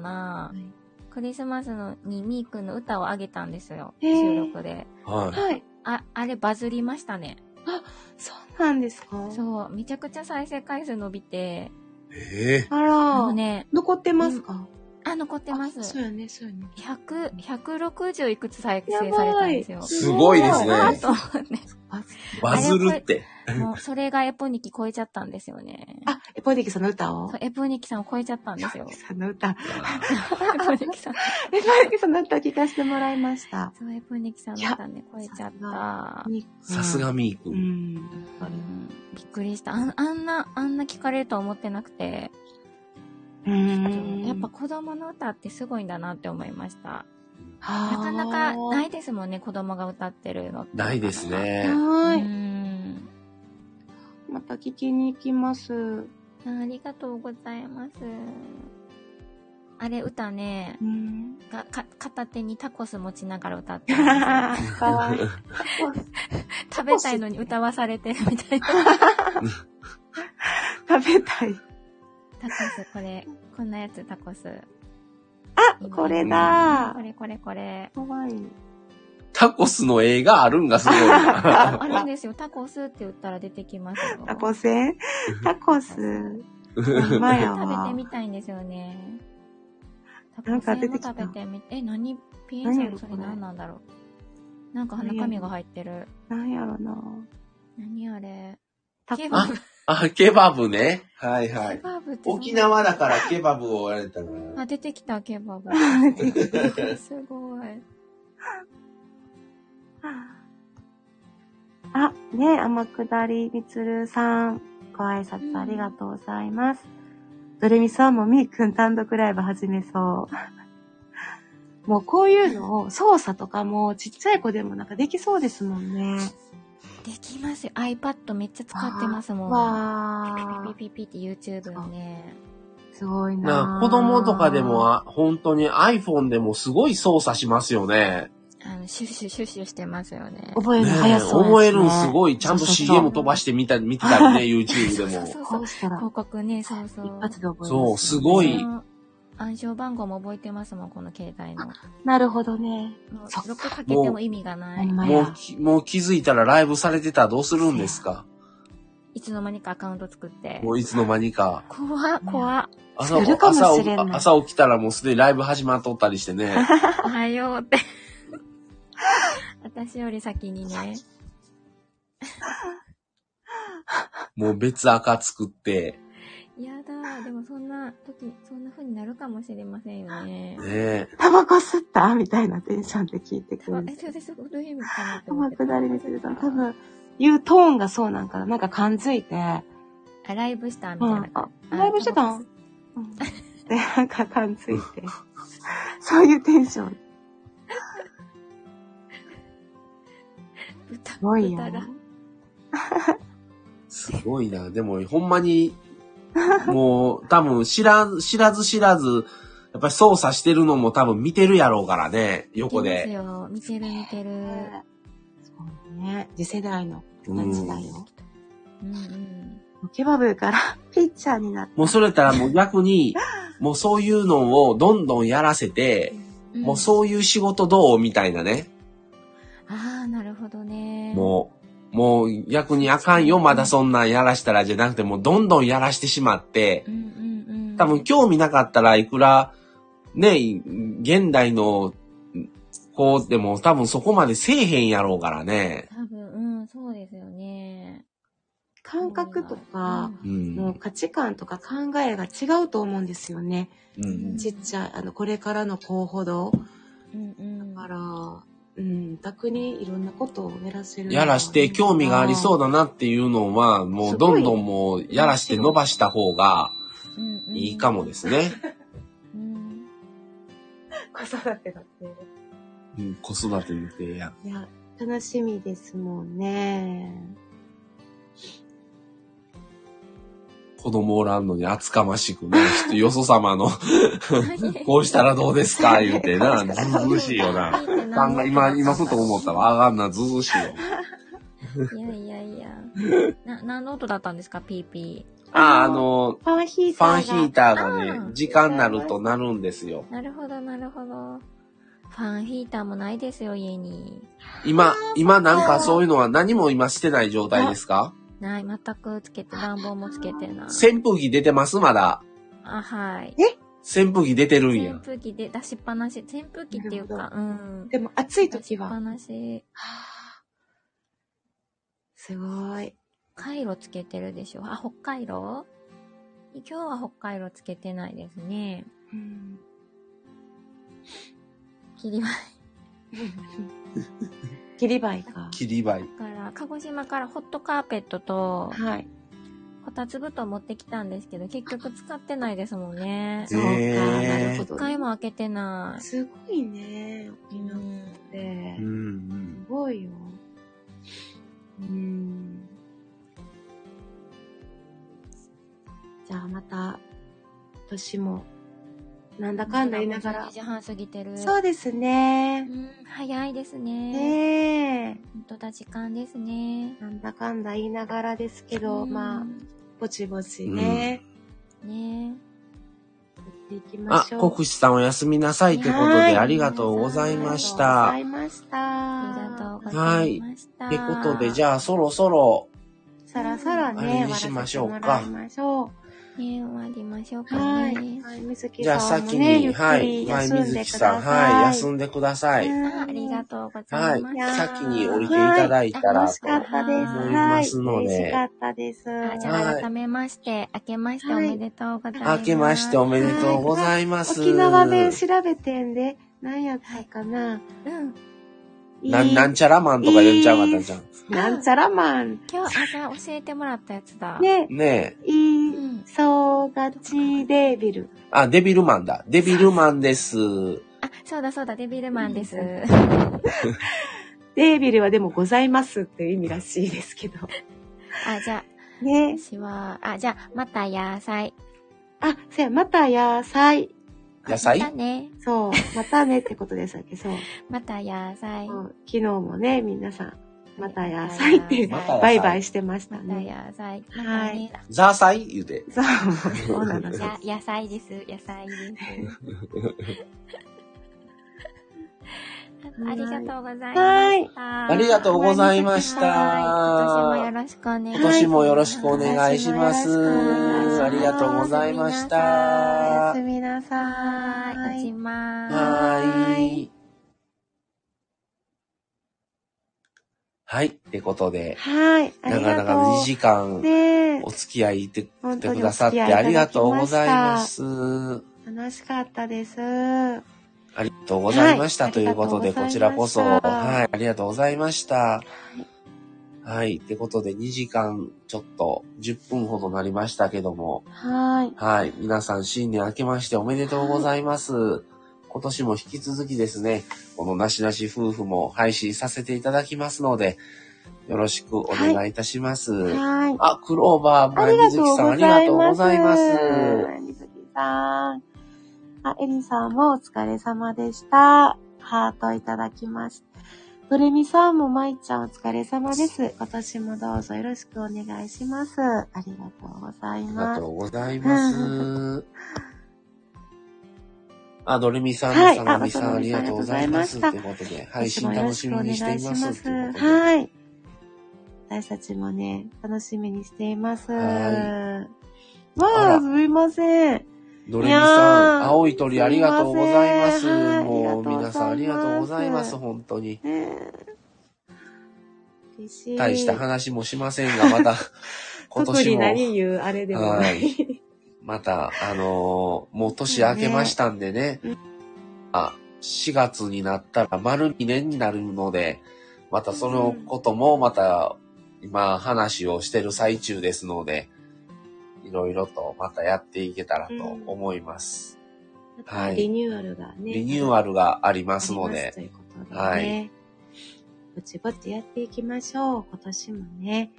[SPEAKER 2] は
[SPEAKER 3] な
[SPEAKER 2] い
[SPEAKER 3] クリスマスのにみーくんの歌をあげたんですよ。
[SPEAKER 2] へー
[SPEAKER 3] 収録で。
[SPEAKER 1] はい。
[SPEAKER 2] はい。
[SPEAKER 3] あ、あれバズりましたね。
[SPEAKER 2] そうなんですか
[SPEAKER 3] そう、めちゃくちゃ再生回数伸びて、
[SPEAKER 1] ええ
[SPEAKER 2] あ
[SPEAKER 3] あ
[SPEAKER 2] ら、
[SPEAKER 3] のね、
[SPEAKER 2] 残ってますか
[SPEAKER 3] あ、残ってま
[SPEAKER 2] あ
[SPEAKER 3] す
[SPEAKER 2] そう。よね、そうよね。
[SPEAKER 3] 100、160いくつ再生されたんですよ。
[SPEAKER 1] すごいです
[SPEAKER 3] あ
[SPEAKER 1] ね。
[SPEAKER 3] と思って
[SPEAKER 2] あ、
[SPEAKER 1] バズるって。
[SPEAKER 3] もう、それがエポニキ超えちゃったんですよね。
[SPEAKER 2] あエポディキさんの歌を
[SPEAKER 3] そうエポニキさんを超えちゃったんです
[SPEAKER 2] エ
[SPEAKER 3] よ
[SPEAKER 2] ポディ。キさんの歌。エ
[SPEAKER 3] エポニキさん。
[SPEAKER 2] ポディキさんの歌を聞かせてもらいました。
[SPEAKER 3] そう、エポニキさんだったね、超えちゃった。
[SPEAKER 1] さすがみーく。
[SPEAKER 2] うんん。
[SPEAKER 3] うんびっくりした。あんあんな、あんな聞かれるとは思ってなくて、
[SPEAKER 2] うん。
[SPEAKER 3] やっぱ、子供の歌ってすごいんだなって思いました。な
[SPEAKER 2] な
[SPEAKER 3] かなかないですもんね、子供が歌ってるのって。
[SPEAKER 1] ないです。ね。
[SPEAKER 2] は
[SPEAKER 3] う
[SPEAKER 2] ーい。
[SPEAKER 3] ん。
[SPEAKER 2] また聞きに行きます。
[SPEAKER 3] あありがとうございます。あれ、歌ね、
[SPEAKER 2] うん。
[SPEAKER 3] がか片手にタコス持ちながら歌って
[SPEAKER 2] か
[SPEAKER 3] たん で
[SPEAKER 2] わいい。
[SPEAKER 3] すよ食べたいのに歌わされてるみたいな。
[SPEAKER 2] 食べたい。
[SPEAKER 3] タコス、これ、こんなやつタコス。
[SPEAKER 2] あ、これだ
[SPEAKER 3] こ。れこれこれ。
[SPEAKER 2] かわいい。
[SPEAKER 1] タコスの映画あるんがすごいな。
[SPEAKER 3] あるんですよ。タコスって言ったら出てきますよ。
[SPEAKER 2] タコスタコス。
[SPEAKER 3] 食べ
[SPEAKER 2] 前や
[SPEAKER 3] て
[SPEAKER 2] わ。
[SPEAKER 3] みたいんですよね。タ
[SPEAKER 2] なん
[SPEAKER 3] コス
[SPEAKER 2] か出
[SPEAKER 3] も
[SPEAKER 2] てきた
[SPEAKER 3] 食べてみて、え、何ピエン
[SPEAKER 2] 何
[SPEAKER 3] さ
[SPEAKER 2] やろ
[SPEAKER 3] んそれ
[SPEAKER 2] これ
[SPEAKER 3] 何なんだろう。なんか中身が入ってる。
[SPEAKER 2] なんやろな。
[SPEAKER 3] 何あれ。
[SPEAKER 2] タ
[SPEAKER 3] ケ
[SPEAKER 2] コ
[SPEAKER 3] バブ。
[SPEAKER 1] あ、ケバブね。はいは
[SPEAKER 3] ケ
[SPEAKER 1] い。
[SPEAKER 3] バブってそんな
[SPEAKER 1] 沖縄だからケバブをやれたか
[SPEAKER 3] あ、
[SPEAKER 1] ら。
[SPEAKER 3] 出てきた、ケバ ブ。すごい。
[SPEAKER 2] あ、ね、天下りみつるさん。ご挨拶ありがとうございます。ドレミさんもみーくん単独ライブ始めそう。もうこういうのを操作とかもちっちゃい子でもなんかできそうですもんね。
[SPEAKER 3] できますよ。iPad めっちゃ使ってますもん。
[SPEAKER 2] わー。
[SPEAKER 3] ピピピピピって YouTube のね。
[SPEAKER 2] すごいな
[SPEAKER 1] な
[SPEAKER 2] ー
[SPEAKER 1] 子供とかでも、あ本当に iPhone でもすごい操作しますよね。
[SPEAKER 3] あの、シュッシュッシュッシュしてますよね。
[SPEAKER 2] 覚える
[SPEAKER 1] ね
[SPEAKER 2] の早そう、
[SPEAKER 1] 思えるんすごい。ちゃん
[SPEAKER 2] そ
[SPEAKER 1] と
[SPEAKER 2] うそうそう
[SPEAKER 1] CM 飛ばして見た、見てた りね、YouTube で
[SPEAKER 3] そう
[SPEAKER 1] も。
[SPEAKER 3] そうそ
[SPEAKER 2] こ
[SPEAKER 3] う。
[SPEAKER 2] うしたら
[SPEAKER 3] 広告ね、そうそう。
[SPEAKER 2] 一発で覚えますよね
[SPEAKER 1] そう、すごい。
[SPEAKER 3] 暗証番号も覚えてますもん、この携帯の。
[SPEAKER 2] なるほどね。
[SPEAKER 3] もう
[SPEAKER 2] そっか
[SPEAKER 3] ロックかけても意味がな
[SPEAKER 2] ほ
[SPEAKER 3] い
[SPEAKER 2] ん。ま
[SPEAKER 1] も
[SPEAKER 2] や
[SPEAKER 1] う。き、もう気づいたらライブされてたらどうするんですか
[SPEAKER 3] いつの間にかアカウント作って。
[SPEAKER 1] もういつの間にか。
[SPEAKER 3] 怖っ、怖っ。
[SPEAKER 1] 朝
[SPEAKER 2] するかも
[SPEAKER 1] 朝
[SPEAKER 2] しれんない
[SPEAKER 1] 朝起きたらもうすでにライブ始まっとったりして ね。
[SPEAKER 3] おはようって。私より先にね。
[SPEAKER 1] もう別赤作って、
[SPEAKER 3] やだ、でもそんな時、そんな風になるかもしれませんよね。
[SPEAKER 1] ね
[SPEAKER 2] タバコ吸ったみたいなテンションで聞いてくる
[SPEAKER 3] あ
[SPEAKER 2] んで
[SPEAKER 3] え、
[SPEAKER 2] す
[SPEAKER 3] そうです、どういう意味かなって思
[SPEAKER 2] 天
[SPEAKER 3] って。
[SPEAKER 2] 下りみつるさん、多分、言うトーンがそうなんかな。なんか感づいて、
[SPEAKER 3] あ、ライブしたみ
[SPEAKER 2] う
[SPEAKER 3] たい
[SPEAKER 2] ん
[SPEAKER 3] な。
[SPEAKER 2] あ
[SPEAKER 3] 感、じ。
[SPEAKER 2] ライブしてた
[SPEAKER 3] あ
[SPEAKER 2] んうん。で、なんか感づいて、そういうテンション。
[SPEAKER 3] 豚、
[SPEAKER 2] すごいよ
[SPEAKER 3] 豚が。
[SPEAKER 1] すごいな。でも、ほんまに、もう、多分、知らず、知らず知らず、やっぱり操作してるのも多分見てるやろうからね、横
[SPEAKER 3] 見てます
[SPEAKER 1] で。
[SPEAKER 3] よ。見てる見てる。
[SPEAKER 2] ねそうね。次世代の
[SPEAKER 1] う
[SPEAKER 2] 感じだ
[SPEAKER 1] ん。
[SPEAKER 2] よ。
[SPEAKER 3] うんうん。
[SPEAKER 2] ケバブからピッチャーになった。
[SPEAKER 1] もうそれやったらもう逆に、もうそういうのをどんどんやらせて、
[SPEAKER 3] ん
[SPEAKER 1] もうそういう仕事どうみたいなね。
[SPEAKER 3] ああ、なるほどね。
[SPEAKER 1] もう、もう逆にあかんよ、まだそんなんやらしたらじゃなくて、もうどんどんやらしてしまって、
[SPEAKER 3] うんうんうん。
[SPEAKER 1] 多分興味なかったらいくら、ね、現代の子でも多分そこまでせえへんやろうからね。
[SPEAKER 3] 多分、うん、そうですよね。
[SPEAKER 2] 感覚とか、
[SPEAKER 1] う。
[SPEAKER 2] もうん価値観とか考えが違うと思うんですよね。
[SPEAKER 1] うん。
[SPEAKER 2] ちっちゃい、あの、これからの候補ど。
[SPEAKER 3] うんうん。
[SPEAKER 2] だから、うん、逆にいろんなことをやらせる。
[SPEAKER 1] やらして興味がありそうだなっていうのは、もうどんどんもうやらして伸ばした方が
[SPEAKER 3] うんうん
[SPEAKER 1] いいかもで。すね。
[SPEAKER 3] うん。
[SPEAKER 2] 子育てだって。
[SPEAKER 1] うん、子育ての提案。
[SPEAKER 2] いや、楽しみですもんね。
[SPEAKER 1] 子供おらんのに厚かましくね、ちょっとよそ様 の、こうしたらどうですか言うて な、ずうずうしいよ な。考え今、今ふと思ったわ。あがんな、ずうずうしいよ。
[SPEAKER 3] いやいやいや。な、 何の音だったんですか、ピーピ
[SPEAKER 1] あ、あの、
[SPEAKER 2] パワーヒー
[SPEAKER 1] フ
[SPEAKER 2] ターが。
[SPEAKER 1] ァンヒーターが
[SPEAKER 3] あ
[SPEAKER 1] ね
[SPEAKER 3] ー、
[SPEAKER 1] 時間になるとなるんですよ。
[SPEAKER 3] ー。なるほど、なるほど。ファンヒーターもないですよ、家に。
[SPEAKER 1] 今、今なんかそういうのは何も今してない状態ですか
[SPEAKER 3] ない、全くつけて、暖房もつけてない。
[SPEAKER 1] 扇風機出てますまだ。
[SPEAKER 3] あ、はい。
[SPEAKER 1] 扇風機出てるん
[SPEAKER 3] 扇
[SPEAKER 1] や。
[SPEAKER 3] 風機で出しっぱなし。扇風機っていう
[SPEAKER 2] な
[SPEAKER 3] か、うん。
[SPEAKER 2] でも暑い
[SPEAKER 3] 出
[SPEAKER 2] 時
[SPEAKER 3] しっぱ
[SPEAKER 2] は。
[SPEAKER 3] なし。
[SPEAKER 2] すごい。
[SPEAKER 3] 回路つけてるでしょ。あ、北海道今日は北海道つけてないですね。
[SPEAKER 2] うん
[SPEAKER 3] 霧馬
[SPEAKER 2] 切り灰か。
[SPEAKER 1] 切りばい。
[SPEAKER 3] から、鹿児島からホットカーペットと、
[SPEAKER 2] はい。
[SPEAKER 3] こたつ布団持ってきたんですけど、結局使ってないですもんね
[SPEAKER 1] え。
[SPEAKER 2] そうか、
[SPEAKER 1] ー
[SPEAKER 2] なるほ
[SPEAKER 3] 一
[SPEAKER 2] ど。
[SPEAKER 3] 回も開けてな
[SPEAKER 2] すごいね。
[SPEAKER 3] い。
[SPEAKER 2] 沖縄って
[SPEAKER 1] うん、う。ん
[SPEAKER 2] す。ごいよ。うん。じゃあまた、年も、なんだかんだ言いなが
[SPEAKER 3] 12
[SPEAKER 2] ら。
[SPEAKER 3] 時半過ぎてる。
[SPEAKER 2] そうですね。
[SPEAKER 3] うん、早いですね。
[SPEAKER 2] ねえ。
[SPEAKER 3] 本当だ、時間ですね。
[SPEAKER 2] なんだかんだ言いながらですけ
[SPEAKER 3] う
[SPEAKER 2] ど、
[SPEAKER 3] ん
[SPEAKER 2] まあ、ぼちぼちね、
[SPEAKER 3] ね
[SPEAKER 2] やっていきま
[SPEAKER 1] あ
[SPEAKER 2] しょう。、
[SPEAKER 1] 国士さんおやすみなさいってこと
[SPEAKER 2] は
[SPEAKER 1] で
[SPEAKER 2] い
[SPEAKER 1] ありがとうございまし
[SPEAKER 2] あ
[SPEAKER 1] た。
[SPEAKER 2] りがとうございました。
[SPEAKER 3] ありがとうご
[SPEAKER 1] は
[SPEAKER 3] ざ
[SPEAKER 1] い
[SPEAKER 3] いました。
[SPEAKER 1] ってことで、じ
[SPEAKER 3] ゃ
[SPEAKER 1] ゃあそろそろ、
[SPEAKER 2] さらさらね、
[SPEAKER 1] あれにしましょうか
[SPEAKER 2] 終わらせてもらいましょう。
[SPEAKER 3] ね、終わりましょうか
[SPEAKER 2] は
[SPEAKER 3] ね。
[SPEAKER 2] い。はい、水木
[SPEAKER 1] じゃあ
[SPEAKER 2] さんも
[SPEAKER 1] 先
[SPEAKER 2] ね、ゆ
[SPEAKER 1] に、
[SPEAKER 2] っ
[SPEAKER 1] は
[SPEAKER 2] くり
[SPEAKER 1] い、前
[SPEAKER 2] 休ん
[SPEAKER 1] 水
[SPEAKER 2] で
[SPEAKER 1] 木
[SPEAKER 2] くだ
[SPEAKER 1] さ
[SPEAKER 2] さい。
[SPEAKER 1] ん、はい、休んでください。
[SPEAKER 2] うん
[SPEAKER 3] あありがとうござ
[SPEAKER 1] はい
[SPEAKER 3] まし
[SPEAKER 1] い、
[SPEAKER 3] た。
[SPEAKER 1] 先に降り
[SPEAKER 2] お
[SPEAKER 1] ていただいたら
[SPEAKER 2] 楽し
[SPEAKER 1] と
[SPEAKER 2] かったです。
[SPEAKER 1] 思い
[SPEAKER 2] は
[SPEAKER 1] ま
[SPEAKER 2] い。
[SPEAKER 1] すの
[SPEAKER 2] 嬉しか
[SPEAKER 1] で、
[SPEAKER 2] ったです。
[SPEAKER 3] あじ
[SPEAKER 1] は
[SPEAKER 3] ゃ
[SPEAKER 1] い
[SPEAKER 3] あ改めまして、明けましてお
[SPEAKER 2] はい
[SPEAKER 3] めでとうございます。
[SPEAKER 1] 明けましておめでとうございます。
[SPEAKER 2] 沖縄弁調べてんで、何やったかな。
[SPEAKER 3] うん。
[SPEAKER 2] いい
[SPEAKER 1] なん、なんちゃらマンとか言っちゃうかったじゃん。
[SPEAKER 2] なんちゃらマン。
[SPEAKER 3] 今日朝教えてもらったやつだ。。
[SPEAKER 2] ね、
[SPEAKER 1] ねえ。
[SPEAKER 2] いうい、
[SPEAKER 3] ん。
[SPEAKER 2] そうがちデービル。
[SPEAKER 1] あ、デビルマンだ。デビルマンです。
[SPEAKER 3] あ、そうだそうだ、デビルマンです。
[SPEAKER 2] デービルはでもございますっていう意味らしいですけど。
[SPEAKER 3] あ、じゃあ、
[SPEAKER 2] ね。
[SPEAKER 3] 私は、あ、じゃあ、また野菜。
[SPEAKER 2] あ、せや、また野菜。
[SPEAKER 1] 野菜
[SPEAKER 3] またね。
[SPEAKER 2] そう、またねってことでしたっけ、そう。
[SPEAKER 3] また野菜。
[SPEAKER 2] そう昨日もね、皆さん、また野菜って、
[SPEAKER 1] ま
[SPEAKER 3] ま
[SPEAKER 1] た
[SPEAKER 3] た
[SPEAKER 1] 野菜
[SPEAKER 3] 野
[SPEAKER 2] バイバイしてましたね。
[SPEAKER 3] 野菜。ま
[SPEAKER 2] は
[SPEAKER 3] た
[SPEAKER 2] い
[SPEAKER 3] ね。
[SPEAKER 1] ザーサイ言うて。
[SPEAKER 2] そう、そうな の。
[SPEAKER 3] じゃあ野菜です。野菜です。あありがとうございました。
[SPEAKER 2] はい
[SPEAKER 1] ありがとうございました
[SPEAKER 3] はい今年もよろしくお願いし
[SPEAKER 1] 今
[SPEAKER 3] ます。
[SPEAKER 1] 年もよろしくお願いします。
[SPEAKER 2] はいはい
[SPEAKER 1] ありがとうございまし
[SPEAKER 2] おや
[SPEAKER 1] た
[SPEAKER 2] す。みなさ
[SPEAKER 3] はい、お
[SPEAKER 2] ーい
[SPEAKER 3] し。まーす。
[SPEAKER 1] は
[SPEAKER 2] はい
[SPEAKER 1] い。はい。ってことで、
[SPEAKER 2] はい、あ
[SPEAKER 1] な
[SPEAKER 2] り
[SPEAKER 1] か
[SPEAKER 2] が
[SPEAKER 1] なか
[SPEAKER 2] と
[SPEAKER 1] 2
[SPEAKER 2] う。
[SPEAKER 1] 時間
[SPEAKER 2] ね
[SPEAKER 1] お付き合いいてき
[SPEAKER 2] 本
[SPEAKER 1] て
[SPEAKER 2] 当
[SPEAKER 1] く
[SPEAKER 2] にお
[SPEAKER 1] ださっ
[SPEAKER 2] 付
[SPEAKER 1] て
[SPEAKER 2] き合いいただきました
[SPEAKER 1] ありがとうございます。
[SPEAKER 2] 楽しかったです。は
[SPEAKER 1] ありがとうございました。
[SPEAKER 2] はい
[SPEAKER 1] ということで、
[SPEAKER 2] ありがとうござい
[SPEAKER 1] こ
[SPEAKER 2] まし
[SPEAKER 1] ち
[SPEAKER 2] た
[SPEAKER 1] らこそ、はい、ありがとうございました。はい。ってことで、2時間ちょっと、10分ほどなりましたけども、
[SPEAKER 2] ーい。
[SPEAKER 1] はい。皆さん、新年明けましておめでとうございます。今年も引き続きですね、このなしなし夫婦も配信させていただきますので、よろしくお願いいたします。
[SPEAKER 2] はい。
[SPEAKER 1] あ、クローバ
[SPEAKER 2] あ
[SPEAKER 1] ー、前
[SPEAKER 2] りが
[SPEAKER 1] 水
[SPEAKER 2] と
[SPEAKER 1] 木
[SPEAKER 2] う
[SPEAKER 1] さん、あ
[SPEAKER 2] ご
[SPEAKER 1] りが
[SPEAKER 2] ざい
[SPEAKER 1] とうご
[SPEAKER 2] ます。
[SPEAKER 1] ざいます。
[SPEAKER 2] みずきさん。あ、エリさんもお疲れ様でした。ハートいただきます。ドレミさんもまいちゃんお疲れ様です。今年もどうぞよろしくお願いします。ありがとうござい
[SPEAKER 1] ありが
[SPEAKER 2] ます
[SPEAKER 1] と。うございます。あ、ドレミさん、
[SPEAKER 2] はい
[SPEAKER 1] サナミさん、
[SPEAKER 2] あ
[SPEAKER 1] ありがとうございます。
[SPEAKER 2] お
[SPEAKER 1] と
[SPEAKER 2] 疲
[SPEAKER 1] い
[SPEAKER 2] れ
[SPEAKER 1] うことで、配信楽しみにしています。ということで
[SPEAKER 2] はい。私たちもね、楽しみにしています。
[SPEAKER 1] はあ
[SPEAKER 2] わ
[SPEAKER 1] ら
[SPEAKER 2] あ、すみません。
[SPEAKER 1] ドレミ
[SPEAKER 2] いや
[SPEAKER 1] さん、
[SPEAKER 2] ー
[SPEAKER 1] 青い鳥ありがとうございます。
[SPEAKER 2] すいませんはいあ
[SPEAKER 1] もう
[SPEAKER 2] りがとうございます
[SPEAKER 1] 皆さんありがとうございます、本当
[SPEAKER 2] ね
[SPEAKER 1] に。
[SPEAKER 2] え嬉しい。
[SPEAKER 1] 大した話もしませんが、また、 今
[SPEAKER 2] 特に
[SPEAKER 1] 年
[SPEAKER 2] 何
[SPEAKER 1] も、
[SPEAKER 2] 言うあれでもな。
[SPEAKER 1] はいまた、あのーもう年明けましたんでね、あ、4月になったら丸2年になるので、またそのこともまた、今話をしてる最中ですので、いろいろとまたやっていけたらと思います。はい
[SPEAKER 2] リニューアルがね。
[SPEAKER 1] リニューアルがあ
[SPEAKER 2] あ
[SPEAKER 1] り
[SPEAKER 2] りま
[SPEAKER 1] ますので、
[SPEAKER 2] ということでね。
[SPEAKER 1] は
[SPEAKER 2] ぼちぼちやっていきましょう。今年もね。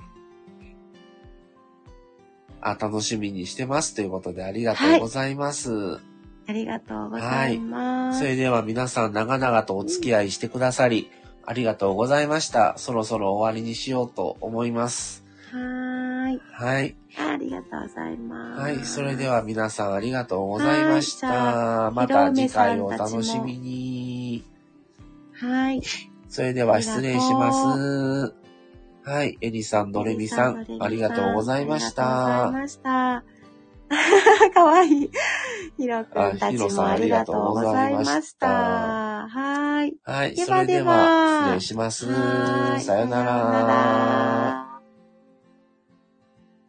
[SPEAKER 1] あ、楽しみにしてますということでありがとうございます。
[SPEAKER 2] ありがとうございます。
[SPEAKER 1] それでは皆さん長々とお付き合いしてくださり、ありがとうございました。そろそろ終わりにしようと思います。
[SPEAKER 2] はーい。
[SPEAKER 1] はい。
[SPEAKER 2] ありがとうございます。
[SPEAKER 1] はい。それでは皆さんありがとうございまし
[SPEAKER 2] はいじ
[SPEAKER 1] た。また次回をお楽しみに。
[SPEAKER 2] はい。
[SPEAKER 1] それでは失礼します。はい。エリさん、ドレミさん、ありがとうございまし
[SPEAKER 2] ありがとうござ
[SPEAKER 1] た。
[SPEAKER 2] いました。 かわいい。ヒロ
[SPEAKER 1] あ
[SPEAKER 2] 君た
[SPEAKER 1] ヒ
[SPEAKER 2] ち
[SPEAKER 1] ロさん
[SPEAKER 2] もありがとうございました。は
[SPEAKER 1] あ
[SPEAKER 2] ーい。
[SPEAKER 1] はい。
[SPEAKER 2] で
[SPEAKER 1] そ
[SPEAKER 2] は
[SPEAKER 1] れ
[SPEAKER 2] で
[SPEAKER 1] で
[SPEAKER 2] は
[SPEAKER 1] は、失礼します
[SPEAKER 2] はー。い
[SPEAKER 1] さよなら。